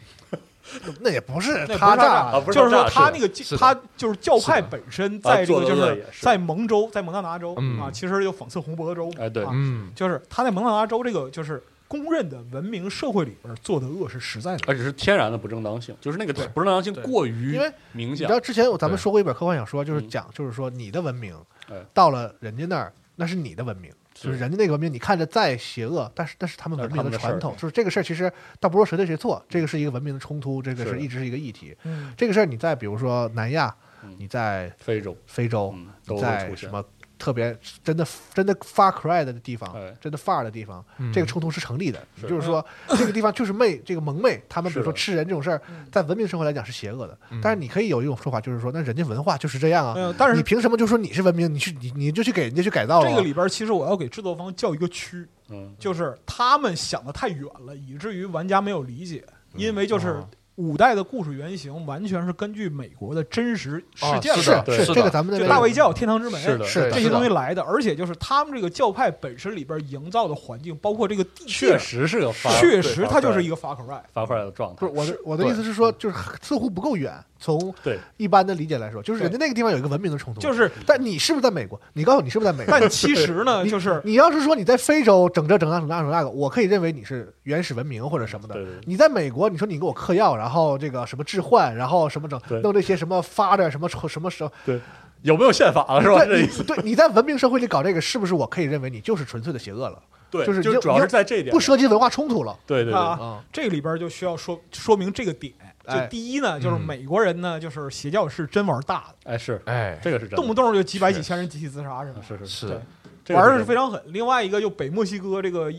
那也不是
那不是
他
他
炸
炸
啊
的，
不是
就是
炸
说他
是
那个
是的
他就是教派本身在这
啊
个
作
就
恶
是
也是
在蒙州，在蒙大拿州
嗯
啊，其实就讽刺红脖州嘛，
哎对
啊
嗯，
就是他在蒙大拿州这个就是公认的文明社会里边儿做的恶是实在的恶，
而且是天然的不正当性，就是那个
对
不正当性过于
因为
明
你
显
知，道之前我咱们
对
说过一本科幻小说，就是
嗯
讲，就是说你的文明
哎
到了人家那儿，那是你的文明，
是
就是人家那个文明，你看着再邪恶，但是那是他们文明
那是他们的
传统
事。儿嗯
就是这个事儿，其实倒不是说谁对谁错，这个是一个文明的冲突，这个
是
是
的
一直是一个议题。
嗯，
这个事儿你在比如说南亚
嗯，
你在
非洲
非洲，
嗯都
你
会
在
出现
什么特别真的真的 far cry 的地方
哎，
真的 far 的地方，
嗯
这个冲突是成立的。
是嗯
就是说，这个地方就是媚，这个蒙昧，他们比如说
是的
吃人这种事儿，在文明生活来讲是邪恶的。
嗯
但是你可以有一种说法，就是说，那人家文化就是这样啊，
呃，但
你
是
凭什么就说你是文明？你去你你就去给人家去改造了啊？
这个里边儿其实我要给制作方叫一个屈。
嗯嗯啊
就是他们想的太远了，以至于玩家没有理解。因为就是五代的故事原型完全是根据美国的真实事件
啊
来
是的
的
对
是
是
这个
的
咱们
就
的
大卫教、天堂之门
是的，
是的
这些东西来的，而且就是他们这个教派本身里边营造的环境，包括这个地界
确，实是个发，啊
确实它就是一
个
个 Far Cry。
发块的状
不
态
是。我的我的意思是说，就是似乎不够远。从
对
一般的理解来说，就是人家那个地方有一个文明的冲突，
就是，
但你是不是在美国？你告诉我你是不是在美国？
但其实
<laughs>
呢，就是
你要是说你在非洲整这整那整那整那个，我可以认为你是原始文明或者什么的。
对对对
你在美国，你说你给我嗑药，然后这个什么置换，然后什么整
对
弄这些什么发展什么什么什么，
对，有没有宪法了是吧？这意
对
思
你对你在文明社会里搞这个，是不是我可以认为你就是纯粹的邪恶了？
对，
就是你
就主要
你
是在这一点
不涉及文化冲突了。
对对对，
啊，这里边就需要说说明这个点。
哎
就第一呢，就是
嗯
美国人呢，就是邪教是真玩大的，
哎是，
哎，
这个是真的，啊
动不动就几百几千人集体自杀什么的，
是是
是
对
这个
玩的是
真
非常狠。另外一个就北墨西哥这个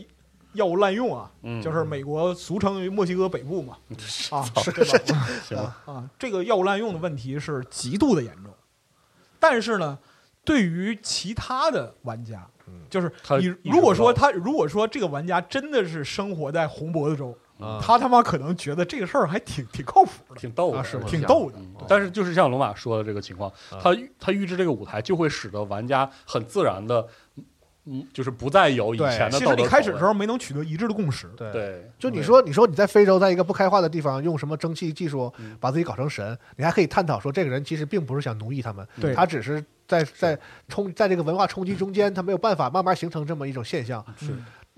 药物滥用啊，
嗯
就是美国俗称墨西哥北部
<laughs>
嘛，啊，是吧？
行吧
啊，这个药物滥用的问题是极度的严重，但是呢，对于其他的玩家，就是
嗯他
你
意识不
如果说
到
他如果说这个玩家真的是生活在红脖子州，
啊
嗯
他他妈可能觉得这个事儿还挺挺靠谱的，
挺逗的，
啊是吗
挺逗的。
嗯但是就是像龙马说的这个情况，他预他预知这个舞台，就会使得玩家很自然的，嗯，就是不再有以
对
前的
其
道
实
德
你
拷
开始的
问
时候没能取得一致的共识，
对
对，
就你说，你说你在非洲，在一个不开化的地方，用什么蒸汽技术
嗯
把自己搞成神，你还可以探讨说，这个人其实并不是想奴役他们
对，
他只是在在冲在这个文化冲击中间，他没有办法慢慢形成这么一种现象。
是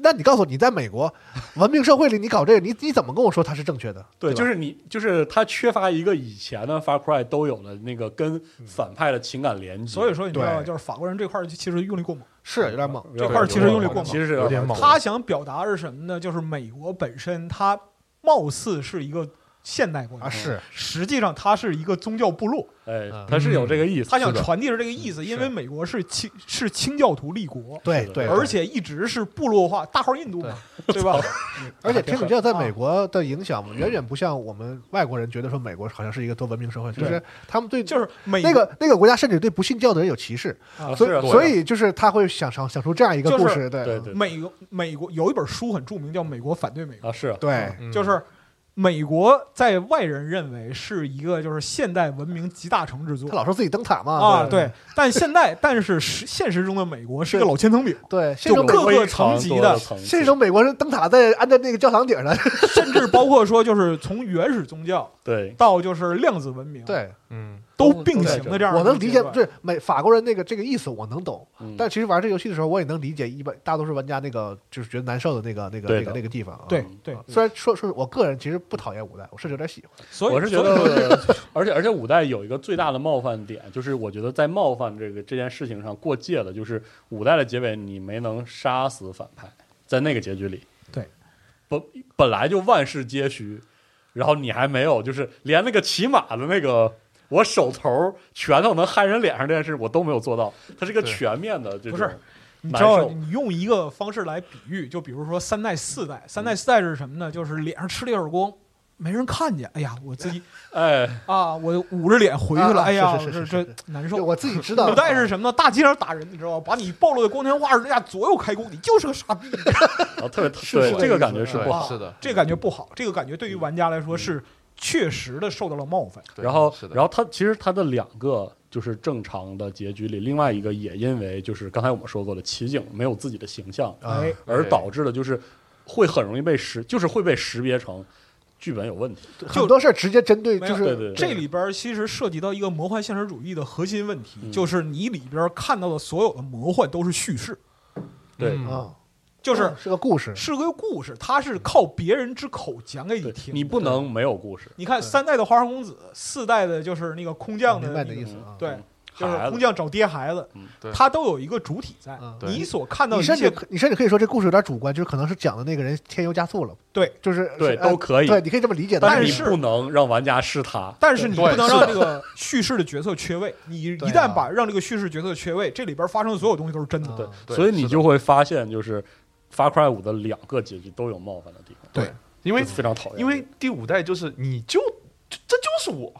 那你告诉我，你在美国文明社会里，你搞这个，你你怎么跟我说它是正确的？
对，
吧
就是你，就是他缺乏一个以前的 Far Cry 都有的那个跟反派的情感连接，
嗯所以说你知道吗？
对
就是法国人这块儿其实用力过猛，
是有点猛，
有点
这块儿其实用力过猛
其实是
有点猛
他想表达的是什么呢？就是美国本身它貌似是一个现代国家
啊，，是
实际上它是一个宗教部落。
哎
嗯，
他是有这个意思，
他想
是的
传递是这个意思，因为美国是清是清教徒立国，
对
是的
对，
而且一直是部落化，大号印度嘛，对吧？
而且天主教在美国的影响远远不像我们外国人觉得说美国好像是一个多文明社会，就是他们对
就是美
那个那个国家甚至对不信教的人有歧视，
啊
所
是啊
以
对啊
所以就是他会想想想出这样一个故
就
事，对
对对
美国美国有一本书很著名，叫《美国反对美国
啊是啊
对
嗯
就是美国在外人认为是一个就是现代文明集大成之作
他老说自己灯塔嘛，
啊，对，但现代但是实现实中的美国是一个老千层饼，
对，现
就
实中
各
美
个
非
层
常
级
多
的
的层次
现实中美国人灯塔在安在那个教堂顶上，
甚至包括说就是从原始宗教
对
到就是量子文
<laughs>
明，，
对
嗯，
都
都
并
都在
行
这
的
儿
这样的
我
一个阶段，
能理解，就是美法国人那个这个意思我能懂，
嗯
但其实玩这游戏的时候，我也能理解一般大多数玩家那个就是觉得难受的那个那个
对
那
的
个那个地方啊。
对对，
虽然说说我个人其实不讨厌五代，我甚至有点喜欢。
所以
我是觉
所以说这
得，而且而且五代有一个最大的冒犯点，就是我觉得在冒犯这个这件事情上过界了，就是五代的结尾你没能杀死反派，在那个结局里，
对，
本本来就万事皆虚，然后你还没有，就是连那个骑马的那个。我手头拳头能焊人脸上这件事，我都没有做到。它是一个
对
全面的这种，
不是你知
难
道，
受
你用一个方式来比喻，就比如说三代、四代，三
嗯
代、四代是什么呢？就是脸上吃了一耳光，没人看见，哎呀，我自己
哎，
啊，我捂着脸回去了，
啊
哎呀，
是是是是
这
是
这难
就
受。
我自己知道，啊
五代是什么呢？大街上打人，你知道吧？把你暴露在光天化日之下，左右开弓，你就是个傻逼， <laughs>
然后特别
是是
对这个感觉
是
是
是
不好。
对是的，
这感觉不好。这个感觉对于玩家来
嗯
说是确实的受到了冒犯。
对
然后
是，的，
然后它其实它的两个就是正常的结局里，另外一个也因为就是刚才我们说过的奇景没有自己的形象，
啊
哎，
而导致的就是会很容易被识，就是会被识别成剧本有问题。
很多事儿直接针对，就
对
是
对对，
这里边其实涉及到一个魔幻现实主义的核心问题，
嗯
就是你里边看到的所有的魔幻都是叙事，
对
嗯
啊，
就是
是个故事，
是个故事，它是靠别人之口讲给你
对
听。
你不能没有故事，
你看三代的花花公子，四代的就是那个空降的
明白你
那
的
个
意思啊。
对
嗯，
就是
孩子
空降找爹孩子
嗯，
对
他都有一个主体在
嗯。
对
你所看到的一
你甚至
切，
可你甚至可以说这故事有点主观，就是可能是讲的那个人添油加醋了。
对，
就是
对
是呃
都可以
对，你可以这么理解。
但
是
你不能让玩家是
啊
他。
但是你
对
不能
是
让
的
这个叙事的角色缺位。你一
对啊
旦把让这个叙事角色缺位，这里边发生的所有东西都是真的。
对
啊，
对
所以你
是的
就会发现，就是《Far Cry 五》的两个结局都有冒犯的地方，
对，
因为
就非常讨厌。
因为第五代就是你就就这就是我，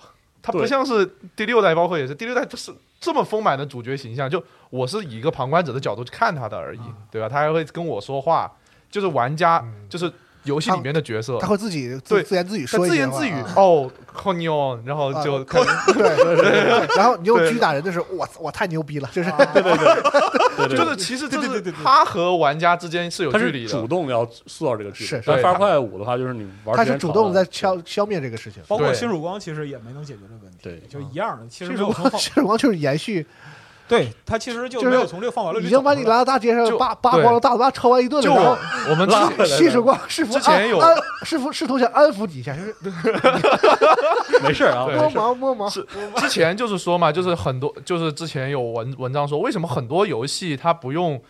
它不
对
像是第六代，包括也是第六代，就是这么丰满的主角形象，就我是以一个旁观者的角度去看他的而已，对吧？他还会跟我说话，就是玩家、就是游戏里面的角色
他，会自己自
对
自言自语
他
说一
自
些
言
话
自语
啊
哦 c o n on，然后
啊
就
看
看
对对对对，然后你用
<laughs> 对啊
狙打人的时候，我我太牛逼了，就是
对对
就是
对，
其实
对
就
对对
是
对对
他和玩家之间是有
他
距
是
离
主
的，
动要塑造这个距离
是。
但
对
八块五的话，就是你玩
他
时
是
间
主
长
动
了
在消消灭这个事情。
包括
对
新曙光其实也没能解决这个问题，
对
就一样的，其实没
这种
有从放，
<laughs> 这种就是延续，
对他其实就
就是
没有从这个放完了
已经把你拉到大街上
就
扒扒
对
光了大嘴巴抽完一顿了，
就
然后
我我们
拉
之
回来
细水光是否
之前有
安安是否试图想安抚你一下，就是
没事儿啊，
对
没
摸
事儿
盲摸盲， <laughs>
之前就是说嘛，就是很多就是之前有文文章说，为什么很多游戏它不用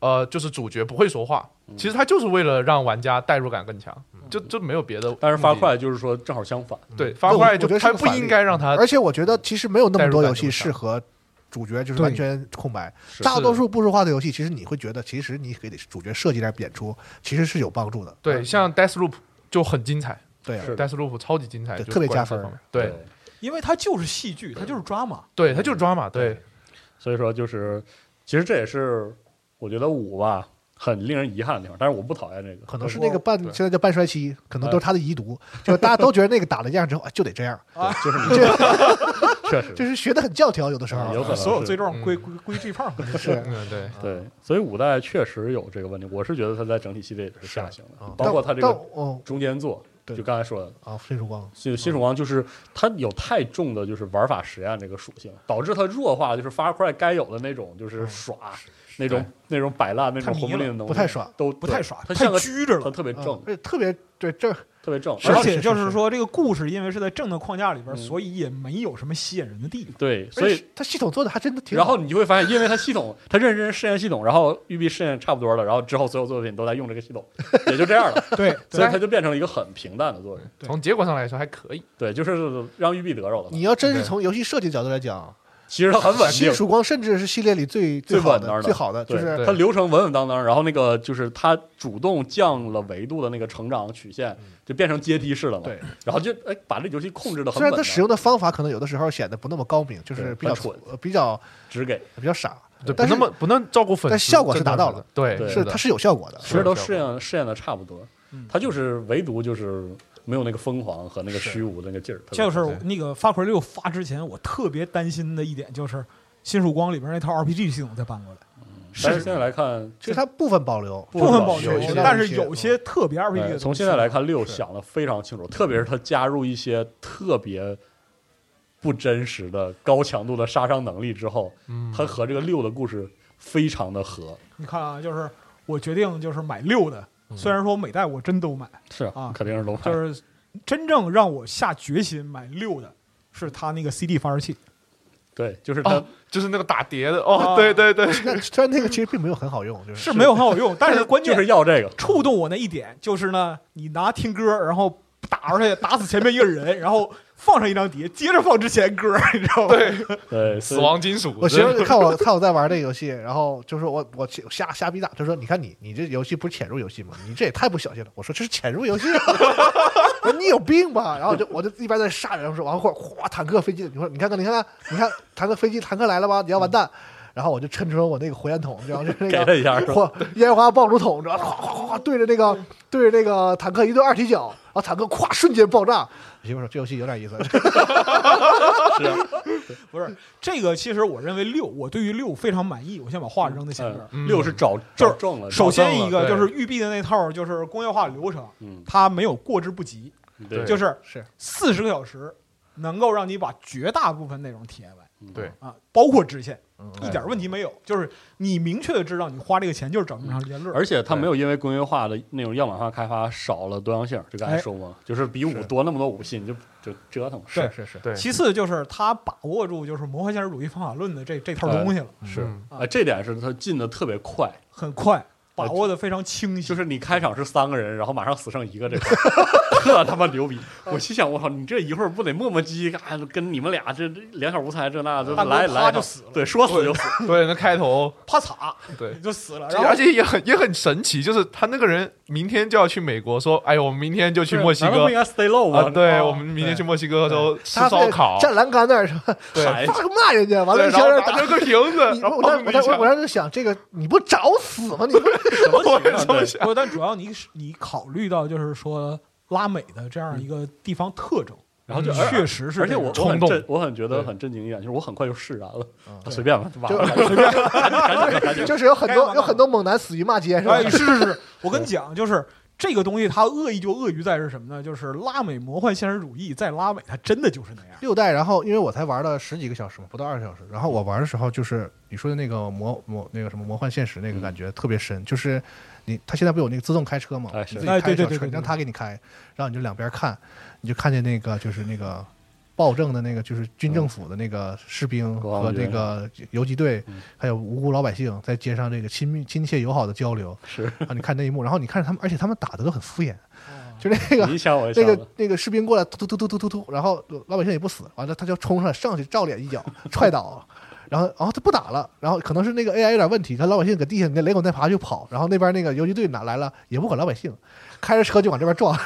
呃，就是主角不会说话，
嗯
其实它就是为了让玩家代入感更强，嗯就就没有别的目的。
但是发嗯块就是说正好相反，
对发
我
块
我觉
就
得是
它
个
不
反嗯例
应该让它嗯
而且我觉得其实没有那么多游戏适合主角就是完
对
全空白，
是
大多数不说话的游戏，其实你会觉得其实你给主角设计点演出，其实是有帮助的。嗯
对，像 Death Loop 就很精彩
对啊，
是的
，Death Loop 超级精彩，
对
就
特别
关于
加分
这方面。对
因为他就是戏剧，他就是抓马，
对，它就是
嗯
drama，对
所以说就是，其实这也是我觉得五吧很令人遗憾的地方，但是我不讨厌这个，
可能是那个半
对嗯
现在叫半衰期，可能都是他的遗毒，就是大家都觉得那个打了架之后哎就得这
<laughs>
样，
就是你
这
确实
就。是学的很教条，有的时
<laughs> 有
候啊
可能
啊所有
是
罪状
嗯
归归归这胖，
是。
嗯对。
对，所以五代确实有这个问题，我是觉得它在整体系列也是下行的
啊，
包括它这
但
个
但哦
中间作，
对
就刚才说的，
啊，黑曙光
就新曙光就是它有太重的就是玩法实验这个属性，导致它弱化了就是发块该有的那种就是耍那种那种摆烂那
太
种
迷
红不吝的能力，
不太耍
都
不太耍，
它
太
像个
拘着
它
了。
特别
啊
嗯正，
而且特别对这
特别正，
是
而
而
且
且就是
是
说，这个故事因为是在正的框架里边，
嗯
所以也没有什么吸引人的地方。
对，所以
它系统做的还真的挺
然
好。
后你就会发现，因为它系统，它认真试验系统，然后育碧试验差不多了，然后之后所有作品都在用这个系统，也就这
<laughs>
样了，
<laughs> 对，
所以它就变成了一个很平淡的作品。
从结果上来说还可以，
对，就是让育碧得着了嘛
你。要真是从游戏设计角度来讲，
其实它 <laughs> 很稳定
新，曙光甚至是系列里最
最
好
稳当
的、
的
最好的，就
对
是
它流程稳稳当当，然后那个就是它主动降了维度的那个成长曲线，就变成阶梯式了嘛。
嗯对，
然后就哎把这游戏控制的很
虽然
稳
它
当，
使用的方法可能有的时候显得不那么高明，就是
对
比较
很蠢
呃比较
只给，
比较傻，
对，不
但是
那么不能照顾粉丝，
但效果是达到了，
对，
对
是
的
它是有效果的。嗯
其实都试验试验的差不多
嗯，
它就是唯独就是没有那个疯狂和那个虚无的那个劲儿。特别
就是
对
那个发奎六发之前，我特别担心的一点就是新曙光里边那套 RPG 系统再搬过来，
但是现在来看，
其实它部分保留，
部分
分保
保
留
留
有一，些
但是
有
有
一些
些特别 RPG 的东西
哎从现在来，看，六想的非常清楚，特别是他加入一些特别不真实的高强度的杀伤能力之后，
嗯
他和这个六的故事非常的合。
你看啊，就是我决定就是买六的，虽然说每代我真都买，
是
啊
肯定是龙牌。
就是真正让我下决心买六的是他那个 CD 发射器，
对，就是他
哦，就是那个打碟的哦，
啊
对
<laughs>
对对，
那虽然那个其实并没有很好用，就是
是没有很好用，但是关
就
键
是要这个。
触动我那一点就是呢，你拿听歌，然后打出去，打死前面一个人，然后放上一张碟，接着放之前歌，你知道吗？对，
对，
死
所以
亡金属，
我
真
媳妇
的
儿看我看我在玩这个游戏，然后就说我我瞎瞎逼打，她说你看你你这游戏不是潜入游戏吗？你这也太不小心了。我说这是潜入游戏啊， <laughs> 我说你有病吧？然后我就我就一边在杀人，然后说完会儿哗坦克飞机，你说你看看你看看你看坦克飞机坦克来了吧？你要完蛋。然后我就抻出了我那个火焰筒，你知道吗？就是
给
那
他
个
一下是吧
火烟花爆竹筒，你知道吗？哗哗哗哗对着那个对着那个坦克一顿二踢脚，然后坦克咵瞬间爆炸。我媳妇说这游戏有点意思，
不是这个，其实我认为六，我对于六非常满意，我先把话扔在前面。
嗯六是找
就
找
是
正了，
首先一个
对
就是育碧的那套就是工业化流程，
嗯，
它没有过之不及，
对，
就是是
是
四十个小时能够让你把绝大部分内容体验完
嗯
对
啊，包括支线，
哎
一点问题没有。就是你明确的知道你花这个钱就是找这么长时间乐儿，
而且它没有因为工业化的那种样板化开发少了多样性，就刚才
哎
说嘛，就是比五
是
多那么多武器，你就就折腾。
对
是是，
对
其次就是他把握住就是魔幻现实主义方法论的这这套东西了，
是
嗯
啊，这点是它进的特别快，
很快，把握的非常清晰。
就是你开场是三个人，然后马上死剩一个，这块儿 <laughs> 特他妈牛逼！我心想，我操，你这一会儿不得磨磨唧唧，哎，跟你们俩这这两小无猜这那，这
大哥
来
啪
来
就死了
对，说死就死，
对那开头，
啪嚓，
对
你，就死了。然后
而且也很也很神奇，就是他那个人明天就要去美国，说，哎呦，我们明天就去墨西
咱们
哥
不应该 stay low
啊，
吗？
对
啊
我们明天去墨西哥州吃
他
烧烤，
站栏杆那儿说
对，
海
发个骂人家，完了
对
一
然
枪
后
人
拿
打
<laughs> 着个瓶子，
你
然后
我当
砰
我
一
当我
下
当时想，这个你不找死吗？你不
什么情况？对
不，但主要你你考虑到就是说拉美的这样一个地方特征，
嗯
嗯
然后就而
确实是
而且我我
冲
很
动
震，我很觉得
对嗯
很震惊一点，就是我很快就释然了，啊随便吧， <laughs> 完
就
了，随便，赶紧赶紧赶紧，
就是有很
该往哪
多有很多猛男死于骂街，是吧
哎，？是是
<laughs>
是，我跟你讲，就是这个东西，它恶意就恶于在是什么呢？就是拉美魔幻现实主义在拉美，它真的就是那样。
六代，然后因为我才玩了十几个小时嘛，不到二十小时。然后我玩的时候，就是你说的那个魔魔那个什么魔幻现实那个感觉特别深，就是你他现在不有那个自动开车嘛，
哎
你
是
自己
哎
开
对
一
对
小
对
车，
对
你让
对
他给你开，然后你就两边看，你就看见那个就是那个暴政的那个就是军政府的那个士兵
嗯国防
和那
军嗯
个游击队，还有无辜老百姓在街上这个亲密亲切友好的交流，
是哦
啊，你看那一幕，然后你看着他们，而且他们打的都很敷衍，就那个
你一想我一
那
想
个
了，
那个士兵过来，突突突突突突突，然后老百姓也不死，完了他就冲上来上去照脸一脚踹倒，然后然后他不打了，然后可能是那个 AI 有点问题，他老百姓搁地下那雷滚带爬就跑，然后那边那个游击队哪来了也不管老百姓，开着车就往这边撞，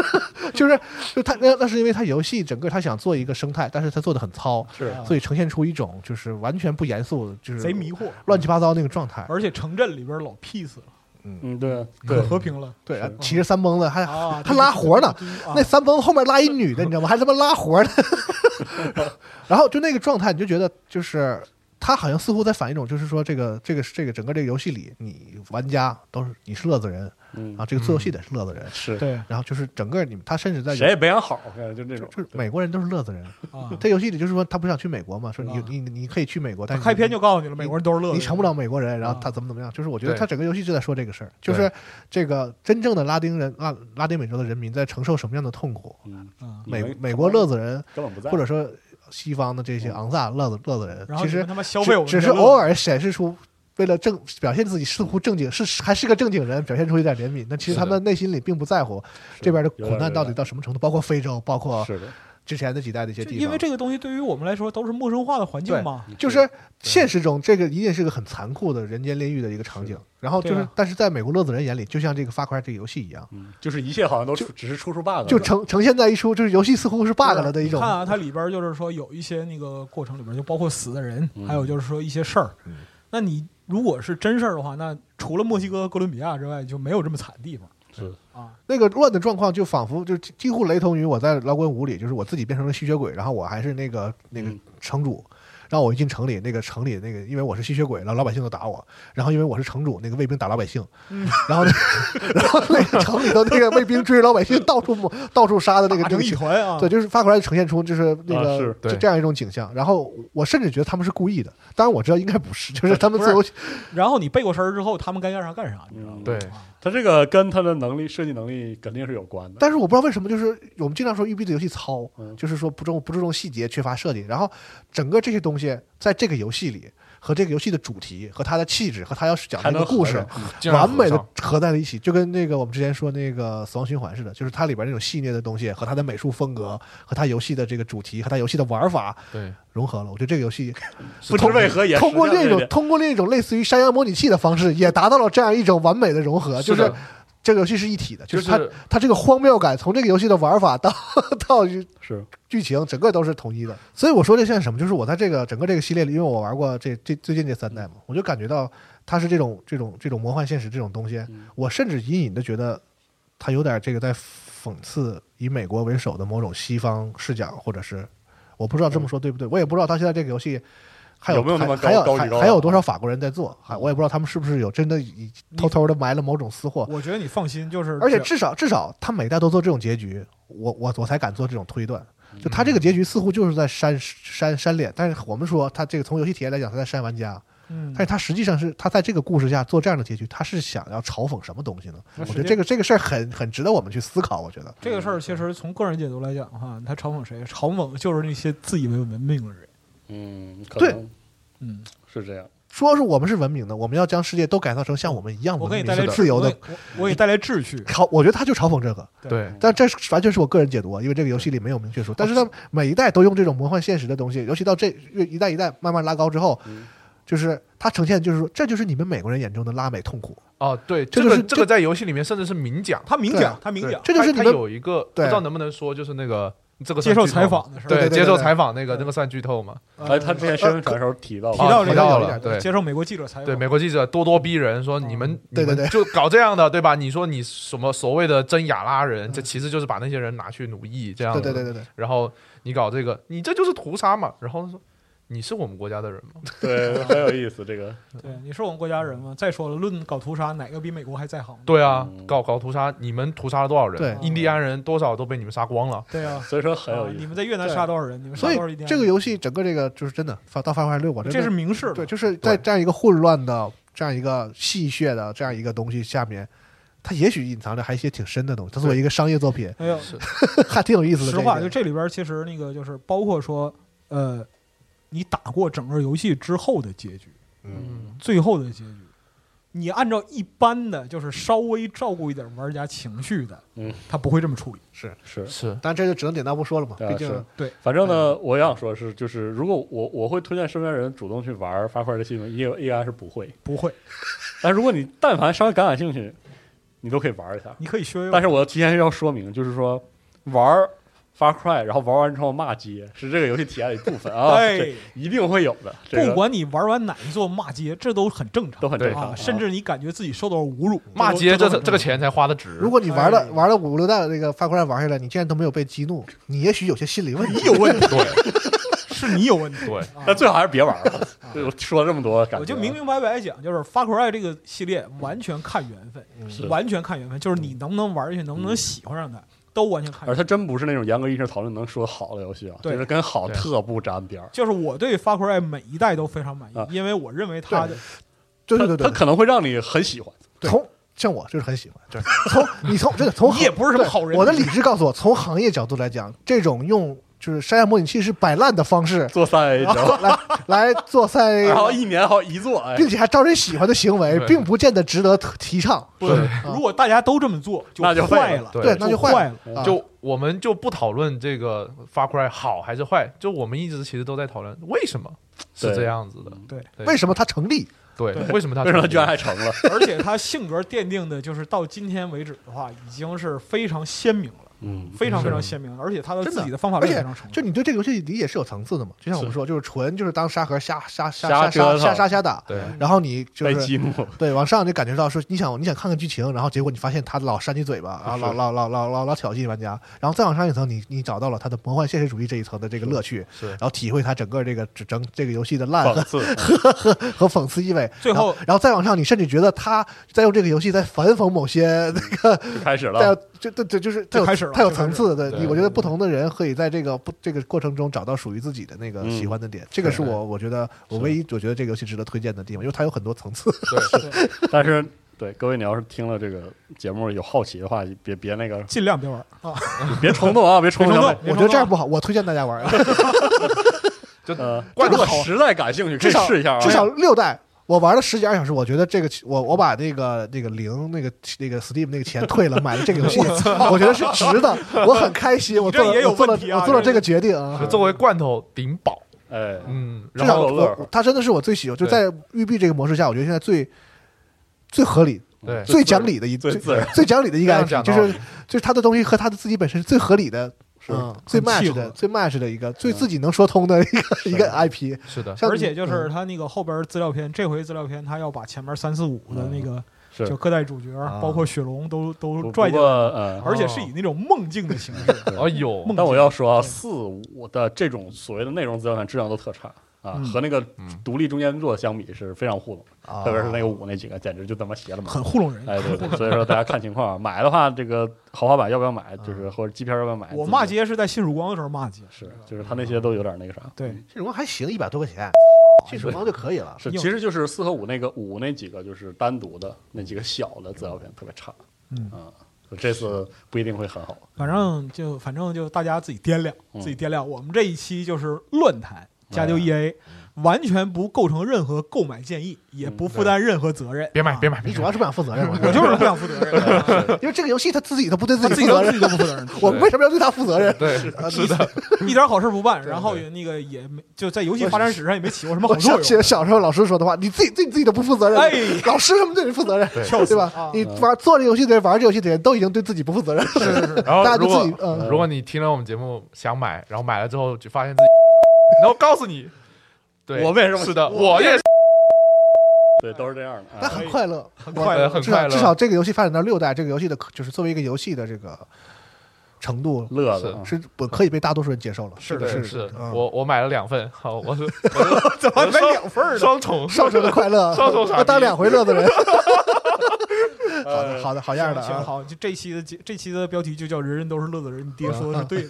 <laughs> 就是就他那那是因为他游戏整个他想做一个生态，但是他做的很糙，
是
所以呈现出一种就是完全不严肃，就是
啊贼迷惑，
乱七八糟那个状态。
而且城镇里边老 peace 了，
嗯对
可
对，
和平了
对，骑着三蹦子还
啊！
他拉活呢，那
那
三蹦后面拉一女的，你知道吗？还他妈拉活
<laughs>
的，然后就那个状态，你就觉得就是他好像似乎在反映一种，就是说这个这个这个整个这个游戏里，你玩家都是你是乐子人
嗯
啊，这个做游戏的是乐子人，
是
对
然后就是整个你们他甚至在
谁也别想好，就那
就
种
就是美国人都是乐子人，
啊，
在游戏里就是说他不想去美国嘛，说你
啊
你你可以去美国，但是
开篇
你
就告诉你了，美国人都是乐
你
的，
成不了美国人，然后
啊
他怎么怎么样？就是我觉得
对
他整个游戏就在说这个事儿，就
对
是这个真正的拉丁人拉拉丁美洲的人民在承受什么样的痛苦。
嗯，
啊。
你
美
们
美国乐子人
根本不在，
或者说西方的这些
嗯
昂萨乐子乐子人
然，后
其
你
实
们他妈消费我们
只
这
只是
乐子
偶尔显示出为了正表现自己似乎正经是还是个正经人，表现出一点怜悯。那其实
是
他
的
们内心里并不在乎这边的
有
苦
点
难
儿
到底到什么程度，包括非洲，包括
是的，
之前的几代的一些
就
地方。
因为这个东西对于我们来说都是陌生化的环境嘛，
就是现实中这个一定是个很残酷的人间炼狱的一个场景。然后就
对
是
啊，
但是在美国乐子人眼里，就像这个发块这个游戏一样，
嗯就是一切好像都
就
出只是出出 bug，
就
了
呈呈现在一出就是游戏似乎是 bug 了的一种
你呃看啊，它里边就是说有一些那个过程里边，就包括死的人，
嗯
还有就是说一些事儿。
嗯
那你如果是真事儿的话，那除了墨西哥、哥伦比亚之外，就没有这么惨的地方
是
啊。
那个乱的状况就仿佛就几几乎雷同于我在摇滚舞里，就是我自己变成了吸血鬼，然后我还是那个那个
嗯
城主。然后我一进城里，那个城里那个，因为我是吸血鬼，然后老百姓都打我，然后因为我是城主，那个卫兵打老百姓，然后那 <laughs> 然后那个城里头那个卫兵追着老百姓到处抹到处杀的那个
打
那
成
个
一
情
团啊，
<laughs> 对，就是发过来呈现出就是那
啊
个
是
就
对
这样一种景象。然后我甚至觉得他们是故意的，当然我知道应该不是，就是他们自由
然后你背过身儿之后，他们该干啥干啥，你知道吗？啊
嗯
对，
他这个跟他的能力设计能力肯定是有关的，
但是我不知道为什么，就是我们经常说育碧的游戏糙，
嗯
就是说不重不注重细节，缺乏设计。然后整个这些东西在这个游戏里和这个游戏的主题和它的气质和它要讲的
还
那
能
个故事
合着，
竟然
完美
合
的
上
合在了一起，就跟那个我们之前说那个《死亡循环》似的，就是它里边那种细腻的东西和它的美术风格和它游戏的这个主题和它游戏的玩法
对
融合了。我觉得这个游戏
嗯不知为何也
嗯通过
实际上
另一
这
种
点
通过另一种类似于山羊模拟器的方式，也达到了这样一种完美的融合，就是是
的
这个游戏是一体的，
就
就是它
是
它这个荒谬感，从这个游戏的玩法到 <laughs> 到
是
剧情，整个都是统一的。所以我说这像什么，就是我在这个整个这个系列里，因为我玩过这这最近这三代嘛，我就感觉到它是这种这种这种魔幻现实这种东西，我甚至隐隐的觉得它有点这个在讽刺以美国为首的某种西方视角，或者是我不知道这么说对不对，我也不知道它现在这个游戏。还
有没有那么
还还有
高高举
还
高啊打
还有多少法国人在做？还我也不知道他们是不是有真的以偷偷的埋了某种私货。
我觉得你放心，就是
而且
这
至少至少他每代都做这种结局，我我我才敢做这种推断。
嗯
就他这个结局似乎就是在删删删脸，但是我们说他这个从游戏体验来讲，他在删玩家，
嗯
但是他实际上是他在这个故事下做这样的结局，他是想要嘲讽什么东西呢？我
那时间
觉得这个这个事儿很很值得我们去思考。我觉得
这个事儿，其实从个人解读来讲的话，他嘲讽谁？嘲讽就是那些自以为文明的人。
嗯，可
对
能
嗯，
是这样，
说是我们是文明的，我们要将世界都改造成像我们一样
我
文
给你
明
带来
是自由的。
我给我我给你带来秩序。
嘲，我觉得他就嘲讽这个，
对
但这是完全是我个人解读啊，因为这个游戏里没有明确说，但是他每一代都用这种魔幻现实的东西，尤其到这越一代一代慢慢拉高之后，
嗯
就是它呈现就是说，这就是你们美国人眼中的拉美痛苦，
哦对，
这
这
就是
个
这
这个在游戏里面甚至是明讲，
他明
对啊
讲，他明
对
讲，
这就是
他
你
他
们
有一个不
对
知道能不能说，就是那个这个
接
算
受
剧透
采
吗
访的时候，嗯
对对
对，
对
接受
对
采访那个
对
那个算剧透吗？
啊
哎，他之
呃
前宣传时候提到啊
提
了，
到这个
提到
有一
了
点
对
接受美国记者采访，
对，美国记者咄咄逼人，说你们、你
对对
们
对
就搞这样的，对吧？你说你什么所谓的真雅拉人，这其实就是把那些人拿去奴役这样
对
的。
对对对对，
然后你搞这个，你这就是屠杀嘛。然后说你是我们国家的人吗？
对，很有意思这个。
对，你是我们国家人吗？再说了，论搞屠杀，哪个比美国还在行？啊
对啊
嗯，
搞搞屠杀，你们屠杀了多少人？
对
印第安人多少都被你们杀光了。
对啊，
所以说 <laughs> 很有
啊
意
你
思。
们在越南
对
杀多少人？你们杀
所
多少一
以
点？
这个游戏整个这个就是真的发到《发块六》，我真的
这是明示了
对，就是在这样一个混乱的、这样一个戏谑的这样一个东西下面，它也许隐藏着还一些挺深的东西。它作为一个商业作品， <laughs>
哎呦，
还挺有意思的。
实话，
这
就
个
这里边儿其实那个就是包括说，呃，你打过整个游戏之后的结局，
嗯，
最后的结局，你按照一般的就是稍微照顾一点玩家情绪的，
嗯，
他不会这么处理。
是。
是，
但这就只能点到不说了嘛，
对啊
毕
是
竟
反正呢，
嗯
我想说是，就是如果我我会推荐身边人主动去玩发块的新闻，应应该是不会。
不会，
但如果你但凡稍微感感兴趣，你都可以玩一下。
你可以
嗯
削弱。
但是我提前要说明，就是说玩发块，然后玩完之后骂街，是这个游戏体验的一部分啊，
哎
这，一定会有的。这
不
个
管你玩完哪一座骂街，这都很正常，
都很正常
啊
啊
甚至你感觉自己受到了侮辱，
骂街
这
这
都
这
很
这
正
个
常
钱才花的值。
如果你玩
哎
了玩了五六代的那个《发块玩下来，你竟然都没有被激怒，你也许有些心理问题。
你 <laughs> 有问题，
对
是你有问题。
<laughs> 对，
啊
但最好还是别玩了。对我说了这么多，感觉啊
我就明明白白讲，就是《Far Cry》这个系列完全看缘分，
嗯
是
完全看缘分，就是你能不能玩下去，能不能喜欢上它，都完全看
而
缘分。
它真不是那种严格意义上讨论能说好的游戏啊，
对
就是跟好
对
特不沾边儿。
就是我对《Far Cry》每一代都非常满意
啊，
因为我认为它的
对对对
它
对
它，可能会让你很喜欢。
对从像我就是很喜欢，就是从你从真的从
你也不是什么
对
好人
我的理智告诉我，从行业角度来讲，这种用就是山下模拟器是摆烂的方
<laughs>
式
做三 A，然后
来来做赛，
然后一年好一做，哎，
并且还招人喜欢的行为，
对
并不见得值得提倡。
不
对
如果大家都这么做，
那就
坏
废
了，
对
对，那就
坏
坏
了。
啊
就我们就不讨论这个发出来好还是坏，就我们一直其实都在讨论为什么是
对
这样子的。
为什么它成立？
对
对，
为什么他
为什么它
成
居然
功
还成了？
而且他性格奠定的，就是到今天为止的话，已经是非常鲜明了，
嗯，
非常非常
是
鲜明了。而且他的
真
自
的
己的方法
而
论
且
非常成
就
熟。
你对这个游戏理解是有层次的嘛？就像我们
是
说，就是纯就是当沙盒瞎瞎瞎瞎
瞎折
瞎
腾
瞎瞎瞎打，
对
然后你就
被
是
激怒，
对往上就感觉到说你想你想看看剧情，然后结果你发现他老扇你嘴巴，然后啊老
是
老老老老老挑衅玩家，然后再往上一层，你你找到了他的魔幻现实主义这一层的这个乐趣，
是
然后体会他整个这个整整这个游戏的烂
讽
和
刺，
和讽刺意味，
最后
然然后再往上，你甚至觉得他在用这个游戏在反讽某 <laughs> 些那个
就开始
带有
了。
就对对，就是它有
开始了
它有
就开
层
始
次的。对，
对
我觉得不同的人可以在这个不这个过程中找到属于自己的那个
嗯
喜欢的点，这个是
对
我我觉得我
是
唯一我觉得这个游戏值得推荐的地方，因为它有很多层次。
但是，对各位，你要是听了这个节目有好奇的话，别别那个，
尽量别玩。
别冲动啊，别冲动消
别冲动。
我
费
觉得这样不好，我推荐大家玩儿，
呃，
这
如
个
果
好
实在感兴趣，可
至
以
少
试一下啊。
至少六代。我玩了十几二小时，我觉得这个我我把那个那个零那个那个 Steam 那个钱退了，买了这个游戏，我觉得是值的，我很开心，我
这
做了
也有
我做了
问题啊
我做了
这
这个决定啊
就。作为罐头顶饱，
哎，
嗯，
至
然
少
让
后
我乐呵
我他真的是我最喜欢，就在育碧这个模式下，我觉得现在最最合理、
对
最讲理的一
最自然、
最讲理的一个
非常
IP，
讲
就
道
是
理
就是他的东西和他的自己本身是最合理的，
是
嗯，最
契
match
合
的、最 match 的一个、最自己能说通的一个一个 IP。<laughs>
是的，
像
而且就是
嗯
他那个后边资料片，这回资料片他要把前面三四五的那个
是
就各代主角，
啊
包括雪龙都
嗯不
都拽
不
进
过
来，
呃，
而且是以那种梦境的形式。
哎呦，
梦
但 <laughs> 我要说啊，
对
四五的这种所谓的内容资料片质量都特差啊，
嗯
和那个独立中间作相比是非常糊弄，
啊
特别是那个五那几个，简直就他妈邪了门。
很糊弄人。
哎，对对，所以说大家看
<laughs>
情况啊，买的话，这个豪华版要不要买，就是或者机票要不要买？
啊我
哎自己
骂街是在新曙光的时候骂街，
是，就是他那些都有点那个啥。
对，
这荣还行，一百多块
哦
钱，这曙光就可以了。
<laughs>
是，
硬
其实就是四和五那个五那几个就是单独的那几个小的资料片特别差，
嗯
啊，这次不一定会很好。
反正就反正就大家自己掂量，
嗯哎
自己掂量。我们这一期就是乱谈，加丢 EA，完全不构成任何购买建议，也
嗯
不负担任何责任。
<laughs> 别买，
啊
别买，
你
别
主
买
要是不想负责任，
<laughs> 我就是不想负责任，
<laughs>
因为这个游戏他自己都不对自
他
己
自己
负
都
责
自己
任，
都不负责任，
我为什么要对他负责任？
对，
啊
是的，
<laughs>
一点好事不办，然后
对
那个也没就在游戏发展史上也没起过什么好
我
作
想起
用。啊
小时候老师说的话，你自己对你自己都不负责任，
哎
老师什么对你负责任，
对
对吧？
啊
你玩做这游戏的人、玩这游戏的人都已经对自己不负责任，大
然
家
后
就
如
自己
果
嗯，
如果你听了我们节目想买，然后买了之后就发现自己，然后告诉你，对，
我为什么
是的，我也是，
对，都是这样的
但
啊。
很快乐，很
快乐
呃很
至少
快乐，
至少这个游戏发展到六代，这个游戏的就是作为一个游戏的这个程
嗯
度
乐子啊
是不可以被大多数人接受了。是
对
是
是，
嗯
我我买了两份，好，我是
怎么还买两份儿呢？<laughs>
双重，
上手的快乐，
上手傻逼
我当两回乐的人。好的，好的，好样的
哎行，
啊！
好，就这期的节这期的标题就叫“人人都是乐子人”，你爹说的是对
<laughs>
的。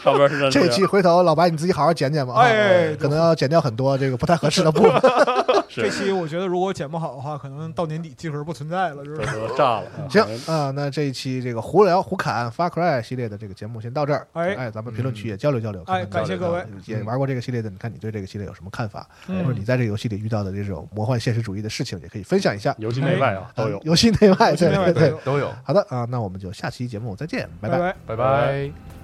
差不多是这样。
这一期回头老白你自己好好剪剪吧，啊
哎
可能要剪掉很多这个不太合适的部
<laughs>
分。
是
这期我觉得如果剪不好的话，可能到年底集合不存在了，就是
这。都炸了。啊
行啊，那这一期这个胡聊胡侃 Far Cry 系列的这个节目先到这儿。
哎
哎，咱们评论区也交流交流。
哎
看看
感谢
大家
各位
也玩过这个系列的，你看你对这个系列有什么看法，
嗯
或者你在这个游戏里遇到的这种魔幻现实主义的事情，也可以分享一下。
游戏内外啊都有
啊。游戏内外，
游戏
对
内外
对
都有
对。
都有，
好的啊，那我们就下期节目再见，拜
拜。
拜拜。